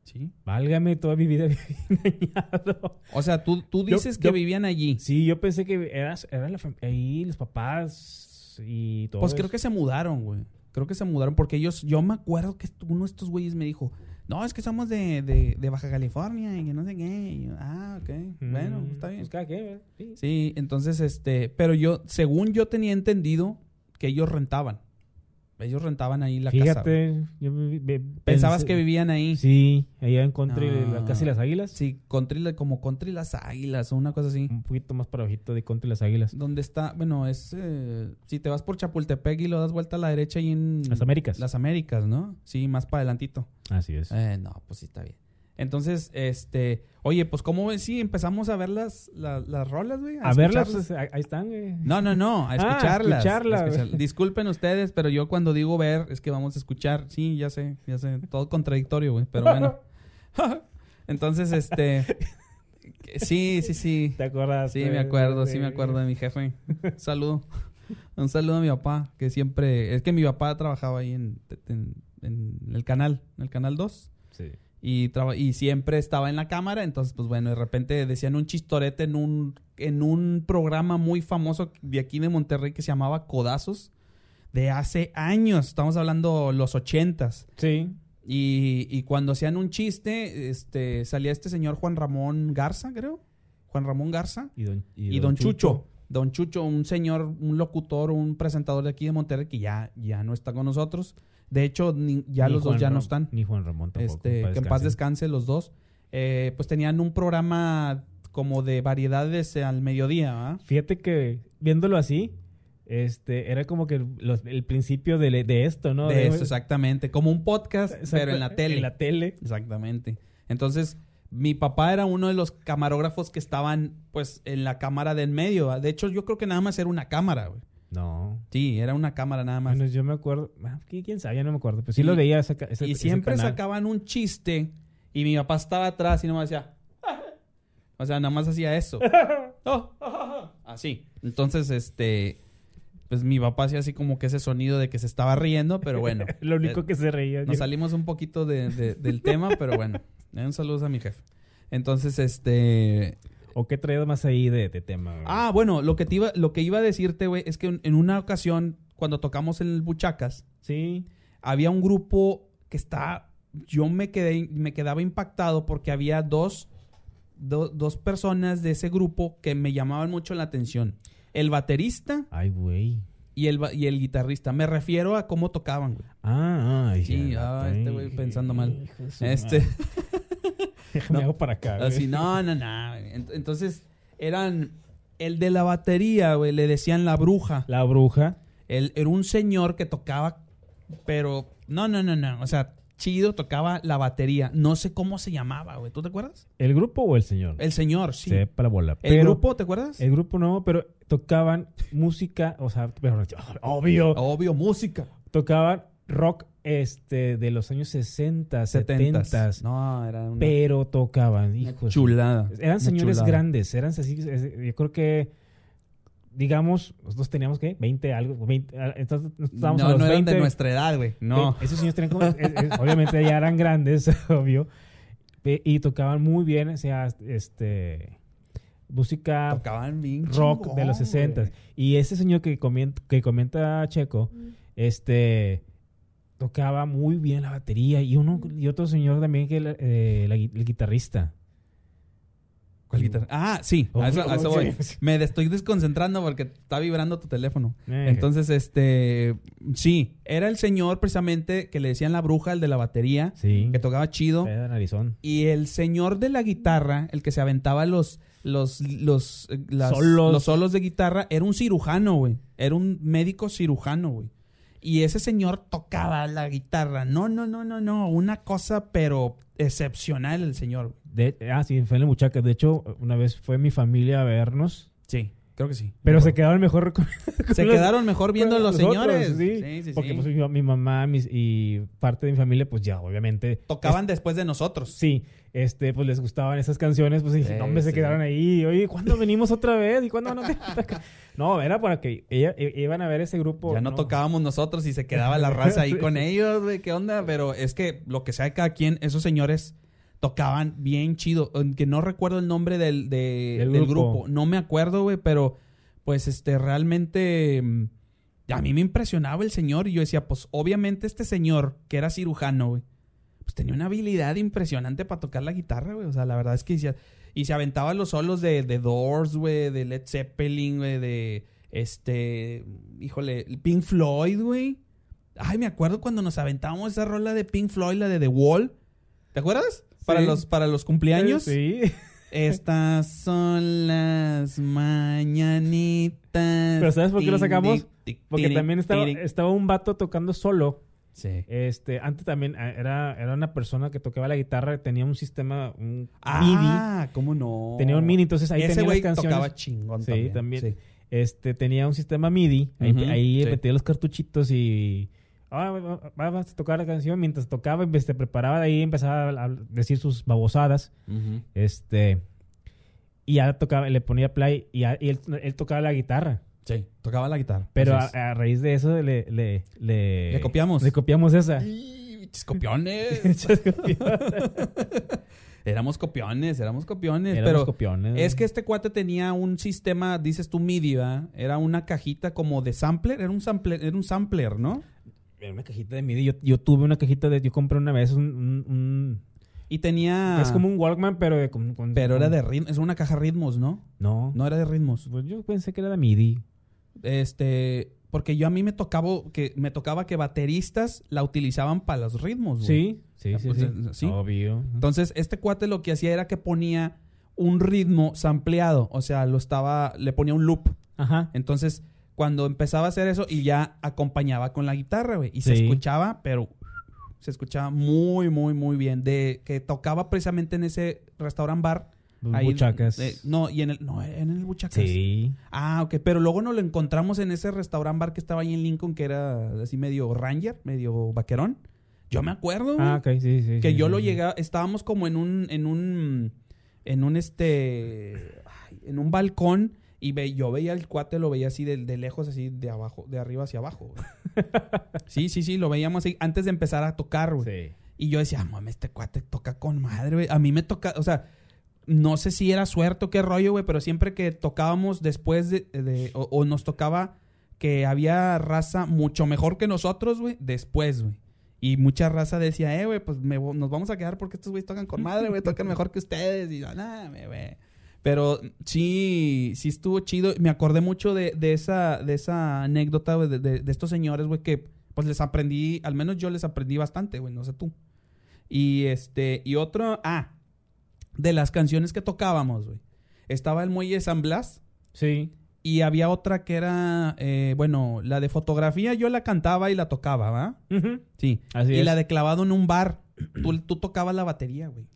[SPEAKER 2] Sí.
[SPEAKER 3] Válgame, toda mi vida (laughs) viví engañado.
[SPEAKER 2] O sea, tú, tú
[SPEAKER 3] Yo-
[SPEAKER 2] dices que
[SPEAKER 3] yo-
[SPEAKER 2] vivían allí.
[SPEAKER 3] Sí, yo pensé que era, era la fam- ahí los papás y todo.
[SPEAKER 2] Pues creo que se mudaron, güey. Creo que se mudaron porque ellos, yo me acuerdo que est- uno de estos güeyes me dijo, no, es que somos de, de, de Baja California y que no sé qué. Y yo, ah, ok. Bueno, está bien.
[SPEAKER 3] Pues cada quien, ¿verdad? Sí.
[SPEAKER 2] Sí, entonces, este, pero yo, según yo tenía entendido que ellos rentaban. Ellos rentaban ahí la casa. güey.
[SPEAKER 3] Fíjate, yo vi- vi-
[SPEAKER 2] Pensabas
[SPEAKER 3] pensé-
[SPEAKER 2] que vivían ahí. Sí,
[SPEAKER 3] Sí, allá encontré
[SPEAKER 2] No.
[SPEAKER 3] la Casa y las Águilas.
[SPEAKER 2] Country la- como Country Las Águilas o una cosa así.
[SPEAKER 3] Un poquito más para abajito de Contra y las Águilas.
[SPEAKER 2] Donde está, bueno, es, eh, si te vas por Chapultepec y lo das vuelta a la derecha y en...
[SPEAKER 3] Las Américas.
[SPEAKER 2] Las Américas, ¿no? Sí, más para adelantito.
[SPEAKER 3] Así es.
[SPEAKER 2] Eh, no, pues sí está bien. Entonces, este, oye, pues cómo ves si empezamos a ver las, la- las, rolas, güey.
[SPEAKER 3] a verlas,
[SPEAKER 2] escucharlas?
[SPEAKER 3] pues, ahí ahí están, güey.
[SPEAKER 2] No, no, no, a
[SPEAKER 3] Ah,
[SPEAKER 2] escucharlas. a
[SPEAKER 3] escucharlas.
[SPEAKER 2] escuchar- Disculpen ustedes, pero yo cuando digo ver es que vamos a escuchar. Sí, ya sé, ya sé, todo contradictorio, güey, pero bueno.
[SPEAKER 3] (laughs)
[SPEAKER 2] Entonces, este, sí, sí, sí.
[SPEAKER 3] ¿Te acuerdas? eh,
[SPEAKER 2] Sí, me acuerdo, sí me acuerdo de mi jefe. Un saludo. Un saludo a mi papá, que siempre... Es que mi papá trabajaba ahí en, en, en el canal, en el canal 2.
[SPEAKER 3] Sí.
[SPEAKER 2] Y, traba- y siempre estaba en la cámara, entonces, pues bueno, de repente decían un chistorete en un, en un programa muy famoso de aquí de Monterrey que se llamaba Codazos, de hace años, estamos hablando los ochentas.
[SPEAKER 3] Sí.
[SPEAKER 2] Y, y cuando hacían un chiste, este, salía este señor Juan Ramón Garza, creo. Juan Ramón Garza.
[SPEAKER 3] Y Don, y
[SPEAKER 2] Y,
[SPEAKER 3] don
[SPEAKER 2] Don Chucho. Don Chucho, un señor, un locutor, un presentador de aquí de Monterrey que ya, ya no está con nosotros. De hecho, ni- ya
[SPEAKER 3] Ni
[SPEAKER 2] los
[SPEAKER 3] Juan
[SPEAKER 2] dos ya no
[SPEAKER 3] Ram-
[SPEAKER 2] están.
[SPEAKER 3] Ni Juan Ramón tampoco.
[SPEAKER 2] Este, que en paz
[SPEAKER 3] descansen.
[SPEAKER 2] descanse los dos. Eh, pues tenían un programa como de variedades al mediodía, ¿ah?
[SPEAKER 3] Fíjate que viéndolo así, este, era como que los- el principio de, de esto, ¿no?
[SPEAKER 2] de eso, exactamente. Como un podcast,
[SPEAKER 3] Exacto,
[SPEAKER 2] pero en la tele.
[SPEAKER 3] En la tele.
[SPEAKER 2] Exactamente. Entonces, mi papá era uno de los camarógrafos que estaban, pues, en la cámara del medio. ¿va? De hecho, yo creo que nada más era una cámara, güey.
[SPEAKER 3] No.
[SPEAKER 2] Sí, era una cámara nada más.
[SPEAKER 3] Bueno, yo me acuerdo. ah, qui- ¿Quién sabe? Ya no me acuerdo. Pero sí
[SPEAKER 2] Y-
[SPEAKER 3] lo veía. Esa, ca- ese-
[SPEAKER 2] y
[SPEAKER 3] ese
[SPEAKER 2] siempre
[SPEAKER 3] canal.
[SPEAKER 2] sacaban un chiste y mi papá estaba atrás y nomás decía... (laughs) O sea, nada más hacía
[SPEAKER 3] (laughs)
[SPEAKER 2] eso. Oh, así. Entonces, este... Pues mi papá hacía así como que ese sonido de que se estaba riendo, pero bueno.
[SPEAKER 3] (laughs) Lo único
[SPEAKER 2] Eh,
[SPEAKER 3] que se reía.
[SPEAKER 2] Nos salimos un poquito de- de- del tema, pero bueno. Eh, Un saludo a mi jefe. Entonces, este...
[SPEAKER 3] ¿O qué traído más ahí de, de tema? güey?
[SPEAKER 2] Ah, bueno, lo que, te iba, lo que iba a decirte, güey, es que en- en una ocasión, cuando tocamos en el Buchacas,
[SPEAKER 3] Sí.
[SPEAKER 2] había un grupo que está. Yo me quedé, me quedaba impactado porque había dos, do- dos personas de ese grupo que me llamaban mucho la atención. El baterista
[SPEAKER 3] Ay, güey.
[SPEAKER 2] y el, ba- y el guitarrista. Me refiero a cómo tocaban, güey.
[SPEAKER 3] Ah, ay,
[SPEAKER 2] Sí,
[SPEAKER 3] ya,
[SPEAKER 2] ah,
[SPEAKER 3] ay,
[SPEAKER 2] este güey pensando mal.
[SPEAKER 3] hijo de su
[SPEAKER 2] Este. (laughs)
[SPEAKER 3] madre. Déjame
[SPEAKER 2] no.
[SPEAKER 3] hago para acá. güey.
[SPEAKER 2] Así, no, no, no. Ent- Entonces, eran. El de la batería, güey, le decían la bruja.
[SPEAKER 3] La bruja.
[SPEAKER 2] Él era un señor que tocaba, pero no, no, no, no. O sea, chido tocaba la batería. No sé cómo se llamaba, güey. ¿Tú te acuerdas?
[SPEAKER 3] ¿El grupo o el señor?
[SPEAKER 2] El señor, Eh, sí.
[SPEAKER 3] Sepa la bola.
[SPEAKER 2] El
[SPEAKER 3] Pero-
[SPEAKER 2] grupo, ¿te acuerdas?
[SPEAKER 3] El grupo no, pero tocaban música, o sea, pero- obvio,
[SPEAKER 2] Obvio, música.
[SPEAKER 3] tocaban rock este de los años 60, 70,
[SPEAKER 2] Setentas. No, era una,
[SPEAKER 3] pero tocaban,
[SPEAKER 2] una
[SPEAKER 3] hijos.
[SPEAKER 2] chulada.
[SPEAKER 3] Eran
[SPEAKER 2] Una
[SPEAKER 3] señores
[SPEAKER 2] chulada.
[SPEAKER 3] grandes, eran así, es- yo creo que digamos, nosotros teníamos que 20 algo, 20, ah, entonces nosotros
[SPEAKER 4] No,
[SPEAKER 3] estábamos a los
[SPEAKER 4] no eran
[SPEAKER 3] 20,
[SPEAKER 4] de nuestra edad, güey.
[SPEAKER 2] No.
[SPEAKER 3] Ve- Esos niños tenían como. eh, eh, obviamente ya eran grandes, (laughs) obvio. Ve- Y tocaban muy bien, o sea, este. Música
[SPEAKER 4] Tocaban bien.
[SPEAKER 3] rock
[SPEAKER 4] chingón,
[SPEAKER 3] de los 60
[SPEAKER 4] güey.
[SPEAKER 3] Y ese señor que comenta, que comenta Checo, este. Tocaba muy bien la batería. Y uno y otro señor también que era, eh, la gui- el guitarrista.
[SPEAKER 2] ¿Cuál guitarra? Ah, sí, a eso, a eso voy.
[SPEAKER 3] Sí.
[SPEAKER 2] Me de- estoy desconcentrando porque está vibrando tu teléfono.
[SPEAKER 3] Eh.
[SPEAKER 2] Entonces, este, sí, era el señor precisamente que le decían la bruja, el de la batería,
[SPEAKER 3] Sí.
[SPEAKER 2] que tocaba chido.
[SPEAKER 3] Era de narizón.
[SPEAKER 2] Y el señor de la guitarra, el que se aventaba los los los eh, las-
[SPEAKER 3] Solos.
[SPEAKER 2] los solos de guitarra, era un cirujano, güey. Era un médico cirujano, güey. Y ese señor tocaba la guitarra. No, no, no, no, no. Una cosa, pero excepcional el señor. güey.
[SPEAKER 3] De- ah, sí, fue en la muchacha. De hecho, una vez fue mi familia a vernos.
[SPEAKER 2] Sí, creo que sí.
[SPEAKER 3] Pero se quedaron mejor con-
[SPEAKER 2] Se
[SPEAKER 3] con los-
[SPEAKER 2] quedaron mejor viendo
[SPEAKER 3] Bueno,
[SPEAKER 2] los
[SPEAKER 3] nosotros,
[SPEAKER 2] señores.
[SPEAKER 3] Sí, porque pues, mi, mi mamá mis- y parte de mi familia, pues ya, obviamente.
[SPEAKER 2] Tocaban después de nosotros.
[SPEAKER 3] Sí, este, pues les gustaban esas canciones, pues y dije,
[SPEAKER 4] Sí,
[SPEAKER 3] no, hombre, se
[SPEAKER 4] sí.
[SPEAKER 3] quedaron ahí. Oye, ¿cuándo venimos otra vez? ¿Y cuándo van a (laughs) No, era para que ella, i- iban a ver ese grupo.
[SPEAKER 2] Ya no, tocábamos nosotros y se quedaba
[SPEAKER 3] (laughs)
[SPEAKER 2] la raza ahí con ellos, güey, qué onda, pero es que lo que sea de cada quien, esos señores tocaban bien chido, aunque no recuerdo el nombre del, de-
[SPEAKER 3] Del
[SPEAKER 2] del
[SPEAKER 3] grupo.
[SPEAKER 2] grupo. no me acuerdo, güey, pero pues este realmente mm, a mí me impresionaba el señor y yo decía, pues obviamente este señor que era cirujano, güey, pues tenía una habilidad impresionante para tocar la guitarra, güey, o sea, la verdad es que decía, y se aventaba los solos de, de Doors, güey, de Led Zeppelin, güey, de este, híjole, Pink Floyd, güey. Ay, me acuerdo cuando nos aventábamos esa rola de Pink Floyd, la de The Wall. ¿Te acuerdas? Para
[SPEAKER 3] Sí.
[SPEAKER 2] los para los cumpleaños.
[SPEAKER 3] Sí. (laughs)
[SPEAKER 2] Estas son las mañanitas.
[SPEAKER 3] Pero ¿sabes por qué lo
[SPEAKER 2] Tin,
[SPEAKER 3] sacamos?
[SPEAKER 2] tic, tic,
[SPEAKER 3] Porque
[SPEAKER 2] tirin,
[SPEAKER 3] también estaba,
[SPEAKER 2] tirin.
[SPEAKER 3] estaba un vato tocando solo.
[SPEAKER 4] Sí.
[SPEAKER 3] Este, antes también ah, era, era una persona que tocaba la guitarra, tenía un sistema, un MIDI.
[SPEAKER 2] Ah, ¿cómo no?
[SPEAKER 3] Tenía un mini, entonces ahí
[SPEAKER 2] Ese
[SPEAKER 3] tenía las
[SPEAKER 2] güey
[SPEAKER 3] canciones.
[SPEAKER 2] tocaba chingón
[SPEAKER 3] Sí,
[SPEAKER 2] también.
[SPEAKER 3] también.
[SPEAKER 2] Sí.
[SPEAKER 3] este, tenía un sistema MIDI. Ahí,
[SPEAKER 2] Ujú,
[SPEAKER 3] ahí
[SPEAKER 2] sí.
[SPEAKER 3] metía los cartuchitos y. Ah, va- va- va- vas a tocar la canción. Mientras tocaba, pues, te preparaba de ahí, empezaba a habl- decir sus babosadas.
[SPEAKER 4] Ujú.
[SPEAKER 3] Este. Y ya tocaba, le ponía play y, ya- y él, él tocaba la guitarra.
[SPEAKER 2] Sí, tocaba la guitarra.
[SPEAKER 3] Pero a,
[SPEAKER 2] Así es.
[SPEAKER 3] a raíz de eso le, le, le.
[SPEAKER 2] Le copiamos.
[SPEAKER 3] Le
[SPEAKER 2] (laughs)
[SPEAKER 3] copiamos esa. (laughs)
[SPEAKER 2] Y, bichos copiones. éramos copiones, éramos copiones.
[SPEAKER 3] Éramos
[SPEAKER 2] pero
[SPEAKER 3] copiones.
[SPEAKER 2] es que este cuate tenía un sistema, dices tú, MIDI, ¿verdad? Era una cajita como de sampler. Era un sampler, era un sampler ¿no?
[SPEAKER 3] Era una cajita de MIDI. Yo, yo tuve una cajita de. Yo compré una vez un. un- un-
[SPEAKER 2] Y tenía.
[SPEAKER 3] Es como un Walkman, pero de. con- con-
[SPEAKER 2] Ah. Pero era
[SPEAKER 3] con-
[SPEAKER 2] de ritmos. Es una caja ritmos, ¿no?
[SPEAKER 3] No.
[SPEAKER 2] No era de ritmos.
[SPEAKER 3] Pues yo pensé que era de MIDI.
[SPEAKER 2] Este. Porque yo a mí me tocaba que, me tocaba que bateristas la utilizaban para los ritmos, güey.
[SPEAKER 3] Sí, sí,
[SPEAKER 2] Ah,
[SPEAKER 3] sí,
[SPEAKER 2] pues,
[SPEAKER 3] sí.
[SPEAKER 2] eh, sí.
[SPEAKER 3] Obvio.
[SPEAKER 2] Entonces, este cuate lo que hacía era que ponía un ritmo sampleado. O sea, lo estaba. Le ponía un loop.
[SPEAKER 3] Ajá.
[SPEAKER 2] Entonces, cuando empezaba a hacer eso y ya acompañaba con la guitarra, güey. Y se
[SPEAKER 3] Sí.
[SPEAKER 2] escuchaba, pero se escuchaba muy, muy, muy bien. De que tocaba precisamente en ese restaurant bar.
[SPEAKER 3] Pues,
[SPEAKER 2] ahí-
[SPEAKER 3] Buchacas.
[SPEAKER 2] eh, no, y en el. No, en el Buchacas.
[SPEAKER 3] sí.
[SPEAKER 2] Ah, ok. Pero luego nos lo encontramos en ese restaurant bar que estaba ahí en Lincoln, que era así medio ranger, medio vaquerón. Yo me acuerdo, güey,
[SPEAKER 3] Ah, ok, sí, sí. sí,
[SPEAKER 2] que
[SPEAKER 3] sí,
[SPEAKER 2] yo
[SPEAKER 3] sí.
[SPEAKER 2] lo llegaba, estábamos como en un, en un, en un este, ay, en un balcón y ve, yo veía al cuate, lo veía así de, de lejos, así de abajo, de arriba hacia
[SPEAKER 3] (laughs)
[SPEAKER 2] abajo. güey. sí, sí, sí, lo veíamos así antes de empezar a tocar, güey.
[SPEAKER 3] Sí.
[SPEAKER 2] Y yo decía, "Ah, mames, este cuate toca con madre, güey. A mí me toca, o sea, no sé si era suerte o qué rollo, güey, pero siempre que tocábamos después de, de- o, o nos tocaba que había raza mucho mejor que nosotros, güey, después, güey. Y mucha raza decía, eh, güey, pues me vo- nos vamos a quedar porque estos güeyes tocan con madre, güey, tocan mejor que ustedes. Y yo, "Nah, me, güey. Pero sí, sí estuvo chido. Me acordé mucho de, de esa, de esa anécdota, güey, de, de- de estos señores, güey, que pues les aprendí, al menos yo les aprendí bastante, güey, no sé tú. Y este, y otro, ah, de las canciones que tocábamos, güey. Estaba el Muelle de San Blas
[SPEAKER 3] Sí.
[SPEAKER 2] y había otra que era, eh, bueno, la de fotografía yo la cantaba y la tocaba, ¿va?
[SPEAKER 3] Ujú.
[SPEAKER 2] Sí.
[SPEAKER 3] Así
[SPEAKER 2] y
[SPEAKER 3] es.
[SPEAKER 2] la de clavado en un bar. Tú, tú tocabas la batería, güey.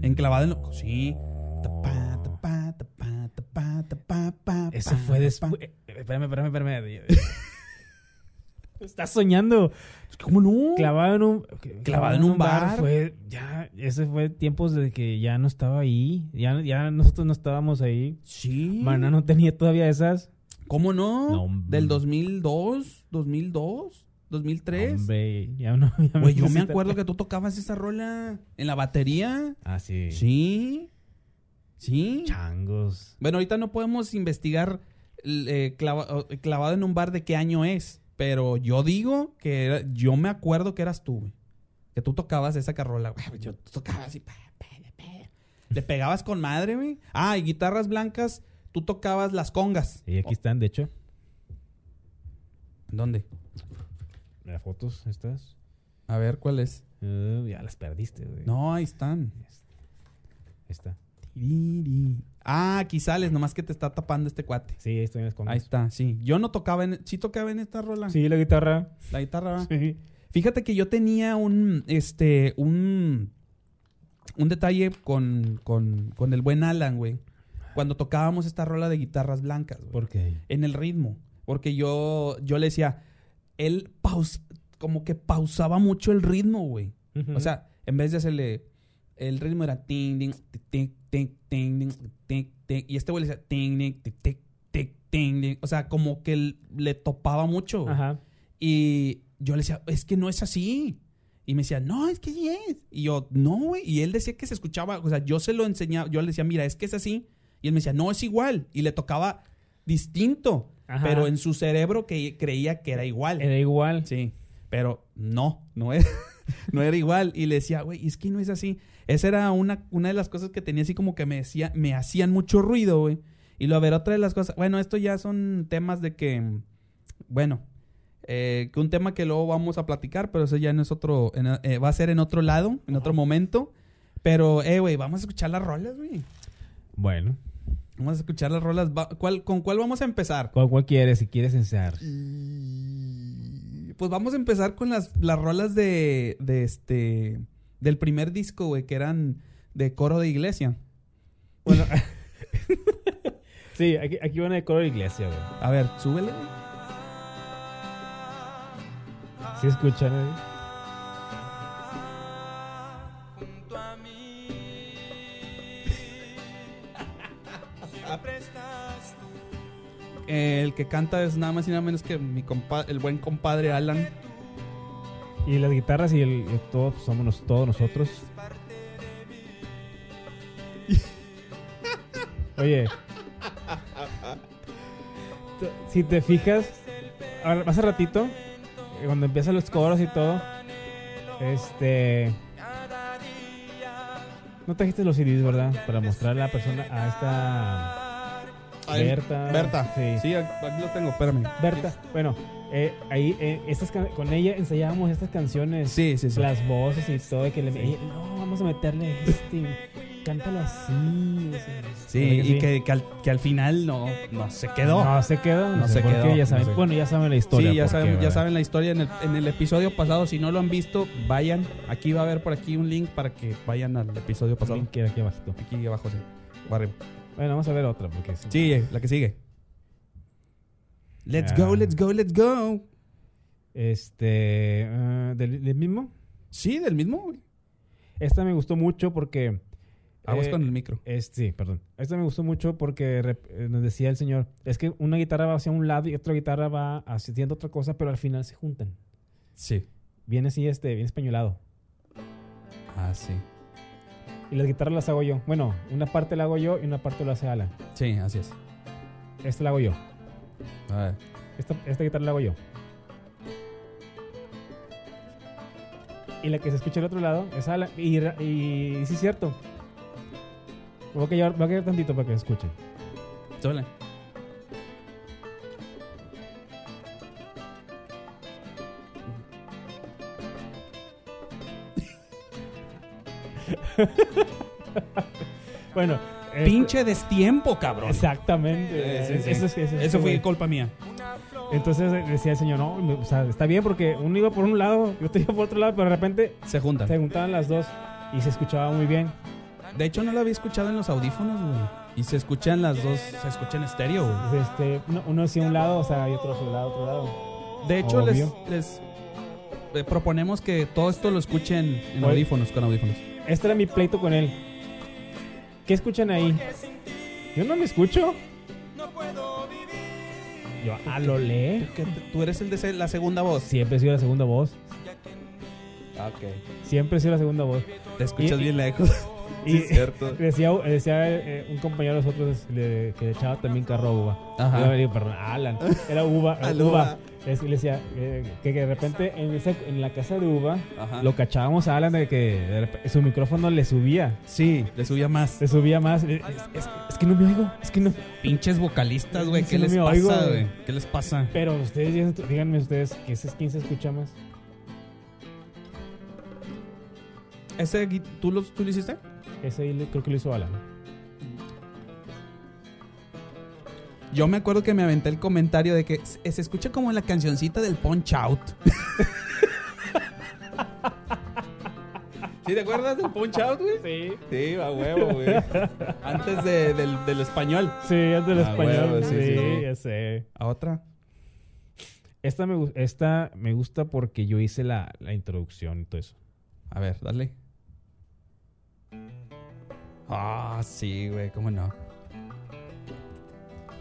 [SPEAKER 2] Enclavado en lo... Sí.
[SPEAKER 3] Oh.
[SPEAKER 2] Tapá, tapá, tapá, tapá, tapá, pa,
[SPEAKER 3] Eso
[SPEAKER 2] pa,
[SPEAKER 3] fue después.
[SPEAKER 2] pa.
[SPEAKER 3] eh, espérame, espérame, espérame.
[SPEAKER 2] (laughs)
[SPEAKER 3] Estás soñando.
[SPEAKER 2] ¿Cómo no?
[SPEAKER 3] Clavado en un.
[SPEAKER 2] Clavado en un bar.
[SPEAKER 3] Fue, ya, ese fue tiempos de que ya no estaba ahí. Ya, ya nosotros no estábamos ahí.
[SPEAKER 2] Sí.
[SPEAKER 3] Maná no tenía todavía esas.
[SPEAKER 2] ¿Cómo no?
[SPEAKER 3] No, hombre.
[SPEAKER 2] Del 2002, 2002, 2003.
[SPEAKER 3] Hombre, ya no. ya
[SPEAKER 2] Güey,
[SPEAKER 3] (laughs)
[SPEAKER 2] yo me
[SPEAKER 3] necesito-
[SPEAKER 2] acuerdo que tú tocabas esa rola en la batería.
[SPEAKER 3] Ah, sí.
[SPEAKER 2] Sí. Sí.
[SPEAKER 3] Changos.
[SPEAKER 2] Bueno, ahorita no podemos investigar l- eh, clava- o- clavado en un bar de qué año es, pero yo digo que era- yo me acuerdo que eras tú, güey. Que tú tocabas esa carrola, güey. Yo tocaba así. pa, pa, pa. Le pegabas con madre, güey. Ah, y guitarras blancas, tú tocabas las congas.
[SPEAKER 3] Y aquí están, de hecho.
[SPEAKER 2] ¿Dónde?
[SPEAKER 3] Las fotos estas.
[SPEAKER 2] A ver, ¿cuál es?
[SPEAKER 3] Eh, ya las perdiste, güey.
[SPEAKER 2] No, ahí están.
[SPEAKER 3] Ahí está.
[SPEAKER 2] Tiriri. Ah, aquí sales, nomás que te está tapando este cuate.
[SPEAKER 3] Sí, ahí están las congas.
[SPEAKER 2] Ahí está, sí. Yo no tocaba en... Sí tocaba en esta rola.
[SPEAKER 3] Sí, la guitarra.
[SPEAKER 2] La guitarra. ¿va?
[SPEAKER 3] Sí.
[SPEAKER 2] Fíjate que yo tenía un, este, un, un detalle con, con, con el buen Alan, güey. Cuando tocábamos esta rola de guitarras blancas, güey.
[SPEAKER 3] ¿Por qué?
[SPEAKER 2] En el ritmo. Porque yo, yo le decía, él paus, como que pausaba mucho el ritmo, güey. O sea, en vez de hacerle el ritmo era ting ding ting ting ting ding ting ting y este güey le decía ting ding tic tic tic ting ding, o sea, como que l- le topaba mucho. güey.
[SPEAKER 3] Ajá.
[SPEAKER 2] Y yo le decía, es que no es así. Y me decía, no, es que sí es. Y yo, no, güey. Y él decía que se escuchaba, o sea, yo se lo enseñaba, yo le decía, mira, es que es así. Y él me decía, no, es igual. Y le tocaba distinto,
[SPEAKER 3] Ajá.
[SPEAKER 2] pero en su cerebro que creía que era igual.
[SPEAKER 3] Era igual.
[SPEAKER 2] Sí, pero no, no era, (laughs) no era igual. Y le decía, güey, es que no es así. Esa era una, una de las cosas que tenía así como que me decía, me hacían mucho ruido, güey. Y lo ver, otra de las cosas, bueno, esto ya son temas de que, bueno, eh, que un tema que luego vamos a platicar, pero eso ya no es otro, en- eh, va a ser en otro lado, en otro momento. Pero, eh, güey, vamos a escuchar las rolas, güey.
[SPEAKER 3] Bueno.
[SPEAKER 2] Vamos a escuchar las rolas. Va- ¿cuál- ¿Con cuál vamos a empezar?
[SPEAKER 3] ¿Cuál, cuál quieres? Si quieres ensayar.
[SPEAKER 2] Y, Pues vamos a empezar con las, las rolas de, de este del primer disco, güey, que eran de coro de iglesia.
[SPEAKER 3] Bueno. sí, aquí, aquí van a decorar la iglesia, güey.
[SPEAKER 2] A ver, súbele. güey.
[SPEAKER 3] ¿Sí escuchan? eh?
[SPEAKER 4] junto a mí. Siempre estás tú.
[SPEAKER 2] Eh, (laughs) el que canta es nada más y nada menos que mi compa- el buen compadre Alan.
[SPEAKER 3] Y las guitarras y el, y todo, pues, somos nos- todos nosotros. Oye. t- Si te fijas, ahora, hace ratito, eh, cuando empiezan los coros y todo, este. No trajiste los CDs, ¿verdad? Para mostrar a la persona a esta.
[SPEAKER 2] Ay,
[SPEAKER 3] Berta.
[SPEAKER 2] Berta.
[SPEAKER 3] Sí.
[SPEAKER 2] Sí, aquí aquí lo tengo, espérame.
[SPEAKER 3] Berta. Bueno, eh, ahí eh, estas can- con ella ensayábamos estas canciones
[SPEAKER 2] Sí, sí, sí.
[SPEAKER 3] las voces y todo, y que le ella, no, vamos a meterle este, cántalo así. o sea,
[SPEAKER 2] Sí,
[SPEAKER 3] porque
[SPEAKER 2] y que, que al, que al final no, no se quedó.
[SPEAKER 3] No, se quedó, no,
[SPEAKER 2] No
[SPEAKER 3] sé
[SPEAKER 2] se
[SPEAKER 3] por
[SPEAKER 2] quedó,
[SPEAKER 3] qué, ya
[SPEAKER 2] no
[SPEAKER 3] saben,
[SPEAKER 2] sé.
[SPEAKER 3] bueno, ya saben la historia.
[SPEAKER 2] Sí, ya
[SPEAKER 3] por qué,
[SPEAKER 2] saben, ya
[SPEAKER 3] ¿verdad?
[SPEAKER 2] saben la historia en el, en el episodio pasado. Si no lo han visto, vayan. Aquí va a haber por aquí un link para que vayan al episodio pasado.
[SPEAKER 3] Link era aquí abajito.
[SPEAKER 2] Aquí abajo, sí. O arriba.
[SPEAKER 3] Bueno, vamos a ver otra, porque es-
[SPEAKER 2] Sí, eh, la que sigue. Let's
[SPEAKER 3] Ah.
[SPEAKER 2] go, let's go, let's go.
[SPEAKER 3] este, ah, del, del mismo.
[SPEAKER 2] Sí, del mismo. güey.
[SPEAKER 3] Esta me gustó mucho porque...
[SPEAKER 2] Aguas
[SPEAKER 3] eh,
[SPEAKER 2] con el micro.
[SPEAKER 3] es- sí, perdón. Esta me gustó mucho porque rep- eh, nos decía el señor, es que una guitarra va hacia un lado y otra guitarra va haciendo otra cosa, pero al final se juntan.
[SPEAKER 2] Sí.
[SPEAKER 3] Bien así, este, bien españolado.
[SPEAKER 2] Ah, sí.
[SPEAKER 3] Y las guitarras las hago yo. Bueno, una parte la hago yo y una parte lo hace Alan.
[SPEAKER 2] Sí, así es.
[SPEAKER 3] Esta la hago yo.
[SPEAKER 2] A ver.
[SPEAKER 3] Esta, esta guitarra la hago yo. Y la que se escucha al otro lado es Alan. Y, ra- y, sí es cierto. Me Voy a callar, me voy a callar tantito para que se escuchen.
[SPEAKER 2] Súbele.
[SPEAKER 3] Bueno. este-
[SPEAKER 2] Pinche destiempo, cabrón.
[SPEAKER 3] Exactamente.
[SPEAKER 2] Eh, sí, sí.
[SPEAKER 3] Eso, es- eso es-
[SPEAKER 2] Eso fue
[SPEAKER 3] güey.
[SPEAKER 2] culpa mía.
[SPEAKER 3] Entonces eh, decía el señor, no, me- o sea, está bien porque uno iba por un lado y otro iba por otro lado, pero de repente
[SPEAKER 2] Se
[SPEAKER 3] se
[SPEAKER 2] juntan.
[SPEAKER 3] juntaban las dos y se escuchaba muy bien.
[SPEAKER 2] De hecho, no lo había escuchado en los audífonos, güey. Y se escuchan las dos, se escucha en estéreo, güey.
[SPEAKER 3] Este, uno, uno hacia un lado, o sea, y otro hacia el lado, otro lado.
[SPEAKER 2] De hecho, les,
[SPEAKER 3] Obvio.
[SPEAKER 2] les, eh, proponemos que todo esto lo escuchen en
[SPEAKER 3] Oye.
[SPEAKER 2] audífonos, con audífonos.
[SPEAKER 3] Este era mi pleito con él. ¿Qué escuchan ahí? Yo no me escucho.
[SPEAKER 4] No puedo vivir.
[SPEAKER 3] Yo, ah, lo lee.
[SPEAKER 2] ¿Tú, qué- tú eres el de se- la segunda voz.
[SPEAKER 3] Siempre he sido la segunda voz.
[SPEAKER 2] Ah, Ok.
[SPEAKER 3] Siempre he sido la segunda voz.
[SPEAKER 2] Te escuchas
[SPEAKER 3] Y-
[SPEAKER 2] bien lejos. (laughs) Sí,
[SPEAKER 3] Y
[SPEAKER 2] es cierto.
[SPEAKER 3] (laughs) decía, decía eh, un compañero de nosotros le- que le echaba también carro a Uva.
[SPEAKER 2] Ajá.
[SPEAKER 3] Yo le digo, perdón, Alan. Era
[SPEAKER 2] (laughs)
[SPEAKER 3] Uva. eh,
[SPEAKER 2] Al Uva.
[SPEAKER 3] Uva. Es- le decía eh, que, que de repente en, esa- en la casa de Uva
[SPEAKER 2] Ajá.
[SPEAKER 3] lo cachábamos a Alan de que de repente su micrófono le subía.
[SPEAKER 2] Sí, le subía más.
[SPEAKER 3] Le subía más. Es, es- es que no me oigo. Es que no.
[SPEAKER 2] Pinches vocalistas, güey.
[SPEAKER 3] Sí,
[SPEAKER 2] ¿Qué
[SPEAKER 3] no
[SPEAKER 2] les
[SPEAKER 3] me oigo,
[SPEAKER 2] pasa,
[SPEAKER 3] güey.
[SPEAKER 2] güey? ¿Qué les pasa?
[SPEAKER 3] Pero ustedes, díganme- díganme ustedes, ¿qué es quién se escucha más?
[SPEAKER 2] ¿Ese gui- tú lo, tú lo hiciste?
[SPEAKER 3] Ese ahí le- creo que lo hizo Alan.
[SPEAKER 2] Yo me acuerdo que me aventé el comentario de que se se escucha como la cancioncita del Punch Out. ¿Sí te acuerdas del Punch Out, güey?
[SPEAKER 3] Sí.
[SPEAKER 2] Sí, a huevo, güey. Antes de- del, del español.
[SPEAKER 3] Sí, es del
[SPEAKER 2] Ah,
[SPEAKER 3] español.
[SPEAKER 2] huevo, sí,
[SPEAKER 3] sí,
[SPEAKER 2] sí, sí.
[SPEAKER 3] ya sé.
[SPEAKER 2] ¿A otra?
[SPEAKER 3] Esta me, gu- esta me gusta porque yo hice la, la introducción y todo eso.
[SPEAKER 2] A ver, dale. Ah, sí, güey, cómo no.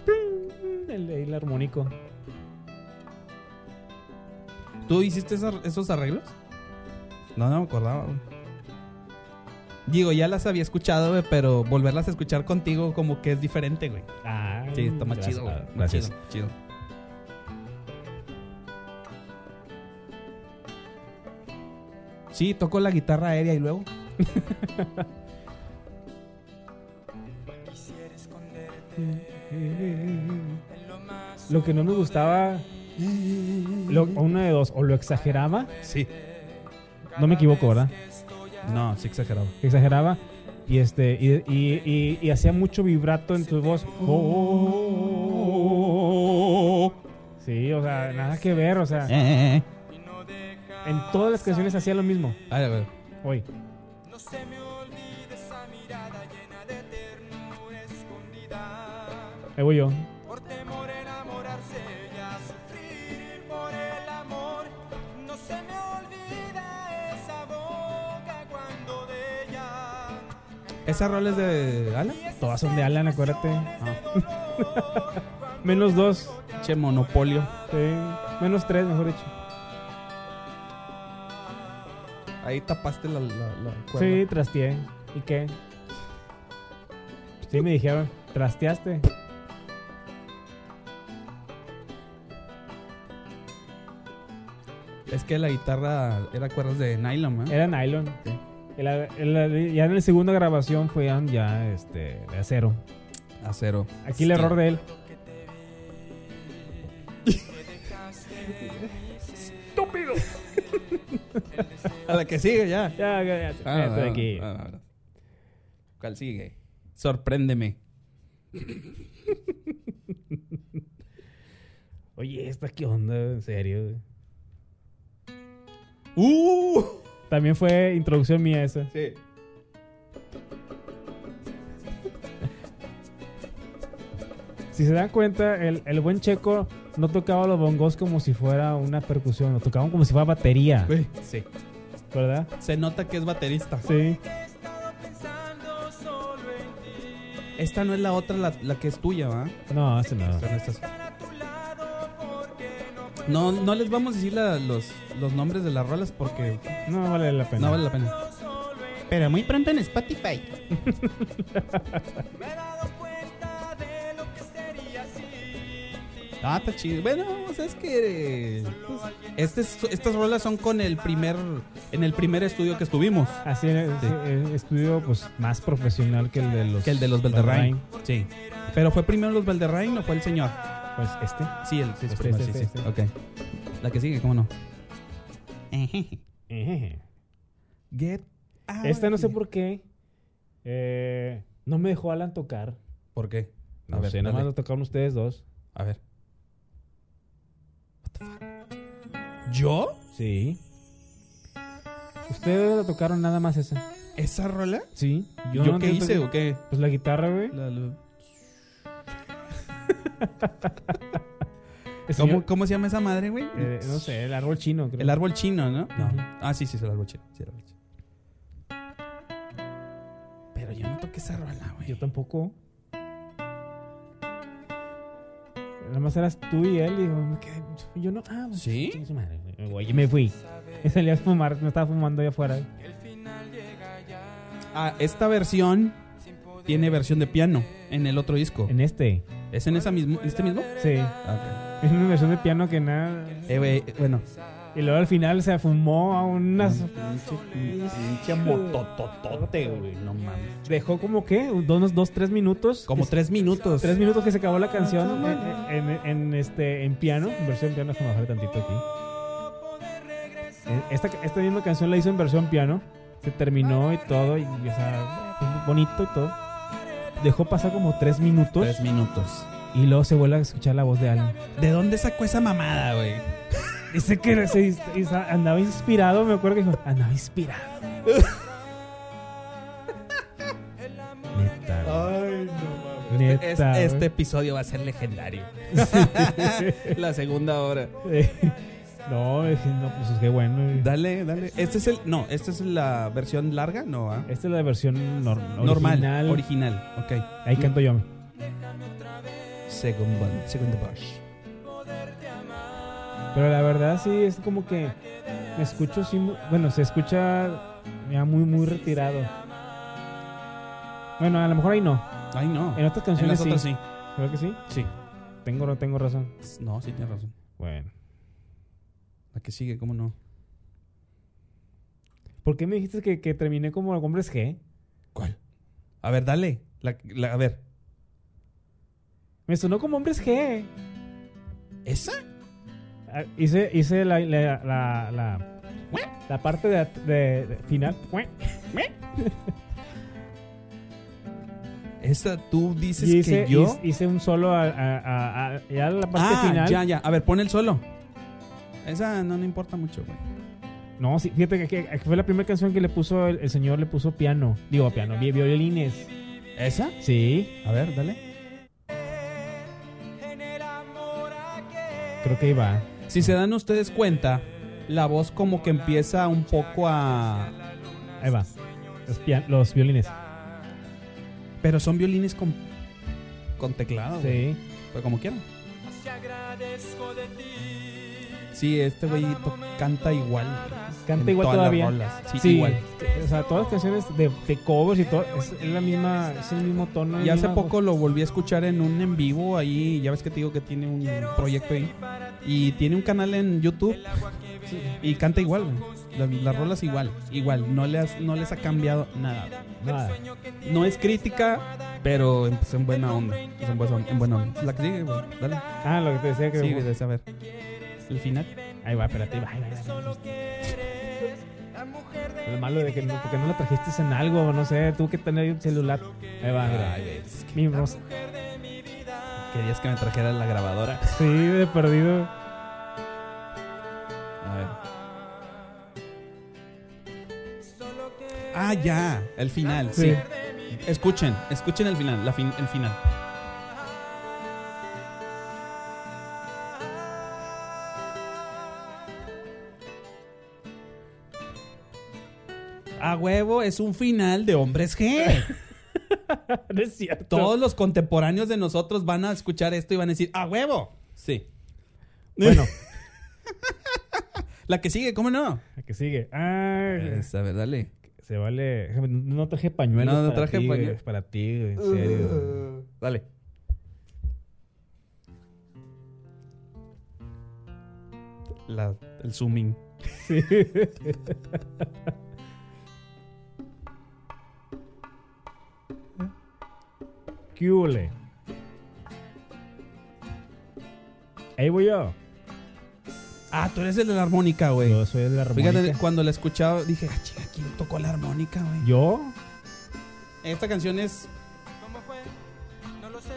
[SPEAKER 3] Mm, El, el armónico.
[SPEAKER 2] ¿Tú hiciste esa- esos arreglos? No, no me acordaba, güey. Digo, ya las había escuchado, güey, pero volverlas a escuchar contigo como que es diferente, güey.
[SPEAKER 3] Ah,
[SPEAKER 2] Sí, está más chido, güey. Más
[SPEAKER 3] Gracias.
[SPEAKER 2] Chido, chido. Sí, toco la guitarra aérea y luego.
[SPEAKER 4] Quisiera esconderte en lo más
[SPEAKER 3] Lo que no me gustaba, lo, o una de dos, o lo exageraba,
[SPEAKER 2] Sí.
[SPEAKER 3] no me equivoco, ¿verdad?
[SPEAKER 2] No, sí exagerado.
[SPEAKER 3] Exageraba y este y, y- y- y hacía mucho vibrato en tu voz. Oh, Sí, o sea, nada que ver, o sea,
[SPEAKER 2] Eh, eh, eh.
[SPEAKER 4] y no deja
[SPEAKER 3] en todas las canciones hacía lo mismo.
[SPEAKER 2] Ay, a ver.
[SPEAKER 3] Hoy.
[SPEAKER 4] No se me olvide esa mirada llena de ternura escondida
[SPEAKER 3] Ahí voy yo.
[SPEAKER 4] Por temor a enamorarse y a sufrir por el amor No se me olvida esa boca cuando de ella
[SPEAKER 2] ¿Esas roles de Alan?
[SPEAKER 3] Todas son de Alan, acuérdate.
[SPEAKER 2] Ah,
[SPEAKER 3] Menos dos.
[SPEAKER 2] che, monopolio.
[SPEAKER 3] sí, Menos tres, mejor dicho.
[SPEAKER 2] Ahí tapaste la, la, la
[SPEAKER 3] Sí,
[SPEAKER 2] cuerda.
[SPEAKER 3] trasteé. ¿Y qué? Sí, me dijeron, trasteaste.
[SPEAKER 2] Es que la guitarra era cuerdas de nylon, ¿eh?
[SPEAKER 3] Era nylon.
[SPEAKER 2] Sí.
[SPEAKER 3] El- el- ya en la segunda grabación fue ya- ya este, de acero.
[SPEAKER 2] Acero.
[SPEAKER 3] Aquí el error de él.
[SPEAKER 2] A la que sigue ya.
[SPEAKER 3] Ya, ya, ya.
[SPEAKER 2] Ah,
[SPEAKER 3] estoy
[SPEAKER 2] ah,
[SPEAKER 3] aquí.
[SPEAKER 2] ah, ah. ¿Cuál sigue? Sorpréndeme.
[SPEAKER 3] Oye, ¿esta qué onda? En serio. güey.
[SPEAKER 2] ¡Uh!
[SPEAKER 3] También fue introducción mía esa.
[SPEAKER 2] Sí.
[SPEAKER 3] Si se dan cuenta, el, el buen Checo no tocaba los bongos como si fuera una percusión. Lo tocaban como si fuera batería.
[SPEAKER 2] Sí.
[SPEAKER 3] ¿Verdad?
[SPEAKER 2] Se nota que es baterista.
[SPEAKER 3] Sí.
[SPEAKER 4] Pensando solo en ti
[SPEAKER 2] Esta no es la otra, la, la que es tuya, ¿va?
[SPEAKER 3] No, hace nada.
[SPEAKER 2] Pero estas-
[SPEAKER 4] a tu lado porque no puedo
[SPEAKER 2] No, no les vamos a decir la- los, los nombres de las rolas porque
[SPEAKER 3] No vale la pena.
[SPEAKER 2] no vale la pena.
[SPEAKER 4] solo en
[SPEAKER 2] Pero muy pronto en Spotify.
[SPEAKER 4] ti Me he dado cuenta de lo que sería sin ti
[SPEAKER 2] Ah, está chido. Bueno, o sea, es que. pues, este es- estas rolas son con el primer. En el primer estudio que estuvimos.
[SPEAKER 3] Así es,
[SPEAKER 2] Sí.
[SPEAKER 3] eh, estudio pues más profesional que el de los
[SPEAKER 2] Que el de los Belderrain. Sí. Pero fue primero los Belderrain o fue el señor?
[SPEAKER 3] Pues este.
[SPEAKER 2] Sí, el sí, es
[SPEAKER 3] Este,
[SPEAKER 2] primero,
[SPEAKER 3] este,
[SPEAKER 2] sí, sí.
[SPEAKER 3] este,
[SPEAKER 2] Ok. La que sigue, ¿cómo no?
[SPEAKER 3] Ejeje.
[SPEAKER 2] Get out
[SPEAKER 3] Esta Este no sé
[SPEAKER 2] here.
[SPEAKER 3] por qué. eh, no me dejó Alan tocar.
[SPEAKER 2] ¿Por qué?
[SPEAKER 3] No sé, nada más
[SPEAKER 2] dale.
[SPEAKER 3] lo tocaron ustedes dos.
[SPEAKER 2] A ver. What the fuck? ¿Yo?
[SPEAKER 3] Sí. Ustedes lo tocaron nada más esa.
[SPEAKER 2] ¿Esa rola?
[SPEAKER 3] Sí.
[SPEAKER 2] ¿Yo,
[SPEAKER 3] no
[SPEAKER 2] qué
[SPEAKER 3] entiendo
[SPEAKER 2] hice
[SPEAKER 3] que-
[SPEAKER 2] o qué?
[SPEAKER 3] Pues la guitarra, güey.
[SPEAKER 2] La- la-
[SPEAKER 3] El
[SPEAKER 2] ¿Cómo,
[SPEAKER 3] señor-
[SPEAKER 2] ¿Cómo se llama esa madre, güey?
[SPEAKER 3] eh, no sé, el árbol chino, creo.
[SPEAKER 2] El árbol chino, ¿no? No.
[SPEAKER 3] Ujú.
[SPEAKER 2] Ah, sí, sí, es el árbol chino. Sí, el árbol chino. Pero yo no toqué esa rola, güey.
[SPEAKER 3] Yo tampoco. nada más eras tú y él. Y yo me quedé, yo no. Ah, pues,
[SPEAKER 2] ¿Sí?
[SPEAKER 3] chingue su madre, güey. Oye, me fui. (laughs) Y salí a fumar, me estaba fumando allá afuera.
[SPEAKER 2] Ah, esta versión tiene versión de piano en el otro disco.
[SPEAKER 3] En este.
[SPEAKER 2] ¿Es en esa mismo, este mismo?
[SPEAKER 3] Sí. (laughs)
[SPEAKER 2] Ah,
[SPEAKER 3] Es una versión de piano que nada.
[SPEAKER 2] ok. Eh, güey, bueno.
[SPEAKER 3] Y luego al final se fumó a unas.
[SPEAKER 2] Mm. Pinche motototote, güey. No mames.
[SPEAKER 3] Dejó como que unos dos, tres minutos.
[SPEAKER 2] Como
[SPEAKER 3] que-
[SPEAKER 2] tres minutos.
[SPEAKER 3] Tres minutos que se acabó
[SPEAKER 2] Ah,
[SPEAKER 3] la canción en, en- en este, en piano, en versión piano, déjame bajar tantito aquí. Eh, Esta, esta misma canción la hizo en versión piano, se terminó y todo, y, o sea, bonito y todo. Dejó pasar como tres minutos
[SPEAKER 2] Tres minutos.
[SPEAKER 3] y luego se vuelve a escuchar la voz de Alan.
[SPEAKER 2] ¿De dónde sacó esa mamada, güey?
[SPEAKER 3] Dice que se dis- y sa- andaba inspirado, me acuerdo que dijo, andaba inspirado. Neta, güey.
[SPEAKER 2] Ay, no
[SPEAKER 3] Neta,
[SPEAKER 2] Este,
[SPEAKER 3] güey.
[SPEAKER 2] episodio va a ser legendario. (laughs)
[SPEAKER 3] (laughs)
[SPEAKER 2] la segunda hora.
[SPEAKER 3] no, dije, no, pues qué bueno.
[SPEAKER 2] Dale, dale. Este es el. No, esta es la versión larga, no, ¿ah?
[SPEAKER 3] Esta es la versión nor-
[SPEAKER 2] Normal, mm.
[SPEAKER 3] original.
[SPEAKER 2] original. Ok.
[SPEAKER 3] Ahí canto yo.
[SPEAKER 2] Second, bu- second verse.
[SPEAKER 3] Pero la verdad sí es como que me escucho sí, mu- bueno, se escucha ya muy muy retirado. Bueno, a lo mejor ahí no.
[SPEAKER 2] Ay, no.
[SPEAKER 3] En otras
[SPEAKER 2] En las
[SPEAKER 3] canciones sí.
[SPEAKER 2] otras sí.
[SPEAKER 3] Creo que sí.
[SPEAKER 2] Sí.
[SPEAKER 3] Tengo no tengo razón.
[SPEAKER 2] No, sí tienes razón.
[SPEAKER 3] Bueno.
[SPEAKER 2] La que sigue, ¿cómo no?
[SPEAKER 3] ¿Por qué me dijiste que, que terminé como hombres G?
[SPEAKER 2] ¿Cuál? A ver, dale. La- la- a ver.
[SPEAKER 3] Me sonó como hombres G.
[SPEAKER 2] ¿Esa?
[SPEAKER 3] Ah, Hice, hice la, la, la, la, la parte de, at- de- de final.
[SPEAKER 2] Esa tú dices
[SPEAKER 3] Y hice,
[SPEAKER 2] que yo.
[SPEAKER 3] hice- hice un solo a, a- a- a- ya la parte
[SPEAKER 2] ah,
[SPEAKER 3] final.
[SPEAKER 2] ya, ya. A ver, pon el solo. Esa no le importa mucho, güey.
[SPEAKER 3] No, sí, fíjate que, aquí- aquí fue la primera canción que le puso el, el señor, le puso piano. Digo, piano, vi- violines.
[SPEAKER 2] ¿Esa?
[SPEAKER 3] Sí,
[SPEAKER 2] A ver, dale.
[SPEAKER 4] En el amor aquel
[SPEAKER 3] creo que iba.
[SPEAKER 2] Si se dan ustedes cuenta, la voz como que empieza un poco a.
[SPEAKER 3] Ahí va. Los, pia- los violines.
[SPEAKER 2] Ah, Pero son violines con. Con teclado, güey.
[SPEAKER 3] Sí.
[SPEAKER 2] Pues como quieran.
[SPEAKER 4] te agradezco de ti.
[SPEAKER 2] Sí, este güey to- canta igual. güey.
[SPEAKER 3] Canta
[SPEAKER 2] En
[SPEAKER 3] igual
[SPEAKER 2] todas las
[SPEAKER 3] todavía.
[SPEAKER 2] rolas. Sí,
[SPEAKER 3] Sí,
[SPEAKER 2] igual.
[SPEAKER 3] O sea, todas las canciones de, de covers y todo. Es, es la misma, es el mismo tono. es
[SPEAKER 2] Y
[SPEAKER 3] la
[SPEAKER 2] hace
[SPEAKER 3] misma
[SPEAKER 2] poco
[SPEAKER 3] voz.
[SPEAKER 2] lo volví a escuchar en un en vivo ahí. Ya ves que te digo que tiene un proyecto ahí. Y tiene un canal en YouTube. Y canta igual, güey. Las, las rolas igual. Igual. No les, no les ha cambiado nada.
[SPEAKER 3] Nada.
[SPEAKER 2] No es crítica, pero es en buena onda. Es en, buena- en buena onda. La que sigue, güey. Dale.
[SPEAKER 3] Ah, lo que te decía que.
[SPEAKER 2] Sigue de saber. El final.
[SPEAKER 3] Ahí va, espérate. ahí va, ahí va, ahí va. Lo malo de que no, porque no la trajiste en algo, no sé, tuvo que tener un celular. Ahí va, mira. Mi ros-
[SPEAKER 2] Querías que me trajera la grabadora.
[SPEAKER 3] Sí, de perdido.
[SPEAKER 2] A ver. Ah, ya. El final, sí.
[SPEAKER 3] Sí.
[SPEAKER 2] Escuchen, escuchen el final, la fin- el final. A huevo es un final de hombres G.
[SPEAKER 3] No es cierto. (laughs)
[SPEAKER 2] Todos los contemporáneos de nosotros van a escuchar esto y van a decir, ¡a huevo! Sí.
[SPEAKER 3] Bueno,
[SPEAKER 2] La que sigue, ¿cómo no?
[SPEAKER 3] la que sigue. Ah,
[SPEAKER 2] a ver, dale.
[SPEAKER 3] se vale. No traje pañuelos.
[SPEAKER 2] No, no
[SPEAKER 3] para
[SPEAKER 2] traje
[SPEAKER 3] ti, güey,
[SPEAKER 2] pañuelos.
[SPEAKER 3] Para ti, güey, en serio.
[SPEAKER 2] Dale. La, el zooming.
[SPEAKER 3] Sí. ¿Qué hule? Ahí voy yo.
[SPEAKER 2] Ah, tú eres el de la armónica, güey.
[SPEAKER 3] Yo soy el de la
[SPEAKER 2] Fíjate,
[SPEAKER 3] armónica.
[SPEAKER 2] cuando la escuchaba dije, ah, chica, ¿quién tocó la armónica, güey?
[SPEAKER 3] Yo,
[SPEAKER 2] Esta canción es.
[SPEAKER 4] ¿Cómo fue? No lo sé.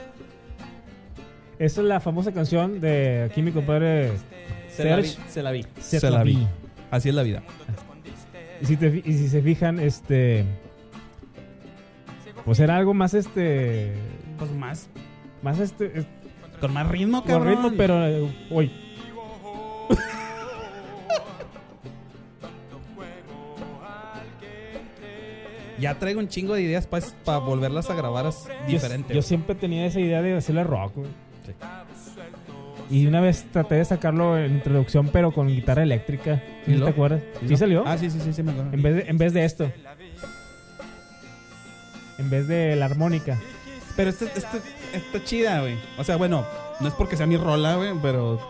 [SPEAKER 3] esa es la famosa canción de aquí mi compadre
[SPEAKER 2] Se la vi.
[SPEAKER 3] Serge.
[SPEAKER 2] Se la vi.
[SPEAKER 3] Se
[SPEAKER 2] Se
[SPEAKER 3] la
[SPEAKER 2] la vi.
[SPEAKER 3] vi.
[SPEAKER 2] Así es la vida.
[SPEAKER 3] Y si, te fi- y si se fijan, este. Pues era algo más este.
[SPEAKER 2] Pues más.
[SPEAKER 3] Más este. este
[SPEAKER 2] Con más ritmo,
[SPEAKER 3] con
[SPEAKER 2] cabrón.
[SPEAKER 3] ritmo, pero. eh, uy.
[SPEAKER 2] Ya traigo un chingo de ideas para volverlas a grabar as-
[SPEAKER 3] yo-
[SPEAKER 2] diferente.
[SPEAKER 3] Yo, siempre tenía esa idea de hacerle rock, güey. Y una vez traté de sacarlo en introducción, pero con guitarra eléctrica.
[SPEAKER 2] ¿Y
[SPEAKER 3] ¿Sí
[SPEAKER 2] lo?
[SPEAKER 3] te acuerdas? ¿Sí salió?
[SPEAKER 2] Ah, sí, sí, sí, sí me acuerdo.
[SPEAKER 3] En vez, de, en vez de esto. En vez de la armónica.
[SPEAKER 2] Pero esta esta- está chida, güey. O sea, bueno, no es porque sea mi rola, güey, pero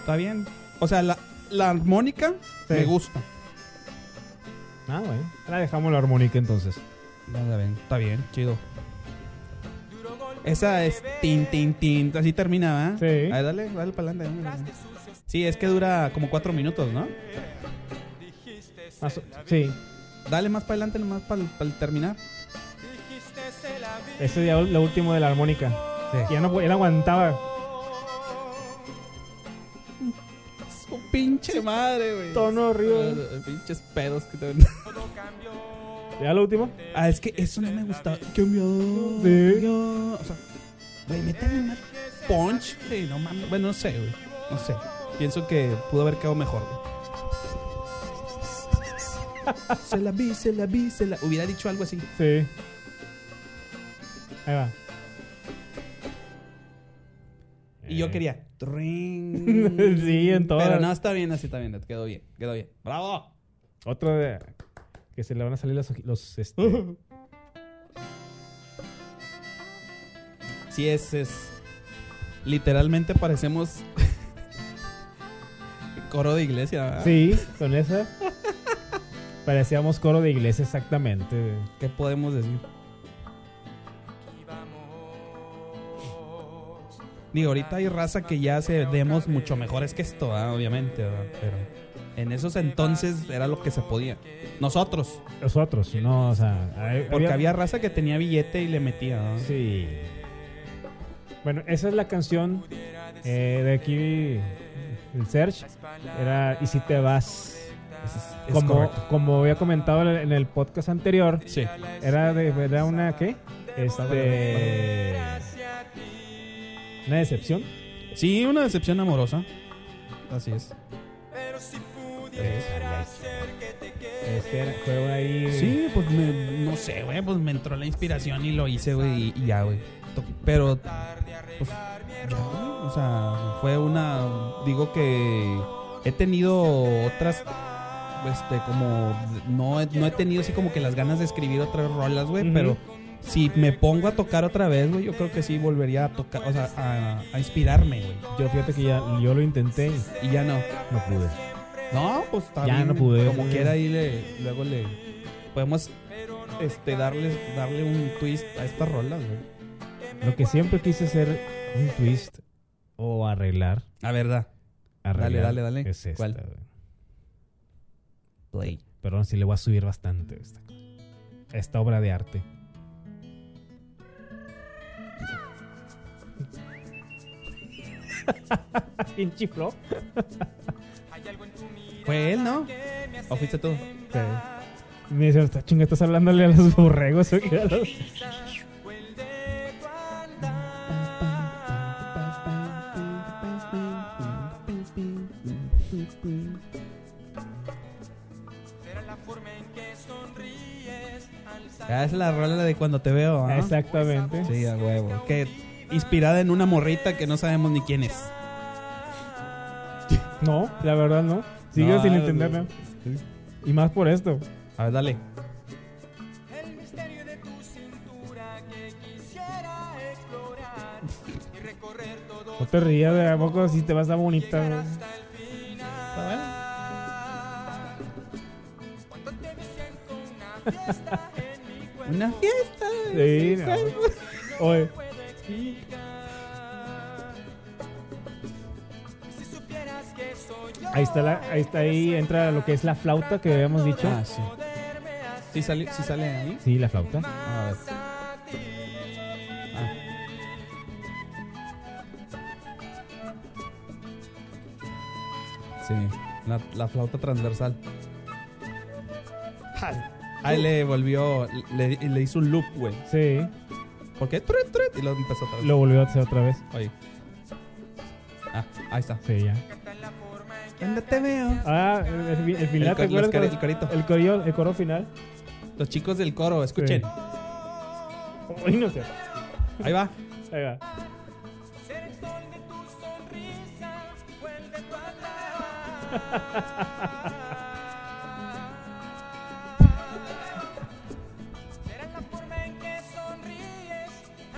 [SPEAKER 2] está bien. O sea, la, la armónica
[SPEAKER 3] Sí.
[SPEAKER 2] me gusta.
[SPEAKER 3] Ah, bueno. La dejamos la armónica entonces.
[SPEAKER 2] Nada, ven, Está bien, chido. Esa es tin, tin, tin. Así termina, ¿verdad?
[SPEAKER 3] Sí.
[SPEAKER 2] A ver, dale, dale para adelante. dale pa'lante. Sí, es que dura como cuatro minutos, ¿no?
[SPEAKER 3] Ah, so- sí.
[SPEAKER 2] Dale más para adelante, nomás para terminar.
[SPEAKER 3] Ese ya lo último de la armónica.
[SPEAKER 2] Sí.
[SPEAKER 3] Ya no, ya no aguantaba.
[SPEAKER 2] Su pinche madre, güey.
[SPEAKER 3] Tono horrible.
[SPEAKER 2] Eh, Pinches pedos que te
[SPEAKER 3] ¿Ya lo último?
[SPEAKER 2] Ah, es que eso no me gustaba. Qué miedo.
[SPEAKER 3] Sí.
[SPEAKER 2] qué miedo. O sea, güey, métale más punch. güey, no mames. Bueno, no sé, güey. No sé. Pienso que pudo haber quedado mejor,
[SPEAKER 3] (laughs)
[SPEAKER 2] güey. Se la vi, se la vi, se la. Hubiera dicho algo así.
[SPEAKER 3] Sí. Ahí va.
[SPEAKER 2] Y yo
[SPEAKER 3] Eh.
[SPEAKER 2] quería. tring.
[SPEAKER 3] (laughs) sí, en todas.
[SPEAKER 2] Pero no, está bien, así está bien. Quedó bien, quedó bien. ¡Bravo!
[SPEAKER 3] Otro de. Que se le van a salir los. oji- los este,
[SPEAKER 2] (laughs) Sí, es, es. Literalmente parecemos. (laughs) Coro de iglesia, ¿verdad?
[SPEAKER 3] sí, con esa. Parecíamos coro de iglesia exactamente.
[SPEAKER 2] ¿Qué podemos decir? Digo, ahorita hay raza que ya hace demos mucho mejores que esto, ¿ah? obviamente, ¿verdad? pero en esos entonces era lo que se podía. Nosotros,
[SPEAKER 3] Nosotros, no, o sea. hay-
[SPEAKER 2] porque había raza que tenía billete y le metía. ah, ¿no?
[SPEAKER 3] Sí. Bueno, esa es la canción eh, de aquí, el Search. Era ¿Y si te vas?
[SPEAKER 2] es
[SPEAKER 3] como,
[SPEAKER 2] correcto.
[SPEAKER 3] como había comentado en el- en el podcast anterior,
[SPEAKER 2] Sí.
[SPEAKER 3] era de era una ¿qué? Este una decepción.
[SPEAKER 2] Sí, una decepción amorosa. Así es.
[SPEAKER 3] Este era- fue ahí
[SPEAKER 2] Sí, pues me- no sé, güey, pues me entró la inspiración y lo hice, güey, y, y ya, güey. To- Pero, pues, ya, güey, o sea, fue una, digo que he tenido otras, este, como, no, he- no he tenido así como que las ganas de escribir otras rolas, güey,
[SPEAKER 3] Ujú.
[SPEAKER 2] pero si me pongo a tocar otra vez, güey, yo creo que sí volvería a tocar, o sea, a, a inspirarme, güey.
[SPEAKER 3] yo fíjate que ya yo lo intenté y
[SPEAKER 2] Y ya no.
[SPEAKER 3] no pude.
[SPEAKER 2] No, pues está
[SPEAKER 3] Ya
[SPEAKER 2] bien,
[SPEAKER 3] no pude.
[SPEAKER 2] Como quiera ahí le, luego le podemos este darle, darle un twist a estas rolas, güey.
[SPEAKER 3] Lo que siempre quise hacer un twist o arreglar,
[SPEAKER 2] La verdad.
[SPEAKER 3] arreglar
[SPEAKER 2] dale, dale.
[SPEAKER 3] Es esta,
[SPEAKER 2] ¿Cuál?
[SPEAKER 3] güey.
[SPEAKER 2] Play.
[SPEAKER 3] Perdón, si le voy a subir bastante esta, cosa. esta obra
[SPEAKER 2] (laughs)
[SPEAKER 3] de arte. Bien chifló.
[SPEAKER 2] Fue él, ¿no? ¿O fuiste tú?
[SPEAKER 3] Me dice, "Esta chinga, estás hablándole a los borregos.
[SPEAKER 2] (laughs)
[SPEAKER 3] o qué?"
[SPEAKER 2] Ah, es la rola de cuando te veo, ¿ah?
[SPEAKER 3] Exactamente.
[SPEAKER 2] Sí, a huevo. Que inspirada en una morrita que no sabemos ni quién es.
[SPEAKER 3] No, la verdad no. Sigo
[SPEAKER 2] No,
[SPEAKER 3] sin
[SPEAKER 2] ah,
[SPEAKER 3] entenderla.
[SPEAKER 2] sí.
[SPEAKER 3] Y más por esto.
[SPEAKER 2] A ver, dale.
[SPEAKER 4] El misterio de tu cintura que quisiera explorar y recorrer todo
[SPEAKER 3] No te rías de a poco si te vas a bonita. güey?
[SPEAKER 4] hasta el final. Cuando te dicen con una fiesta en mi cuerpo,
[SPEAKER 2] Una fiesta.
[SPEAKER 3] Sí, no. Oye,
[SPEAKER 4] puedo explicar. Si supieras que soy yo,
[SPEAKER 3] ahí está, la, ahí está, ahí entra lo que es la flauta que habíamos dicho.
[SPEAKER 2] Ah, sí. ¿Sí sale, sí sale ahí?
[SPEAKER 3] Sí, la flauta.
[SPEAKER 2] A ver. Ah. Sí, la, la flauta transversal. Ahí le volvió, le, le hizo un loop, güey.
[SPEAKER 3] Sí,
[SPEAKER 2] Porque tret, tret, y lo empezó otra vez.
[SPEAKER 3] lo volvió a hacer otra vez.
[SPEAKER 2] Ahí. Ah, ahí está.
[SPEAKER 3] Sí, ya.
[SPEAKER 2] ¿Dónde te veo?
[SPEAKER 3] Ah, el, el final,
[SPEAKER 2] El
[SPEAKER 3] ¿te
[SPEAKER 2] cor- los cori-
[SPEAKER 3] acuerdas? cuando-
[SPEAKER 2] el corito.
[SPEAKER 3] El corillo- el coro final.
[SPEAKER 2] Los chicos del coro, escuchen.
[SPEAKER 3] Uy, no sé.
[SPEAKER 2] Ahí va.
[SPEAKER 3] Ahí va.
[SPEAKER 4] se Será la forma en que sonríes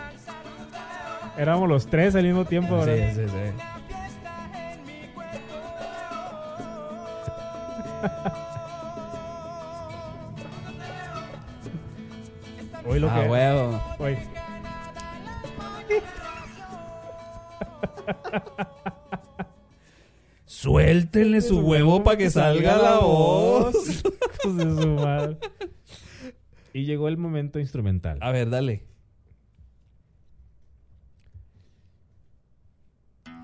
[SPEAKER 4] al saludar.
[SPEAKER 3] Éramos los tres al mismo tiempo, ¿verdad?
[SPEAKER 2] Sí, sí, sí.
[SPEAKER 4] La fiesta en mi cuerpo.
[SPEAKER 3] Hoy lo
[SPEAKER 2] Ah,
[SPEAKER 3] que.
[SPEAKER 2] huevo.
[SPEAKER 3] Hoy.
[SPEAKER 2] Suéltenle su huevo para que salga la voz.
[SPEAKER 3] (laughs) Hijos de su madre. Y llegó el momento instrumental.
[SPEAKER 2] A ver, dale.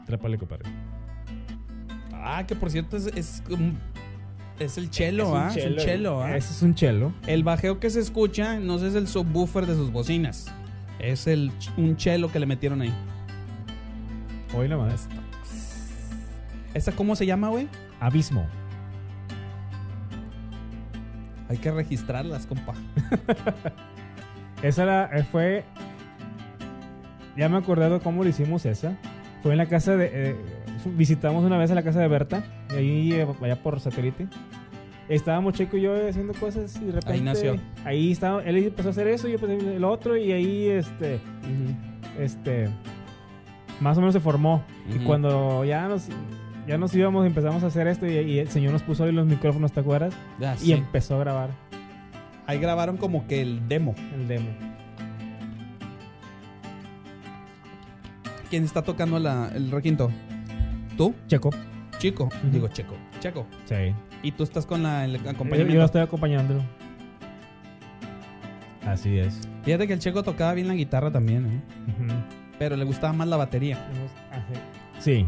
[SPEAKER 3] Trépale, compadre.
[SPEAKER 2] Ah, que por cierto es, es, un- es el chelo, ¿ah? Es un
[SPEAKER 3] chelo,
[SPEAKER 2] chelo,
[SPEAKER 3] güey.
[SPEAKER 2] ¿ah?
[SPEAKER 3] Ese es un chelo.
[SPEAKER 2] El bajeo que se escucha no es el subwoofer de sus bocinas. Es el, ch- un chelo que le metieron ahí.
[SPEAKER 3] Hoy la más.
[SPEAKER 2] ¿Esa cómo se llama, güey?
[SPEAKER 3] Abismo.
[SPEAKER 2] Hay que registrarlas, compa.
[SPEAKER 3] Esa la, eh, fue. Ya me he acordado cómo le hicimos esa. Fue en la casa de. eh, fu- visitamos una vez a la casa de Berta. Y ahí, eh, allá por satélite. Estábamos Checo y yo eh, haciendo cosas y de repente.
[SPEAKER 2] nació.
[SPEAKER 3] Ahí estaba. Él empezó a hacer eso y yo empecé el otro. Y ahí, este. Este. Más o menos se formó. Y
[SPEAKER 2] Ujú.
[SPEAKER 3] cuando ya nos. Ya nos íbamos, empezamos a hacer esto y, y el señor nos puso ahí los micrófonos, ¿te acuerdas?
[SPEAKER 2] Ya,
[SPEAKER 3] Y
[SPEAKER 2] sí.
[SPEAKER 3] empezó a grabar
[SPEAKER 2] Ahí grabaron como que el demo.
[SPEAKER 3] el demo.
[SPEAKER 2] ¿Quién está tocando la- el requinto? ¿Tú?
[SPEAKER 3] Checo.
[SPEAKER 2] Chico.
[SPEAKER 3] Ujú.
[SPEAKER 2] Digo, Checo. Checo.
[SPEAKER 3] Sí.
[SPEAKER 2] Y tú estás con la, el
[SPEAKER 3] Yo
[SPEAKER 2] acompañamiento.
[SPEAKER 3] lo estoy acompañándolo. Así es.
[SPEAKER 2] Fíjate que el Checo tocaba bien la guitarra también, ¿eh? Pero le gustaba más la batería.
[SPEAKER 3] Sí.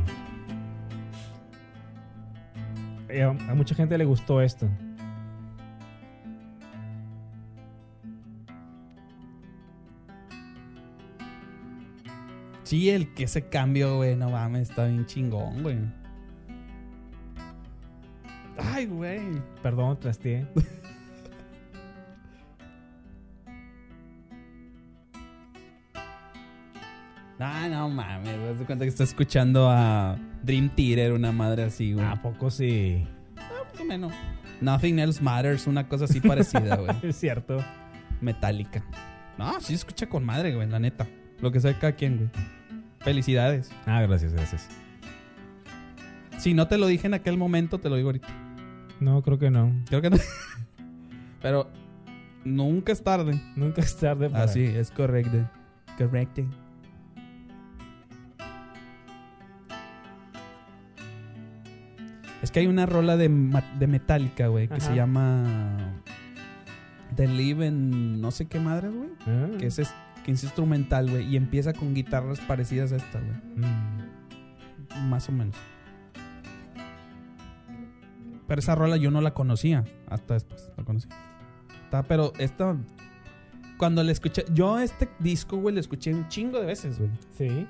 [SPEAKER 3] Eh, A a mucha gente le gustó esto.
[SPEAKER 2] Sí, el que ese cambio, güey, no mames, está bien chingón, güey. Ay, güey. (laughs)
[SPEAKER 3] Perdón, trasteé.
[SPEAKER 2] Ah, no mames, güey, de cuenta que está escuchando a Dream Theater, una madre así, güey.
[SPEAKER 3] ¿A poco sí?
[SPEAKER 2] Más o menos. Nothing Else Matters, una cosa así parecida, güey.
[SPEAKER 3] Es cierto.
[SPEAKER 2] Metálica. No, sí escucha con madre, güey, la neta. Lo que sea cada quien, güey. Felicidades.
[SPEAKER 3] Ah, gracias, gracias.
[SPEAKER 2] Si no te lo dije en aquel momento, te lo digo ahorita.
[SPEAKER 3] No, creo que no.
[SPEAKER 2] Creo que no. (laughs) Pero nunca es tarde.
[SPEAKER 3] Nunca es tarde para...
[SPEAKER 2] Así, es correcto. Correcto. Es que hay una rola de, ma- de Metallica, güey, que
[SPEAKER 3] Ajá.
[SPEAKER 2] se llama The Live en no sé qué madres, güey.
[SPEAKER 3] Ah.
[SPEAKER 2] Que es, es- que es instrumental, güey. Y empieza con guitarras parecidas a esta, güey.
[SPEAKER 3] Mm.
[SPEAKER 2] Más o menos. Pero esa rola yo no la conocía. Hasta después la conocí. Está, pero esta. Cuando la escuché. Yo este disco, güey, lo escuché un chingo de veces, güey.
[SPEAKER 3] Sí.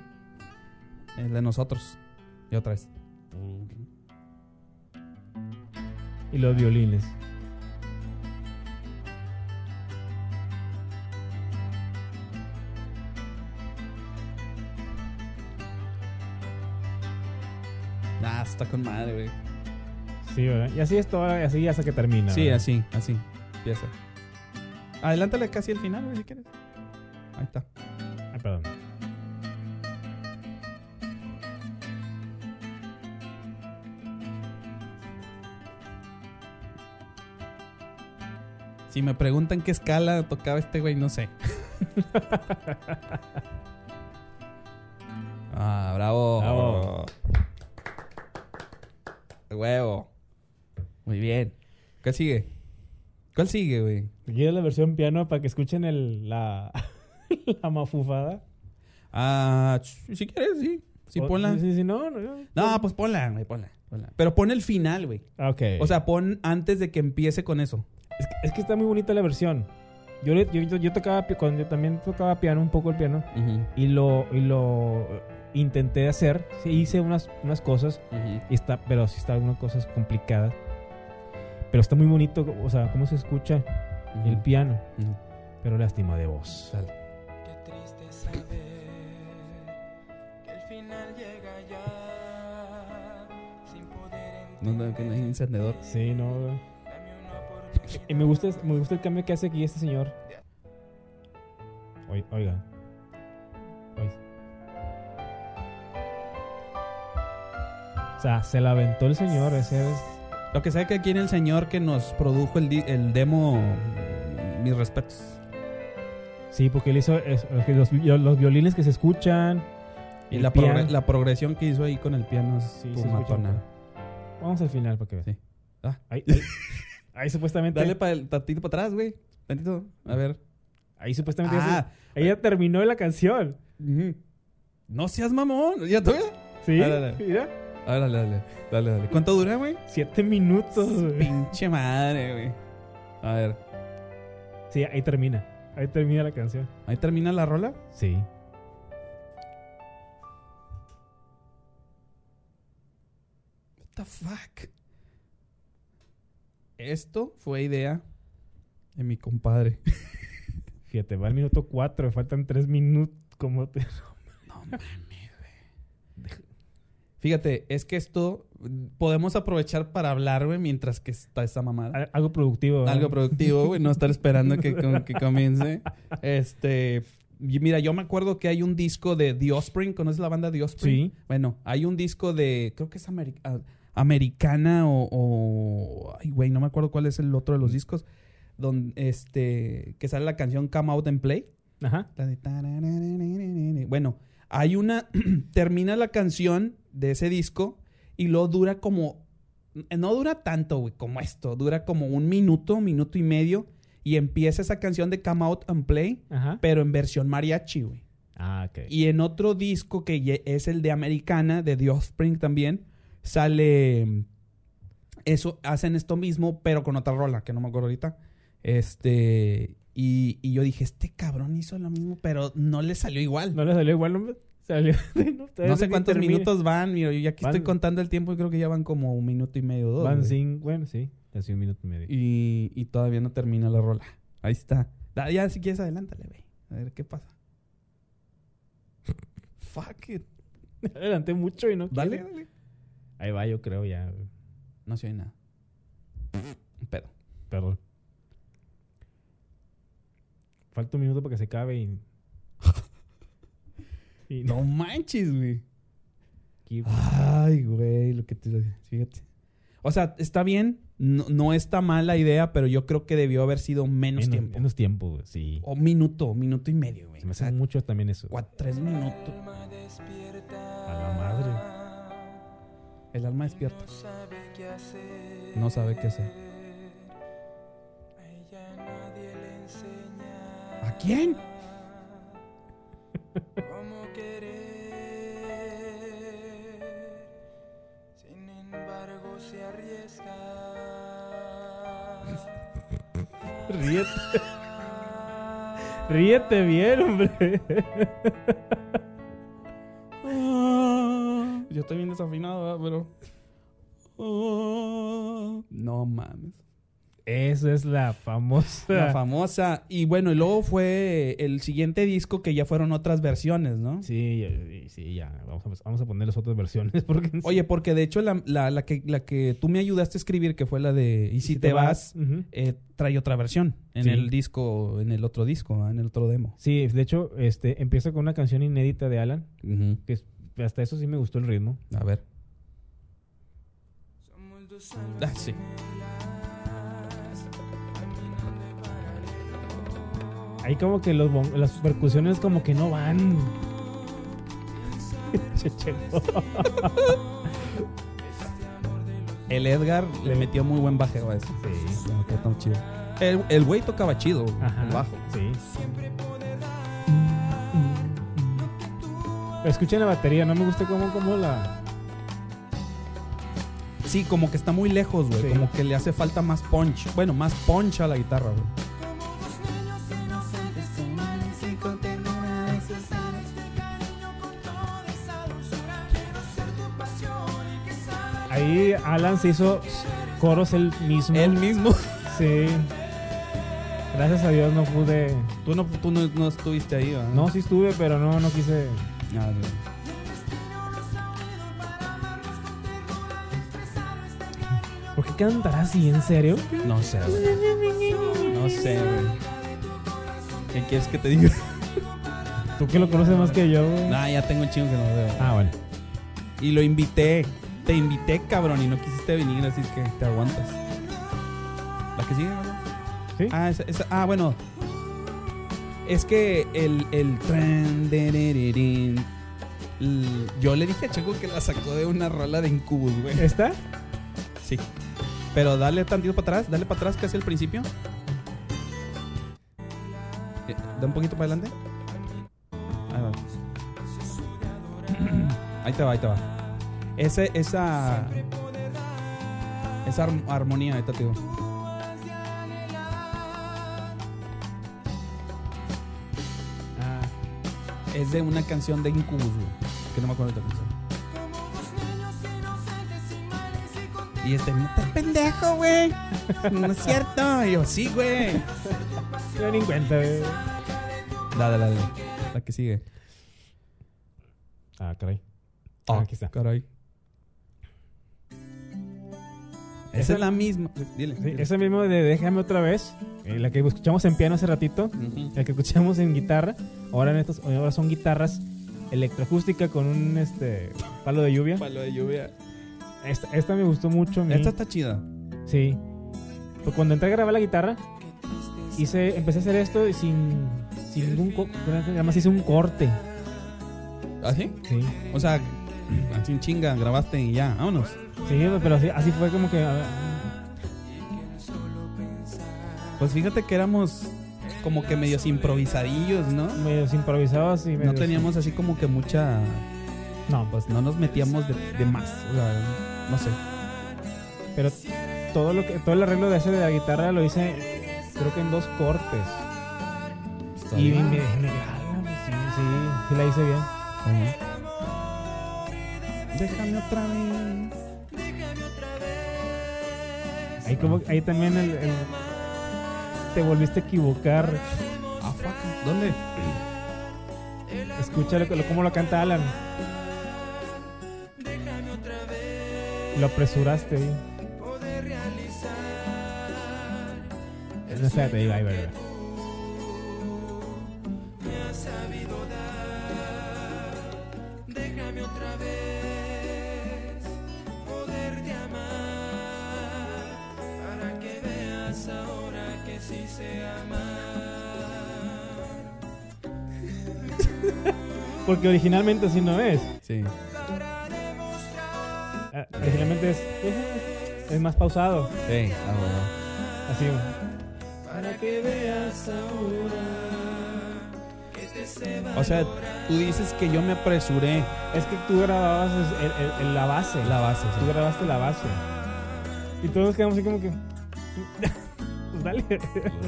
[SPEAKER 2] El de nosotros. Y otra vez.
[SPEAKER 3] Y los violines.
[SPEAKER 2] Ah, está con madre, güey.
[SPEAKER 3] Sí, ¿verdad? Y así es todo, así hasta que termina.
[SPEAKER 2] Sí,
[SPEAKER 3] ¿verdad?
[SPEAKER 2] así, así. Empieza. Adelántale casi al final, güey, si quieres. Ahí está.
[SPEAKER 3] Ay, Ah, perdón.
[SPEAKER 2] Si me preguntan qué escala tocaba este güey, no
[SPEAKER 3] (laughs)
[SPEAKER 2] sé. ah, bravo.
[SPEAKER 3] Bravo.
[SPEAKER 2] Huevo. Muy bien. ¿Cuál sigue? ¿Cuál sigue, güey?
[SPEAKER 3] ¿Quieres la versión piano para que escuchen el, la, (laughs) la mafufada?
[SPEAKER 2] Ah, ch- si quieres, sí. Sí,
[SPEAKER 3] O-
[SPEAKER 2] ponla.
[SPEAKER 3] Oh, Pues, Sí, sí, no, no, yo-
[SPEAKER 2] No, pues ponla, güey, ponla, ponla. Pero pon el final, güey.
[SPEAKER 3] Ah, Ok.
[SPEAKER 2] O sea, pon antes de que empiece con eso.
[SPEAKER 3] es, que- es que está muy bonita la versión. Yo, le- yo, yo- yo tocaba, pi- cuando yo también tocaba piano, un poco el piano, y lo, y lo eh, intenté hacer. Sí, hice unas, unas cosas, y está, pero sí está unas cosas complicadas. Pero está muy bonito, o sea, cómo se escucha el piano,
[SPEAKER 2] Ujú.
[SPEAKER 3] pero lástima de voz.
[SPEAKER 4] Qué triste saber que el final llega ya sin poder
[SPEAKER 2] No, no, que no hay encendedor.
[SPEAKER 3] Sí, no, (laughs) güey. Y me gusta, me gusta el cambio que hace aquí este señor. Oi- Oiga. Oiga. O sea, se la aventó el señor. Ese es-
[SPEAKER 2] Lo que sabe que aquí en el señor que nos produjo el, di- el demo, mm, mis respetos.
[SPEAKER 3] Sí, porque él hizo es- los, los vi- los violines que se escuchan.
[SPEAKER 2] Y
[SPEAKER 3] el
[SPEAKER 2] la, progre-
[SPEAKER 3] piano.
[SPEAKER 2] la progresión que hizo ahí con el piano es
[SPEAKER 3] Sí,
[SPEAKER 2] tu
[SPEAKER 3] se escucha.
[SPEAKER 2] matona.
[SPEAKER 3] Vamos al final para que veas.
[SPEAKER 2] Sí. Ah.
[SPEAKER 3] Ahí,
[SPEAKER 2] (laughs)
[SPEAKER 3] ahí- ahí supuestamente.
[SPEAKER 2] Dale pa el tantito para atrás, güey. Tantito. A ver.
[SPEAKER 3] Ahí supuestamente.
[SPEAKER 2] Ah,
[SPEAKER 3] Ella terminó la canción.
[SPEAKER 2] ujú. No seas mamón. ¿Ya todavía?
[SPEAKER 3] Sí.
[SPEAKER 2] Dale, dale.
[SPEAKER 3] Mira.
[SPEAKER 2] A ver, dale, dale. Dale, dale. ¿Cuánto dura, güey?
[SPEAKER 3] Siete minutos. güey.
[SPEAKER 2] Pinche madre, güey. A ver.
[SPEAKER 3] Sí, ahí termina. Ahí termina la canción.
[SPEAKER 2] Ahí termina la rola.
[SPEAKER 3] Sí.
[SPEAKER 2] What the fuck? Esto fue idea de mi compadre.
[SPEAKER 3] Fíjate, va al minuto 4, faltan 3 minutos. Como te- (laughs)
[SPEAKER 2] No mames, güey. Fíjate, es que esto mm, podemos aprovechar para hablar, güey, mientras que está esa mamada.
[SPEAKER 3] Al- Algo productivo. ¿eh? ¿verdad?
[SPEAKER 2] Algo productivo, güey, no estar esperando que, com- que comience. Este, y mira, yo me acuerdo que hay un disco de The Offspring, ¿conoces la banda The Offspring?
[SPEAKER 3] Sí.
[SPEAKER 2] Bueno, hay un disco de, creo que es ameri- ah, americana o, o- ay, güey, no me acuerdo cuál es el otro de los discos, donde, este, que sale la canción Come Out and Play.
[SPEAKER 3] Ajá.
[SPEAKER 2] La de tarararararararara. Bueno, hay una. (clears throat) termina la canción de ese disco y luego dura como. No dura tanto, güey, como esto. Dura como un minuto, minuto y medio. Y empieza esa canción de Come Out and Play,
[SPEAKER 3] Ajá.
[SPEAKER 2] pero en versión mariachi, güey.
[SPEAKER 3] Ah, ok.
[SPEAKER 2] Y en otro disco que ye- es el de Americana, de The Offspring también, sale. mm, Eso, hacen esto mismo, pero con otra rola, que no me acuerdo ahorita. Este. Y, y yo dije, este cabrón hizo lo mismo, pero no le salió igual.
[SPEAKER 3] No
[SPEAKER 2] No,
[SPEAKER 3] le salió igual, hombre. Salió. (laughs) todavía
[SPEAKER 2] sé
[SPEAKER 3] ni
[SPEAKER 2] cuántos
[SPEAKER 3] termina.
[SPEAKER 2] minutos van, mira, yo ya aquí estoy
[SPEAKER 3] Van-
[SPEAKER 2] contando el tiempo y creo que ya van como un minuto y medio, dos.
[SPEAKER 3] Van
[SPEAKER 2] güey.
[SPEAKER 3] sin. Bueno, sí. Casi un minuto y medio.
[SPEAKER 2] Y, y todavía no termina la rola. Ahí está. Da- ya si quieres adelántale, güey. A ver qué pasa. Fuck it.
[SPEAKER 3] (laughs) Adelanté mucho y no.
[SPEAKER 2] Dale,
[SPEAKER 3] quiere.
[SPEAKER 2] dale.
[SPEAKER 3] Ahí va, yo creo ya. güey.
[SPEAKER 2] No se oye nada. Un pedo.
[SPEAKER 3] Perdón. Falta un minuto para que se acabe y. (laughs)
[SPEAKER 2] (laughs)
[SPEAKER 3] y
[SPEAKER 2] No manches, güey.
[SPEAKER 3] aquí-
[SPEAKER 2] Ah, Ay, güey, lo que te Fíjate. O sea, está bien, no, no está mala idea, pero yo creo que debió haber sido menos,
[SPEAKER 3] menos
[SPEAKER 2] tiempo. Oh,
[SPEAKER 3] Menos tiempo, güey, sí.
[SPEAKER 2] O minuto, minuto y medio, güey.
[SPEAKER 3] Se
[SPEAKER 2] O
[SPEAKER 3] me hace
[SPEAKER 2] sea,
[SPEAKER 3] mucho también eso.
[SPEAKER 2] cua- tres minutos.
[SPEAKER 3] A la madre.
[SPEAKER 2] El alma despierta.
[SPEAKER 4] sabe qué hacer.
[SPEAKER 2] No sabe qué hacer.
[SPEAKER 4] A ella nadie le enseña
[SPEAKER 2] ¿A quién?
[SPEAKER 4] cómo querer. Sin embargo, se arriesga.
[SPEAKER 3] Ríete. Ríete bien, hombre.
[SPEAKER 2] Yo estoy bien desafinado, ¿verdad? pero. (laughs) No mames.
[SPEAKER 3] Esa es la famosa.
[SPEAKER 2] La famosa. Y bueno, y luego fue el siguiente disco que ya fueron otras versiones, ¿no?
[SPEAKER 3] sí, eh, sí, ya. Vamos a, vamos a poner las otras versiones. (laughs) Porque
[SPEAKER 2] Oye, porque de hecho la, la- la que, la que tú me ayudaste a escribir, que fue la de Y si, te, vas,
[SPEAKER 3] Ujú.
[SPEAKER 2] eh, trae otra versión en
[SPEAKER 3] Sí.
[SPEAKER 2] el disco, en el otro disco, ¿ah? en el otro demo.
[SPEAKER 3] Sí, de hecho, este empieza con una canción inédita de Alan. Que es- hasta eso sí me gustó el ritmo.
[SPEAKER 2] A ver.
[SPEAKER 4] Somos dos almas
[SPEAKER 2] Ah, sí.
[SPEAKER 4] gemelas, caminando en paralelo.
[SPEAKER 3] Ahí como que los bon- las percusiones como que no van. (laughs) Checheco.
[SPEAKER 2] El Edgar le metió muy buen baje a eso.
[SPEAKER 3] Sí.
[SPEAKER 2] Le metió tan Ah, chido. El, el güey tocaba chido,
[SPEAKER 3] Ajá.
[SPEAKER 2] el bajo.
[SPEAKER 3] Sí.
[SPEAKER 4] Siempre poder dar.
[SPEAKER 3] Escuchen la batería, no me gusta cómo, cómo la.
[SPEAKER 2] Sí, como que está muy lejos, güey.
[SPEAKER 3] Sí.
[SPEAKER 2] Como que le hace falta más punch. Bueno, más punch a la guitarra, güey.
[SPEAKER 4] Como dos niños inocentes sin malicia y con ternura necesaria este cariño con toda esa dulzura. Quiero ser tu pasión y que salga
[SPEAKER 3] Ahí Alan se hizo coros él mismo.
[SPEAKER 2] Él mismo. (laughs)
[SPEAKER 3] Sí. Gracias a Dios no pude.
[SPEAKER 2] Tú no, tú no, no estuviste ahí, ¿verdad?
[SPEAKER 3] No, sí estuve, pero no, no quise.
[SPEAKER 2] Ah, güey.
[SPEAKER 4] el destino nos ha unido para amarnos con ternura y expresar nuestra
[SPEAKER 3] ¿Por qué cantará así? ¿En serio?
[SPEAKER 2] No sé, güey. No sé, güey. ¿Qué quieres que te diga? (laughs)
[SPEAKER 3] Tú que lo conoces más que yo, güey.
[SPEAKER 2] Nah, ya tengo un chingo que no veo.
[SPEAKER 3] Ah, bueno.
[SPEAKER 2] Y lo invité. Te invité, cabrón, y no quisiste venir, así que te aguantas. ¿La que sigue, cabrón?
[SPEAKER 3] ¿Sí?
[SPEAKER 2] Ah, esa- esa- ah, bueno. Es que el, el tren, dererirín, l- yo le dije a Chaco que la sacó de una rola de Incubus, güey.
[SPEAKER 3] ¿Esta?
[SPEAKER 2] Sí. Pero dale tantito para atrás, dale para atrás que es el principio. Eh, Da un poquito para adelante. Ahí va. (clears throat) Ahí te va, ahí te va. Ese, esa. Esa ar- armonía, ahí está, tío. Ah, Es de una canción de Incubus, güey. Que no me acuerdo de la canción. Y este, no estás pendejo, güey. No es cierto. Y yo, sí, güey.
[SPEAKER 3] Ya ni en cuenta, güey.
[SPEAKER 2] Dale, dale. La que sigue.
[SPEAKER 3] Ah, caray.
[SPEAKER 2] Ah,
[SPEAKER 3] Aquí está.
[SPEAKER 2] Caray. Esa es la misma. Dile.
[SPEAKER 3] Sí,
[SPEAKER 2] dile.
[SPEAKER 3] esa misma de Déjame otra vez, eh, la que escuchamos en piano hace ratito,
[SPEAKER 2] Ujú.
[SPEAKER 3] la que escuchamos en guitarra, ahora, en estas, ahora son guitarras electroacústica con un este palo de lluvia.
[SPEAKER 2] Palo de lluvia.
[SPEAKER 3] Esta, esta me gustó mucho. a mí.
[SPEAKER 2] Esta está chida.
[SPEAKER 3] Sí. Pues cuando entré a grabar la guitarra, hice, empecé a hacer esto y sin, sin ningún... co- Nada más hice un corte.
[SPEAKER 2] ¿Así?
[SPEAKER 3] ¿Ah, Sí,
[SPEAKER 2] O sea, así en chinga, grabaste y ya. Vámonos.
[SPEAKER 3] sí pero así, así fue como que... ah,
[SPEAKER 2] Pues fíjate que éramos como que medios improvisadillos, ¿no?
[SPEAKER 3] Medios improvisados y
[SPEAKER 2] No
[SPEAKER 3] medios-
[SPEAKER 2] teníamos así como que mucha.
[SPEAKER 3] No,
[SPEAKER 2] Pues no nos metíamos de, de más. O sea, no sé.
[SPEAKER 3] Pero todo lo que todo el arreglo de ese de la guitarra lo hice creo que en dos cortes.
[SPEAKER 2] Está
[SPEAKER 3] Y me,
[SPEAKER 2] bien.
[SPEAKER 3] me, me- ah, pues sí, sí, sí la hice bien.
[SPEAKER 2] Déjame otra vez.
[SPEAKER 3] Ahí como ahí también el, el- te volviste a equivocar.
[SPEAKER 2] Ah, fuck. ¿Dónde?
[SPEAKER 3] Escucha lo, lo- cómo lo canta Alan. Lo apresuraste. ¿eh? Espérate, ahí va, ahí va, ahí va. Porque originalmente así no es.
[SPEAKER 2] Sí.
[SPEAKER 3] Ah, Originalmente es, es más pausado.
[SPEAKER 2] Hey, ah, bueno.
[SPEAKER 3] Así. Para que veas ahora.
[SPEAKER 2] O sea, tú dices que yo me apresuré
[SPEAKER 3] Es que tú grababas es- el- el- el- la base.
[SPEAKER 2] la base.
[SPEAKER 3] Tú (laughs)
[SPEAKER 2] sí.
[SPEAKER 3] grabaste la base. Y todos nos quedamos así como que. (laughs) pues dale.
[SPEAKER 2] Pues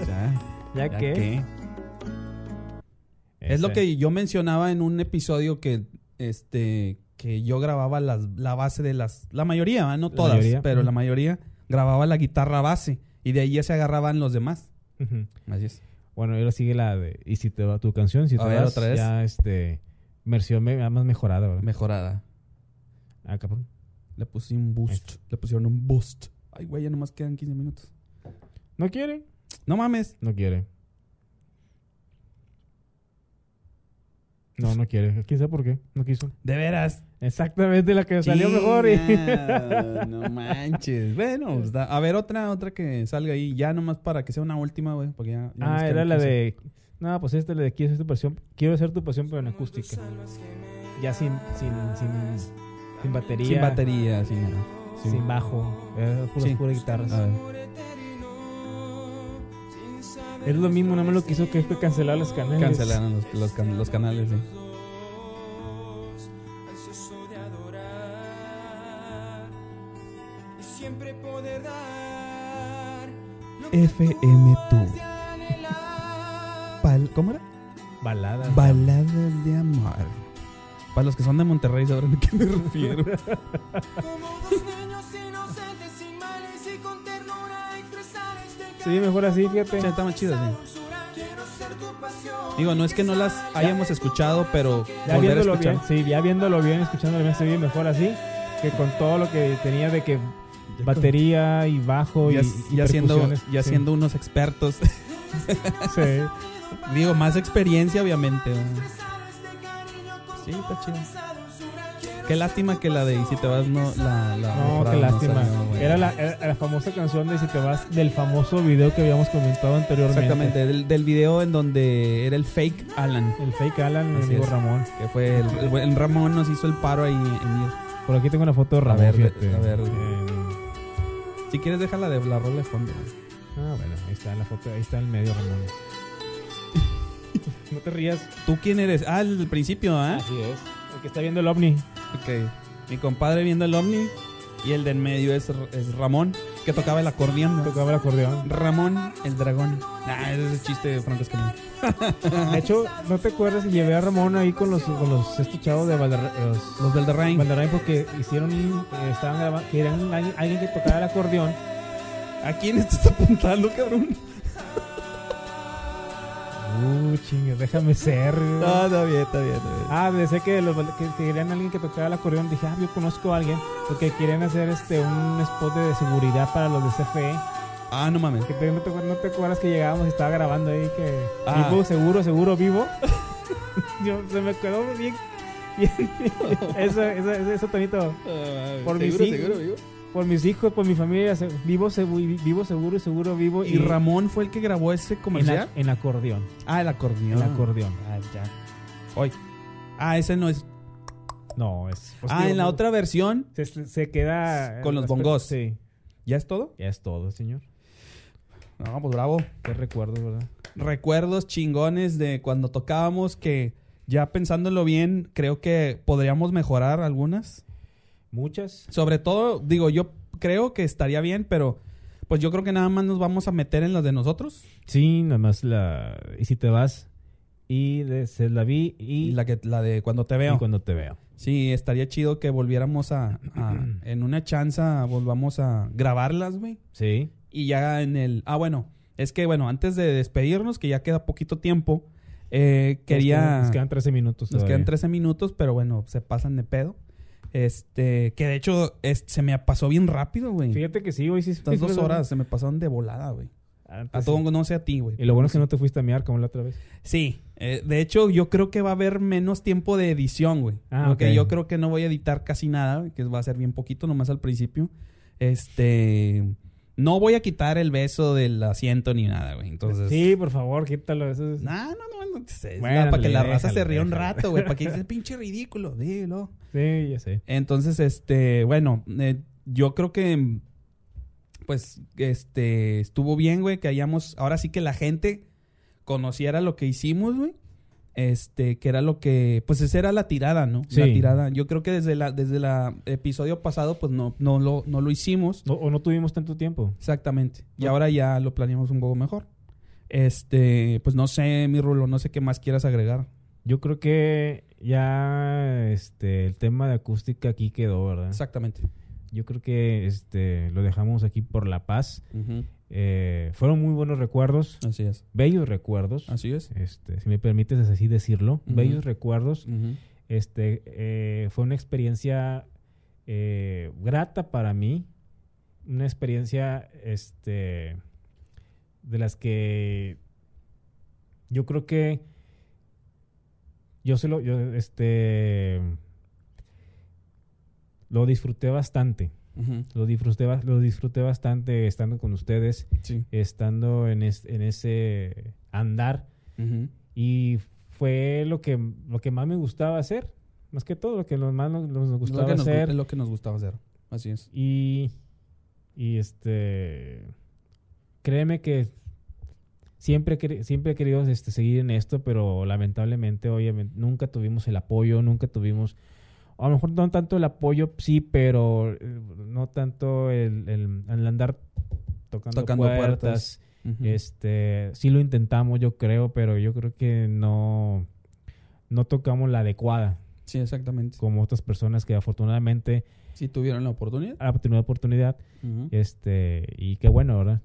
[SPEAKER 2] ya,
[SPEAKER 3] ya
[SPEAKER 2] ya
[SPEAKER 3] que.
[SPEAKER 2] qué. Es lo que yo mencionaba en un episodio que este que yo grababa las, la base de las la mayoría, ¿va? no
[SPEAKER 3] La
[SPEAKER 2] todas,
[SPEAKER 3] mayoría,
[SPEAKER 2] pero
[SPEAKER 3] ujú.
[SPEAKER 2] la mayoría grababa la guitarra base y de ahí ya se agarraban los demás.
[SPEAKER 3] Ujú.
[SPEAKER 2] Así es.
[SPEAKER 3] Bueno, ahora sigue la de. Y si te va tu canción, si
[SPEAKER 2] A
[SPEAKER 3] te
[SPEAKER 2] ver,
[SPEAKER 3] vas,
[SPEAKER 2] otra vez.
[SPEAKER 3] ya este. Versión me- más mejorada, ¿verdad?
[SPEAKER 2] Mejorada.
[SPEAKER 3] Ah, cabrón.
[SPEAKER 2] Le puse un boost. Le pusieron un boost. Ay, güey, ya nomás quedan 15 minutos.
[SPEAKER 3] No quiere.
[SPEAKER 2] No mames.
[SPEAKER 3] No quiere. No, no quiere. Quién sabe por qué. No quiso.
[SPEAKER 2] De veras.
[SPEAKER 3] Exactamente la que salió mejor. (laughs) Y...
[SPEAKER 2] Chinga, No manches. Bueno, pues, da- a ver otra, otra que salga ahí. Ya nomás para que sea una última, güey. Porque ya, ya nos
[SPEAKER 3] ah, era
[SPEAKER 2] quedan
[SPEAKER 3] la
[SPEAKER 2] 15.
[SPEAKER 3] de. No, pues esta es la de quiero ser tu pasión. Quiero ser tu pasión, pero en acústica. Ya sin, sin, sin, sin batería.
[SPEAKER 2] Sin batería, sin nada.
[SPEAKER 3] Sin, bajo. Era pura,
[SPEAKER 2] Sí.
[SPEAKER 3] pura guitarra.
[SPEAKER 2] A ver.
[SPEAKER 3] Es lo mismo, nada más lo que hizo que fue cancelar las canales.
[SPEAKER 2] Cancelaron los, los can- los canales, sí.
[SPEAKER 4] ansioso de adorar y siempre poder dar lo que
[SPEAKER 2] FM
[SPEAKER 4] has de anhelar.
[SPEAKER 2] (laughs) ¿Cómo era?
[SPEAKER 3] Baladas.
[SPEAKER 2] Baladas de amor. Para los que son de Monterrey sabrán a qué
[SPEAKER 3] (laughs)
[SPEAKER 2] me refiero.
[SPEAKER 4] Como dos niños inocentes sin males y con ternura expresar este
[SPEAKER 3] sí, mejor así, fíjate.
[SPEAKER 2] Sí, está más chido, sí.
[SPEAKER 4] dulzura. Quiero ser tu pasión.
[SPEAKER 2] Digo, no es que no las (laughs) hayamos escuchado, pero
[SPEAKER 3] Ya
[SPEAKER 2] volver a
[SPEAKER 3] viéndolo
[SPEAKER 2] escuchar.
[SPEAKER 3] bien, sí, ya viéndolo bien, escuchándolo bien, se ve mejor así que con todo lo que tenía de que
[SPEAKER 2] Ya
[SPEAKER 3] batería y bajo
[SPEAKER 2] como-
[SPEAKER 3] y,
[SPEAKER 2] ya,
[SPEAKER 3] y
[SPEAKER 2] ya siendo,
[SPEAKER 3] percusiones,
[SPEAKER 2] ya
[SPEAKER 3] sí.
[SPEAKER 2] siendo unos expertos. (laughs)
[SPEAKER 3] Sí.
[SPEAKER 2] Digo, más experiencia, obviamente. ¿no? Sí, está chido. Qué lástima que la de Y si te vas no la, la
[SPEAKER 3] No,
[SPEAKER 2] temporada
[SPEAKER 3] qué lástima.
[SPEAKER 2] salió, güey.
[SPEAKER 3] era, la, era la famosa canción de Si te vas del famoso video que habíamos comentado anteriormente.
[SPEAKER 2] Exactamente, del, del video en donde era el fake Alan.
[SPEAKER 3] El fake Alan, mi
[SPEAKER 2] Así
[SPEAKER 3] amigo
[SPEAKER 2] es.
[SPEAKER 3] Ramón.
[SPEAKER 2] Que fue el, el buen Ramón nos hizo el paro ahí en ir.
[SPEAKER 3] Por aquí tengo una foto de Ramón.
[SPEAKER 2] ver,
[SPEAKER 3] fíjate.
[SPEAKER 2] a ver.
[SPEAKER 3] Eh,
[SPEAKER 2] Si quieres déjala de la rola de fondo. güey.
[SPEAKER 3] ah, bueno, ahí está la foto, ahí está el
[SPEAKER 2] (laughs)
[SPEAKER 3] medio Ramón. no te rías.
[SPEAKER 2] ¿Tú quién eres? Ah, el del principio, ¿ah?
[SPEAKER 3] Así es. El que está viendo el ovni.
[SPEAKER 2] Ok. Mi compadre viendo el ovni y el del medio es, es Ramón, que tocaba el acordeón. ¿no?
[SPEAKER 3] Tocaba el acordeón.
[SPEAKER 2] Ramón el dragón. Nah, Ah, ese es el chiste de Franco Escamilla.
[SPEAKER 3] De hecho, ¿no te acuerdas? Llevé a Ramón ahí con los, con los estos chavos de Valderra- los-
[SPEAKER 2] Los del The Rain.
[SPEAKER 3] Valderrain porque hicieron, eh, estaban grabando, querían alguien, alguien que tocara el acordeón
[SPEAKER 2] ¿A quién estás apuntando, cabrón?
[SPEAKER 3] Uh, chingue, déjame ser. güey.
[SPEAKER 2] está bien, está bien. Está bien.
[SPEAKER 3] Ah, pensé que, los, que, que querían a alguien que tocara el acordeón. Dije, ah, yo conozco a alguien. Porque querían hacer este un spot de seguridad para los de E. CFE.
[SPEAKER 2] Ah, no mames.
[SPEAKER 3] Que te- no, te, acuer- no te acuerdas que llegábamos y estaba grabando ahí que.
[SPEAKER 2] Ah.
[SPEAKER 3] Vivo, seguro, seguro, vivo. (laughs) yo, se me quedó bien. bien- (laughs) eso, eso, eso, eso, Tonito. Por mis hijos. Por mis hijos, por mi familia. se- Vivo, segu- vivo, seguro, seguro, vivo.
[SPEAKER 2] ¿Y Ramón fue el que grabó ese
[SPEAKER 3] en,
[SPEAKER 2] comercial?
[SPEAKER 3] ac- en acordeón.
[SPEAKER 2] Ah, el acordeón.
[SPEAKER 3] En acordeón.
[SPEAKER 2] Ah, ya. Hoy. Ah, ese no es.
[SPEAKER 3] No, es. pues,
[SPEAKER 2] Ah,
[SPEAKER 3] digo,
[SPEAKER 2] en la
[SPEAKER 3] no-
[SPEAKER 2] otra versión.
[SPEAKER 3] Se, se- se queda.
[SPEAKER 2] Con los
[SPEAKER 3] las-
[SPEAKER 2] bongos.
[SPEAKER 3] Sí.
[SPEAKER 2] ¿Ya es todo?
[SPEAKER 3] Ya es todo, señor.
[SPEAKER 2] No, pues bravo.
[SPEAKER 3] Qué recuerdos, ¿verdad?
[SPEAKER 2] Recuerdos chingones de cuando tocábamos que ya pensándolo bien, creo que podríamos mejorar algunas.
[SPEAKER 3] Muchas.
[SPEAKER 2] Sobre todo, digo, yo creo que estaría bien, pero pues yo creo que nada más nos vamos a meter en las de nosotros.
[SPEAKER 3] Sí, nada más la. Y si te vas. Y de, se la vi y,
[SPEAKER 2] Y la, que, la de cuando te veo.
[SPEAKER 3] y cuando te veo.
[SPEAKER 2] Sí, estaría chido que volviéramos a, a-
[SPEAKER 3] (clears throat)
[SPEAKER 2] en una chanza, volvamos a grabarlas, güey.
[SPEAKER 3] Sí.
[SPEAKER 2] Y ya en el... Ah, bueno, es que bueno, antes de despedirnos, que ya queda poquito tiempo, eh, quería...
[SPEAKER 3] Nos quedan, nos quedan 13 minutos.
[SPEAKER 2] Nos
[SPEAKER 3] todavía.
[SPEAKER 2] quedan 13 minutos, pero bueno, se pasan de pedo. Este, que de hecho es- se me pasó bien rápido, güey.
[SPEAKER 3] Fíjate que sí, hoy sí.
[SPEAKER 2] Estas dos horas se me pasaron de volada, güey.
[SPEAKER 3] Antes
[SPEAKER 2] A
[SPEAKER 3] sí.
[SPEAKER 2] todo, no sé a ti, güey.
[SPEAKER 3] Y lo bueno es que no te fuiste a mear como la otra vez.
[SPEAKER 2] Sí, eh, de hecho yo creo que va a haber menos tiempo de edición, güey.
[SPEAKER 3] Ah,
[SPEAKER 2] Porque
[SPEAKER 3] ok.
[SPEAKER 2] yo creo que no voy a editar casi nada, güey, que va a ser bien poquito nomás al principio. Este, no voy a quitar el beso del asiento ni nada, güey. Entonces,
[SPEAKER 3] Sí, por favor, quítalo. Eso es-
[SPEAKER 2] Nah, no, no, no, es- es
[SPEAKER 3] Bueno,
[SPEAKER 2] nada, para que la
[SPEAKER 3] déjalo,
[SPEAKER 2] raza se ría un
[SPEAKER 3] déjalo.
[SPEAKER 2] rato, güey, para que dices pinche ridículo, dilo.
[SPEAKER 3] Sí, ya sé.
[SPEAKER 2] Entonces, este, bueno, eh, yo creo que, pues, este, estuvo bien, güey, que hayamos, ahora sí que la gente conociera lo que hicimos, güey. Este, que era lo que, pues esa era la tirada, ¿no? La
[SPEAKER 3] Sí.
[SPEAKER 2] tirada. Yo creo que desde la, desde la episodio pasado, pues no, no lo, no lo hicimos.
[SPEAKER 3] No- o no tuvimos tanto tiempo.
[SPEAKER 2] Exactamente. Y
[SPEAKER 3] No.
[SPEAKER 2] ahora ya lo planeamos un poco mejor. Este, pues no sé, mi Rulo, no sé qué más quieras agregar.
[SPEAKER 3] Yo creo que ya este el tema de acústica aquí quedó,
[SPEAKER 2] Ah.
[SPEAKER 3] ¿verdad?
[SPEAKER 2] Exactamente.
[SPEAKER 3] Yo creo que este lo dejamos aquí por la paz. Eh, fueron muy buenos recuerdos,
[SPEAKER 2] Así es.
[SPEAKER 3] bellos recuerdos.
[SPEAKER 2] Así es.
[SPEAKER 3] Este, si me permites es así decirlo,
[SPEAKER 2] Ujú.
[SPEAKER 3] bellos recuerdos.
[SPEAKER 2] Ujú.
[SPEAKER 3] Este eh, fue una experiencia eh, grata para mí, una experiencia este de las que yo creo que yo se lo yo este lo disfruté bastante.
[SPEAKER 2] Ujú.
[SPEAKER 3] Lo disfruté, ba- lo disfruté bastante estando con ustedes,
[SPEAKER 2] Sí.
[SPEAKER 3] estando en, es- en ese andar.
[SPEAKER 2] Ujú.
[SPEAKER 3] Y fue lo que, lo que más me gustaba hacer, más que todo, lo que lo más nos, nos
[SPEAKER 2] Es lo
[SPEAKER 3] gustaba
[SPEAKER 2] que nos gu-
[SPEAKER 3] hacer.
[SPEAKER 2] es lo que nos gustaba hacer. Así es.
[SPEAKER 3] Y, y este. Créeme que siempre, quer- siempre he querido este, seguir en esto, pero lamentablemente, obviamente, nunca tuvimos el apoyo, nunca tuvimos. A lo mejor no tanto el apoyo, sí, pero eh, no tanto el, el- el andar tocando,
[SPEAKER 2] Tocando
[SPEAKER 3] puertas.
[SPEAKER 2] puertas. Ujú.
[SPEAKER 3] Este, sí lo intentamos, yo creo, pero yo creo que no, no tocamos la adecuada,
[SPEAKER 2] Sí, exactamente.
[SPEAKER 3] como otras personas que afortunadamente
[SPEAKER 2] Si tuvieron la oportunidad.
[SPEAKER 3] han tenido oportunidad
[SPEAKER 2] Ujú.
[SPEAKER 3] este, y qué bueno, ¿verdad?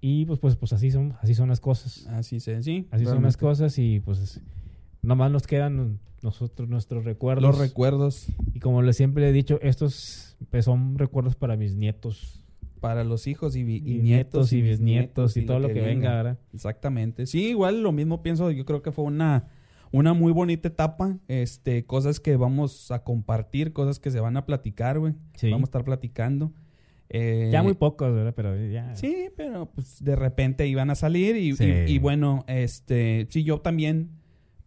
[SPEAKER 3] Y pues, pues, pues así son, así son las cosas.
[SPEAKER 2] Así se, sí.
[SPEAKER 3] Así son
[SPEAKER 2] realmente.
[SPEAKER 3] las cosas y pues es- nomás nos quedan nosotros nuestros recuerdos.
[SPEAKER 2] Los recuerdos.
[SPEAKER 3] y como les siempre he dicho, estos pues son recuerdos para mis nietos.
[SPEAKER 2] Para los hijos y, vi-
[SPEAKER 3] Y, nietos y bisnietos y, todo lo que, venga,
[SPEAKER 2] ahora.
[SPEAKER 3] ¿verdad?
[SPEAKER 2] Exactamente. Sí, igual lo mismo pienso. Yo creo que fue una, una muy bonita etapa. Este, cosas que vamos a compartir, cosas que se van a platicar, güey.
[SPEAKER 3] Sí.
[SPEAKER 2] Vamos a estar platicando. Eh,
[SPEAKER 3] Ya muy pocos, ¿verdad? Pero ya.
[SPEAKER 2] Sí, pero pues de repente iban a salir y,
[SPEAKER 3] Sí.
[SPEAKER 2] y- y bueno, este, sí, yo también,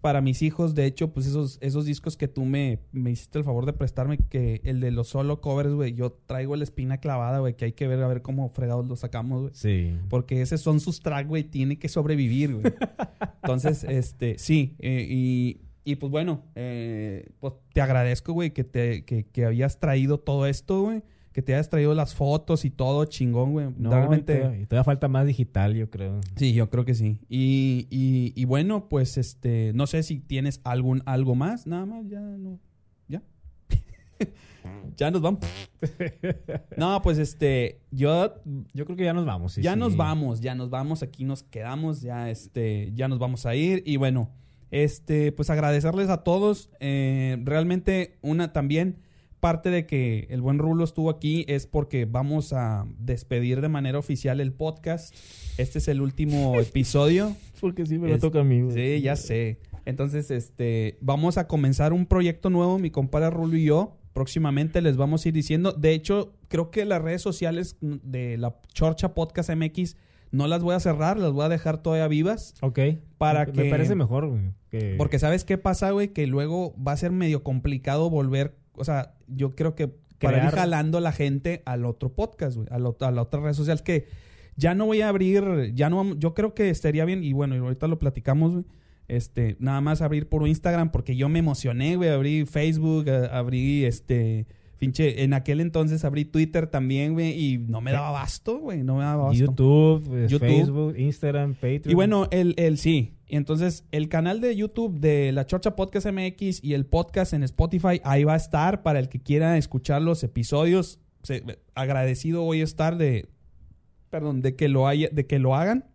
[SPEAKER 2] para mis hijos, de hecho, pues esos, esos discos que tú me, me hiciste el favor de prestarme, que el de los solo covers, güey, yo traigo la espina clavada, güey, que hay que ver a ver cómo fregados lo sacamos, güey.
[SPEAKER 3] Sí.
[SPEAKER 2] Porque ese son sus tracks, güey, tiene que sobrevivir,
[SPEAKER 3] (laughs)
[SPEAKER 2] güey. Entonces, este, sí, eh, y, y, pues bueno, eh, pues te agradezco, güey, que, te, que, que habías traído todo esto, güey. Que te hayas traído las fotos y todo, chingón, güey.
[SPEAKER 3] No,
[SPEAKER 2] Realmente.
[SPEAKER 3] y todavía- y todavía falta más digital, yo creo.
[SPEAKER 2] Sí, yo creo que sí. Y, y, y bueno, pues este, no sé si tienes algún algo más, nada más, ya no. Ya. (laughs) ya nos
[SPEAKER 3] (laughs)
[SPEAKER 2] vamos. no, pues este, yo
[SPEAKER 3] Yo creo que ya nos vamos. sí,
[SPEAKER 2] ya
[SPEAKER 3] sí.
[SPEAKER 2] nos vamos, ya nos vamos, aquí nos quedamos, ya este, ya nos vamos a ir y bueno, este, pues agradecerles a todos, eh, realmente una también parte de que el buen Rulo estuvo aquí es porque vamos a despedir de manera oficial el podcast. Este es el último episodio.
[SPEAKER 3] Porque sí me
[SPEAKER 2] Es-
[SPEAKER 3] lo toca a mí, güey.
[SPEAKER 2] Sí, ya sé. Entonces, este, vamos a comenzar un proyecto nuevo, mi compadre Rulo y yo. Próximamente les vamos a ir diciendo. De hecho, creo que las redes sociales de la Chorcha Podcast MX no las voy a cerrar, las voy a dejar todavía vivas.
[SPEAKER 3] Ok.
[SPEAKER 2] Para
[SPEAKER 3] me,
[SPEAKER 2] que-
[SPEAKER 3] Me parece mejor, güey. que-
[SPEAKER 2] Porque ¿sabes qué pasa, güey? Que luego va a ser medio complicado volver. O sea, yo creo que para ir
[SPEAKER 3] Crear.
[SPEAKER 2] jalando la gente al otro podcast, güey, al otro- a, la otra red social. Que ya no voy a abrir, ya no vamos- yo creo que estaría bien, y bueno, y ahorita lo platicamos, güey. Este, nada más abrir por Instagram, porque yo me emocioné, güey. Abrí Facebook, a- abrí este. Finche, en aquel entonces abrí Twitter también, güey, y no me daba abasto, güey, no me daba abasto.
[SPEAKER 3] YouTube, eh,
[SPEAKER 2] YouTube.
[SPEAKER 3] Facebook, Instagram, Patreon.
[SPEAKER 2] Y bueno, el, el sí. Y entonces, el canal de YouTube de La Chorcha Podcast MX y el podcast en Spotify, ahí va a estar para el que quiera escuchar los episodios. Se- agradecido voy a estar de. Perdón, de que lo haya, de que lo hagan,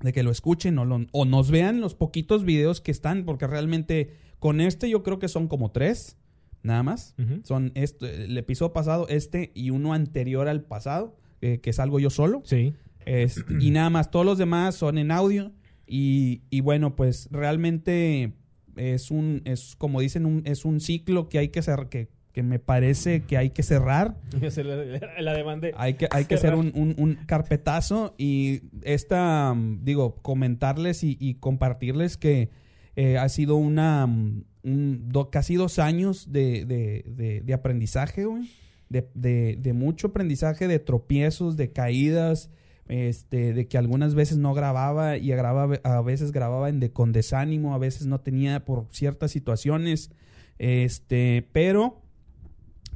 [SPEAKER 2] de que lo escuchen o, lo- o nos vean los poquitos videos que están, porque realmente con este yo creo que son como tres, nada más.
[SPEAKER 3] Ujú.
[SPEAKER 2] Son este, el episodio pasado, este y uno anterior al pasado, eh, que salgo yo solo.
[SPEAKER 3] Sí. (laughs)
[SPEAKER 2] Este, y nada más, todos los demás son en audio. Y, y bueno, pues realmente es un, es como dicen, un, es un ciclo que hay que cerrar, que, que me parece que hay que cerrar.
[SPEAKER 3] Se la, la demandé.
[SPEAKER 2] Hay que, hay que hacer un, un- un carpetazo y esta, mm, digo, comentarles y, y compartirles que eh, ha sido una, mm, un do- casi dos años de, de- de- de aprendizaje, güey. De, de- de mucho aprendizaje, de tropiezos, de caídas, este, de que algunas veces no grababa y grababa, a veces grababa en de, con desánimo, a veces no tenía por ciertas situaciones, este, pero,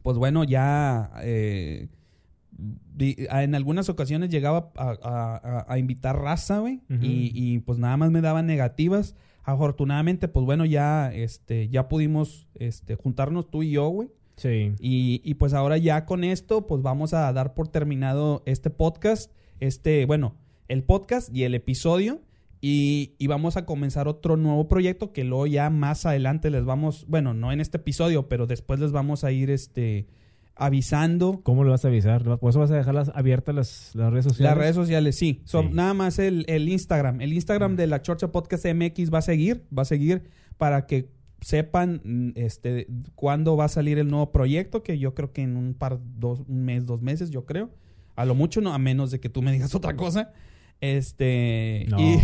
[SPEAKER 2] pues bueno, ya eh, di- a- en algunas ocasiones llegaba a, a- a- a invitar raza, güey,
[SPEAKER 3] Ujú.
[SPEAKER 2] y, y, pues nada más me daban negativas. Afortunadamente, pues bueno, ya, este, ya pudimos este, juntarnos tú y yo, güey.
[SPEAKER 3] Sí.
[SPEAKER 2] Y, y, pues ahora ya con esto, pues vamos a dar por terminado este podcast, este, bueno, el podcast y el episodio. Y, y vamos a comenzar otro nuevo proyecto que luego ya más adelante les vamos, bueno, no en este episodio, pero después les vamos a ir este, avisando.
[SPEAKER 3] ¿Cómo lo vas a avisar? ¿Por eso vas a dejar las, abiertas las, las redes sociales?
[SPEAKER 2] Las redes sociales, sí. So,
[SPEAKER 3] Sí. Mm.
[SPEAKER 2] Nada más el, el Instagram. El Instagram de la Chorcha Podcast MX va a seguir, va a seguir para que sepan mm, este cuándo va a salir el nuevo proyecto, que yo creo que en un par, dos, un mes, dos meses, yo creo. A lo mucho, no, a menos de que tú me digas (laughs) otra cosa. Este
[SPEAKER 3] No.
[SPEAKER 2] y,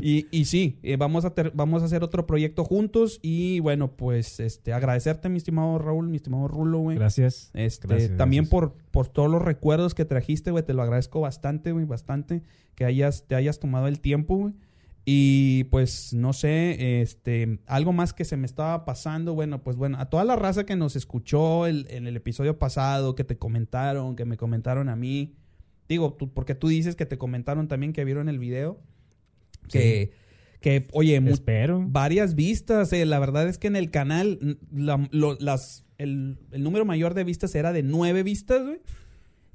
[SPEAKER 2] y, y sí, eh, vamos, a ter- vamos a hacer otro proyecto juntos. Y bueno, pues este, agradecerte, mi estimado Raúl, mi estimado Rulo, güey.
[SPEAKER 3] (laughs) Gracias.
[SPEAKER 2] Este,
[SPEAKER 3] Gracias,
[SPEAKER 2] también
[SPEAKER 3] gracias.
[SPEAKER 2] Por, por todos los recuerdos que trajiste, güey. Te lo agradezco bastante, güey. Bastante que hayas, te hayas tomado el tiempo, güey. Y pues, no sé, este, algo más que se me estaba pasando. Bueno, pues bueno, a toda la raza que nos escuchó el- en el episodio pasado, que te comentaron, que me comentaron a mí. Digo, tú- porque tú dices que te comentaron también que vieron el video. Que, que oye, mu-
[SPEAKER 3] Espero.
[SPEAKER 2] varias vistas. eh. La verdad es que en el canal n- la- lo- las, el, el número mayor de vistas era de nueve vistas, güey.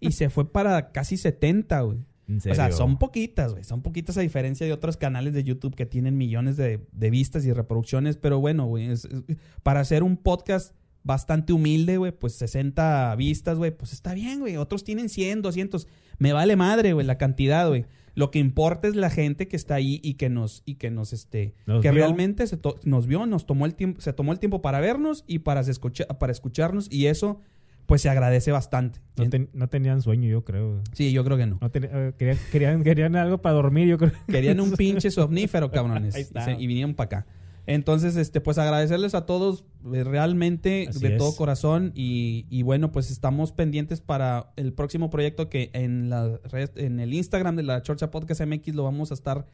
[SPEAKER 2] Y se fue para casi 70, güey.
[SPEAKER 3] ¿En
[SPEAKER 2] O sea,
[SPEAKER 3] serio?
[SPEAKER 2] son poquitas, güey. Son poquitas a diferencia de otros canales de YouTube que tienen millones de, de vistas y reproducciones. Pero bueno, güey, es- es- para hacer un podcast bastante humilde, güey, pues 60 vistas, güey, pues está bien, güey. Otros tienen 100, 200. Me vale madre, güey, la cantidad, güey. Lo que importa es la gente que está ahí y que nos y que nos este
[SPEAKER 3] Nos
[SPEAKER 2] que
[SPEAKER 3] vio.
[SPEAKER 2] realmente se to- nos vio, nos tomó el tiempo, se tomó el tiempo para vernos y para se escucha- para escucharnos y eso pues se agradece bastante.
[SPEAKER 3] No, ten- no tenían sueño, yo creo.
[SPEAKER 2] Sí, yo creo que no.
[SPEAKER 3] No ten- eh, querían, querían, querían algo para dormir, yo creo.
[SPEAKER 2] Querían
[SPEAKER 3] (laughs)
[SPEAKER 2] un pinche somnífero, cabrones.
[SPEAKER 3] Ahí
[SPEAKER 2] Y,
[SPEAKER 3] está.
[SPEAKER 2] se- y vinieron para acá. Entonces, este, pues agradecerles a todos eh, realmente
[SPEAKER 3] Así
[SPEAKER 2] de
[SPEAKER 3] es.
[SPEAKER 2] todo corazón. Y, y bueno, pues estamos pendientes para el próximo proyecto que en la red, en el Instagram de la Chorcha Podcast MX lo vamos a estar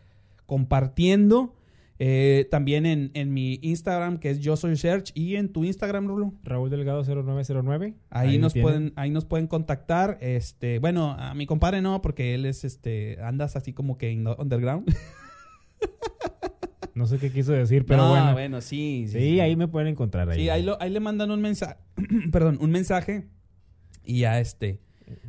[SPEAKER 2] compartiendo. Eh, también en, en mi Instagram, que es Yo Soy Search, y en tu Instagram, Rulo.
[SPEAKER 3] Raúl Delgado 0909.
[SPEAKER 2] Ahí,
[SPEAKER 3] lo
[SPEAKER 2] nos
[SPEAKER 3] tienen.
[SPEAKER 2] pueden, ahí nos pueden contactar. Este, bueno, a mi compadre no, porque él es este, andas así como que in the underground.
[SPEAKER 3] No sé qué quiso decir, pero
[SPEAKER 2] No,
[SPEAKER 3] bueno.
[SPEAKER 2] Ah, sí, sí.
[SPEAKER 3] Sí, ahí me pueden encontrar. Ahí,
[SPEAKER 2] Sí, ahí, lo- ahí le mandan un mensaje, (clears throat) perdón, un mensaje y ya este,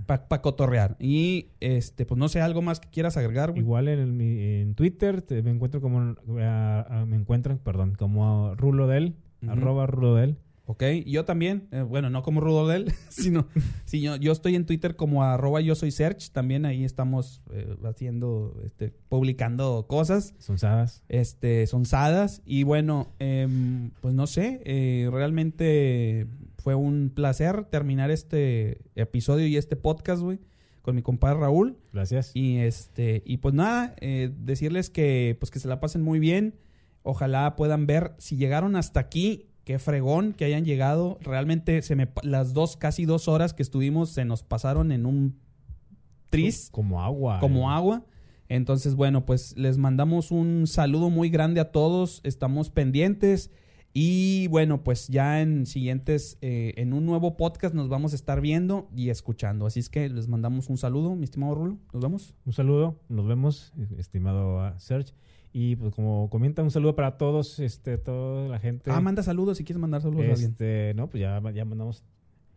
[SPEAKER 2] para cotorrear. Y este, pues no sé, algo más que quieras agregar, güey.
[SPEAKER 3] Igual en, el- mi- en Twitter te- me encuentro como ah, ah, me encuentran, perdón, como Rulo Del,
[SPEAKER 2] Ujú.
[SPEAKER 3] arroba Rulo Del.
[SPEAKER 2] Ok, y yo también, eh, bueno, no como Rudolel, (laughs)
[SPEAKER 3] (laughs)
[SPEAKER 2] sino, sino yo estoy en Twitter como arroba yo soy search, también ahí estamos eh, haciendo, este, publicando cosas.
[SPEAKER 3] Son sadas.
[SPEAKER 2] este, sonzadas. Y bueno, em, pues no sé, eh, realmente fue un placer terminar este episodio y este podcast, güey, con mi compadre Raúl.
[SPEAKER 3] Gracias.
[SPEAKER 2] Y este, y pues nada, eh, decirles que pues que se la pasen muy bien. Ojalá puedan ver si llegaron hasta aquí. Qué fregón que hayan llegado. Realmente se me pa- las dos, casi dos horas que estuvimos se nos pasaron en un tris
[SPEAKER 3] Como agua.
[SPEAKER 2] como agua. Entonces, bueno, pues les mandamos un saludo muy grande a todos. Estamos pendientes. Y bueno, pues ya en siguientes, eh, en un nuevo podcast nos vamos a estar viendo y escuchando. Así es que les mandamos un saludo, mi estimado Rulo. Nos vemos.
[SPEAKER 3] Un saludo, nos vemos, estimado ah, Serge. Y pues como comenta, un saludo para todos, este, toda la gente.
[SPEAKER 2] Ah, manda saludos si quieres mandar saludos a alguien.
[SPEAKER 3] este, no, pues ya, ya mandamos.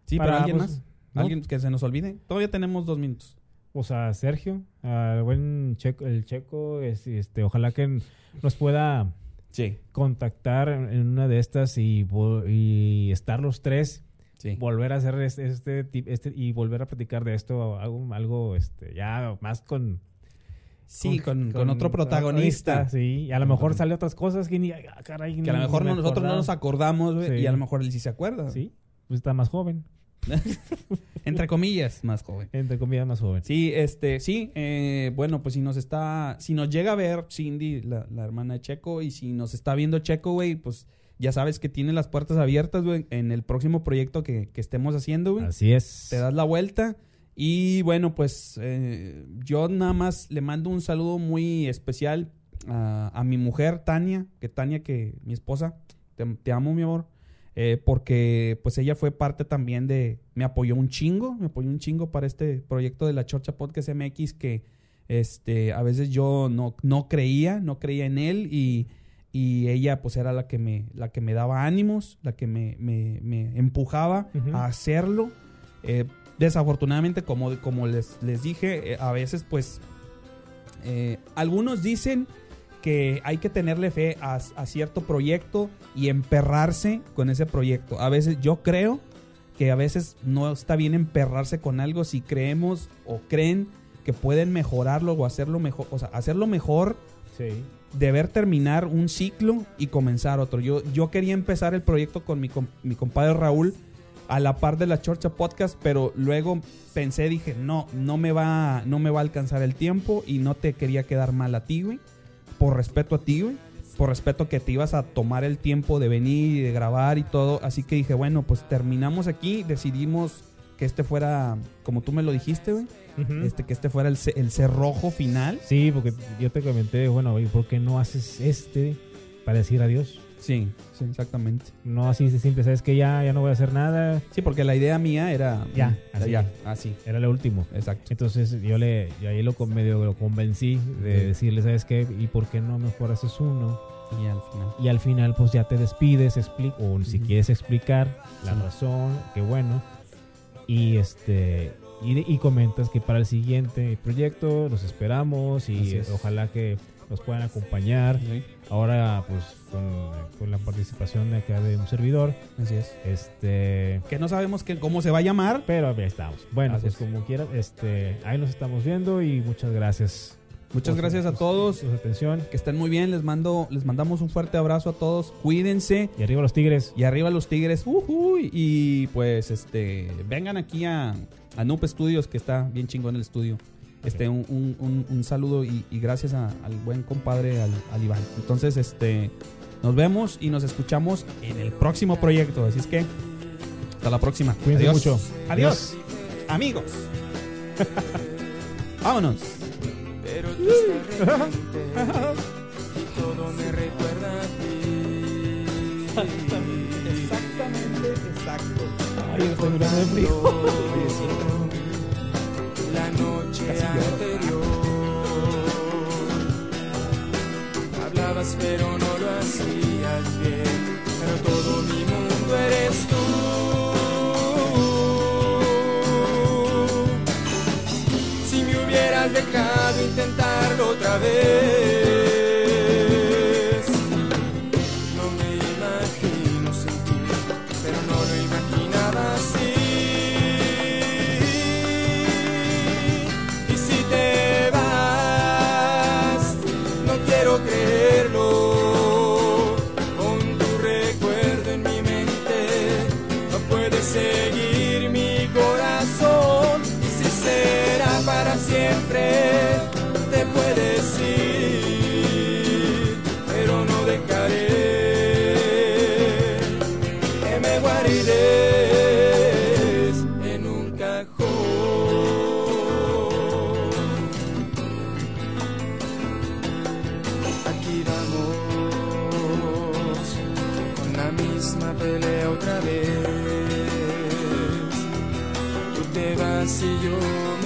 [SPEAKER 2] Sí,
[SPEAKER 3] para,
[SPEAKER 2] pero alguien
[SPEAKER 3] pues,
[SPEAKER 2] más.
[SPEAKER 3] ¿no?
[SPEAKER 2] Alguien que se nos olvide. Todavía tenemos dos minutos.
[SPEAKER 3] O sea, pues, Sergio, al buen checo, el checo, es- este, ojalá que nos pueda
[SPEAKER 2] Sí,
[SPEAKER 3] contactar en en una de estas y, vo- y estar los tres,
[SPEAKER 2] sí.
[SPEAKER 3] volver a hacer este, este, ti- este- y volver a platicar de esto, algo, algo este, ya más con,
[SPEAKER 2] Sí, con, con otro protagonista.
[SPEAKER 3] Sí, y a lo
[SPEAKER 2] Con
[SPEAKER 3] mejor
[SPEAKER 2] otro-
[SPEAKER 3] sale otras cosas que ni, ah, caray,
[SPEAKER 2] Que a lo
[SPEAKER 3] no
[SPEAKER 2] mejor
[SPEAKER 3] me
[SPEAKER 2] nosotros no
[SPEAKER 3] acordaba.
[SPEAKER 2] nos acordamos güey,
[SPEAKER 3] Sí.
[SPEAKER 2] y a lo mejor él sí se acuerda.
[SPEAKER 3] Sí, pues está más joven,
[SPEAKER 2] Entre comillas, más joven.
[SPEAKER 3] entre comillas más joven.
[SPEAKER 2] Sí, este, sí, eh, bueno, pues si nos está, si nos llega a ver Cindy, la, la hermana de Checo, y si nos está viendo Checo, güey, pues ya sabes que tiene las puertas abiertas, güey, en el próximo proyecto que, que estemos haciendo, güey.
[SPEAKER 3] Así es.
[SPEAKER 2] Te das la vuelta. Y bueno, pues eh, yo nada más le mando un saludo muy especial a, a mi mujer, Tania, que Tania, que mi esposa, te, te amo, mi amor. eh, porque pues ella fue parte también de, me apoyó un chingo, me apoyó un chingo para este proyecto de la Chorcha Podcast MX que este, a veces yo no, no creía, no creía en él y, y ella pues era la que, me, la que me daba ánimos, la que me, me- me empujaba
[SPEAKER 3] Ujú.
[SPEAKER 2] a hacerlo. Eh, desafortunadamente, como, como les, les dije, eh, a veces pues eh, algunos dicen que hay que tenerle fe a, a cierto proyecto y emperrarse con ese proyecto. A veces yo creo que a veces no está bien emperrarse con algo si creemos o creen que pueden mejorarlo o hacerlo mejor, o sea, hacerlo mejor
[SPEAKER 3] Sí.
[SPEAKER 2] deber terminar un ciclo y comenzar otro. Yo, yo quería empezar el proyecto con mi, com- mi compadre Raúl a la par de la Chorcha Podcast, pero luego pensé, dije, no, no me va, no me va a alcanzar el tiempo y no te quería quedar mal a ti, güey. Por respeto a ti, güey. Por respeto que te ibas a tomar el tiempo de venir y de grabar y todo. Así que dije, bueno, pues terminamos aquí. Decidimos que este fuera, como tú me lo dijiste, güey.
[SPEAKER 3] Ujú.
[SPEAKER 2] Este, que este fuera el, ce- el cerrojo final.
[SPEAKER 3] Sí, porque yo te comenté, bueno, ¿y por qué no haces este para decir adiós?
[SPEAKER 2] Sí, sí, exactamente.
[SPEAKER 3] No así de simple, sabes que ya, ya no voy a hacer nada,
[SPEAKER 2] Sí, porque la idea mía era.
[SPEAKER 3] Ya,
[SPEAKER 2] así.
[SPEAKER 3] así.
[SPEAKER 2] Ya, ah, así,
[SPEAKER 3] era lo último.
[SPEAKER 2] exacto.
[SPEAKER 3] Entonces yo le, yo ahí lo con- medio lo convencí de
[SPEAKER 2] Sí.
[SPEAKER 3] decirle, ¿sabes qué? ¿Y por qué no mejor haces uno?
[SPEAKER 2] Y al final.
[SPEAKER 3] Y al final pues ya te despides, explico, o si
[SPEAKER 2] Ujú.
[SPEAKER 3] quieres explicar la
[SPEAKER 2] Sí.
[SPEAKER 3] razón, qué bueno. Y este y, de- y comentas que para el siguiente proyecto los esperamos
[SPEAKER 2] Así
[SPEAKER 3] y
[SPEAKER 2] es.
[SPEAKER 3] ojalá que nos puedan acompañar. Ahora, pues, con, con la participación de acá de un servidor.
[SPEAKER 2] Así es.
[SPEAKER 3] Este,
[SPEAKER 2] Que no sabemos que, cómo se va a llamar.
[SPEAKER 3] pero ahí estamos. Bueno,
[SPEAKER 2] Así
[SPEAKER 3] pues
[SPEAKER 2] es.
[SPEAKER 3] como quieran, este, ahí nos estamos viendo y muchas gracias.
[SPEAKER 2] Muchas
[SPEAKER 3] por su-
[SPEAKER 2] gracias a
[SPEAKER 3] por su-
[SPEAKER 2] todos.
[SPEAKER 3] Por su atención.
[SPEAKER 2] Que estén muy bien. Les mando, les mandamos un fuerte abrazo a todos. Cuídense.
[SPEAKER 3] Y arriba los tigres.
[SPEAKER 2] Y arriba los Tigres. Ujuy. Y pues este. Vengan aquí a, a Noob Studios, que está bien chingón el estudio. Este, un, un- un- un saludo y, y gracias a- al buen compadre, al, al Iván. Entonces, este. Nos vemos y nos escuchamos en el próximo proyecto. Así es que. Hasta la próxima.
[SPEAKER 3] Cuídense
[SPEAKER 2] Adiós.
[SPEAKER 3] mucho.
[SPEAKER 2] Adiós. Amigos. (laughs) Vámonos.
[SPEAKER 4] Pero tú estás radiante y todo me recuerda a ti.
[SPEAKER 2] Exactamente, exacto.
[SPEAKER 3] Ay, estoy muriendo de frío.
[SPEAKER 4] La noche anterior hablabas pero no lo hacías bien, pero todo mi mundo eres tú. Si me hubieras dejado intentarlo otra vez, no me imagino sin ti, pero no lo imaginaba así. Y si te vas, no quiero creerlo. Con tu recuerdo en mi mente, no puede seguir mi corazón. Y si será para siempre, te puedes ir, pero no dejaré que me guarides en un cajón. Aquí vamos con la misma pelea otra vez. Tú te vas y yo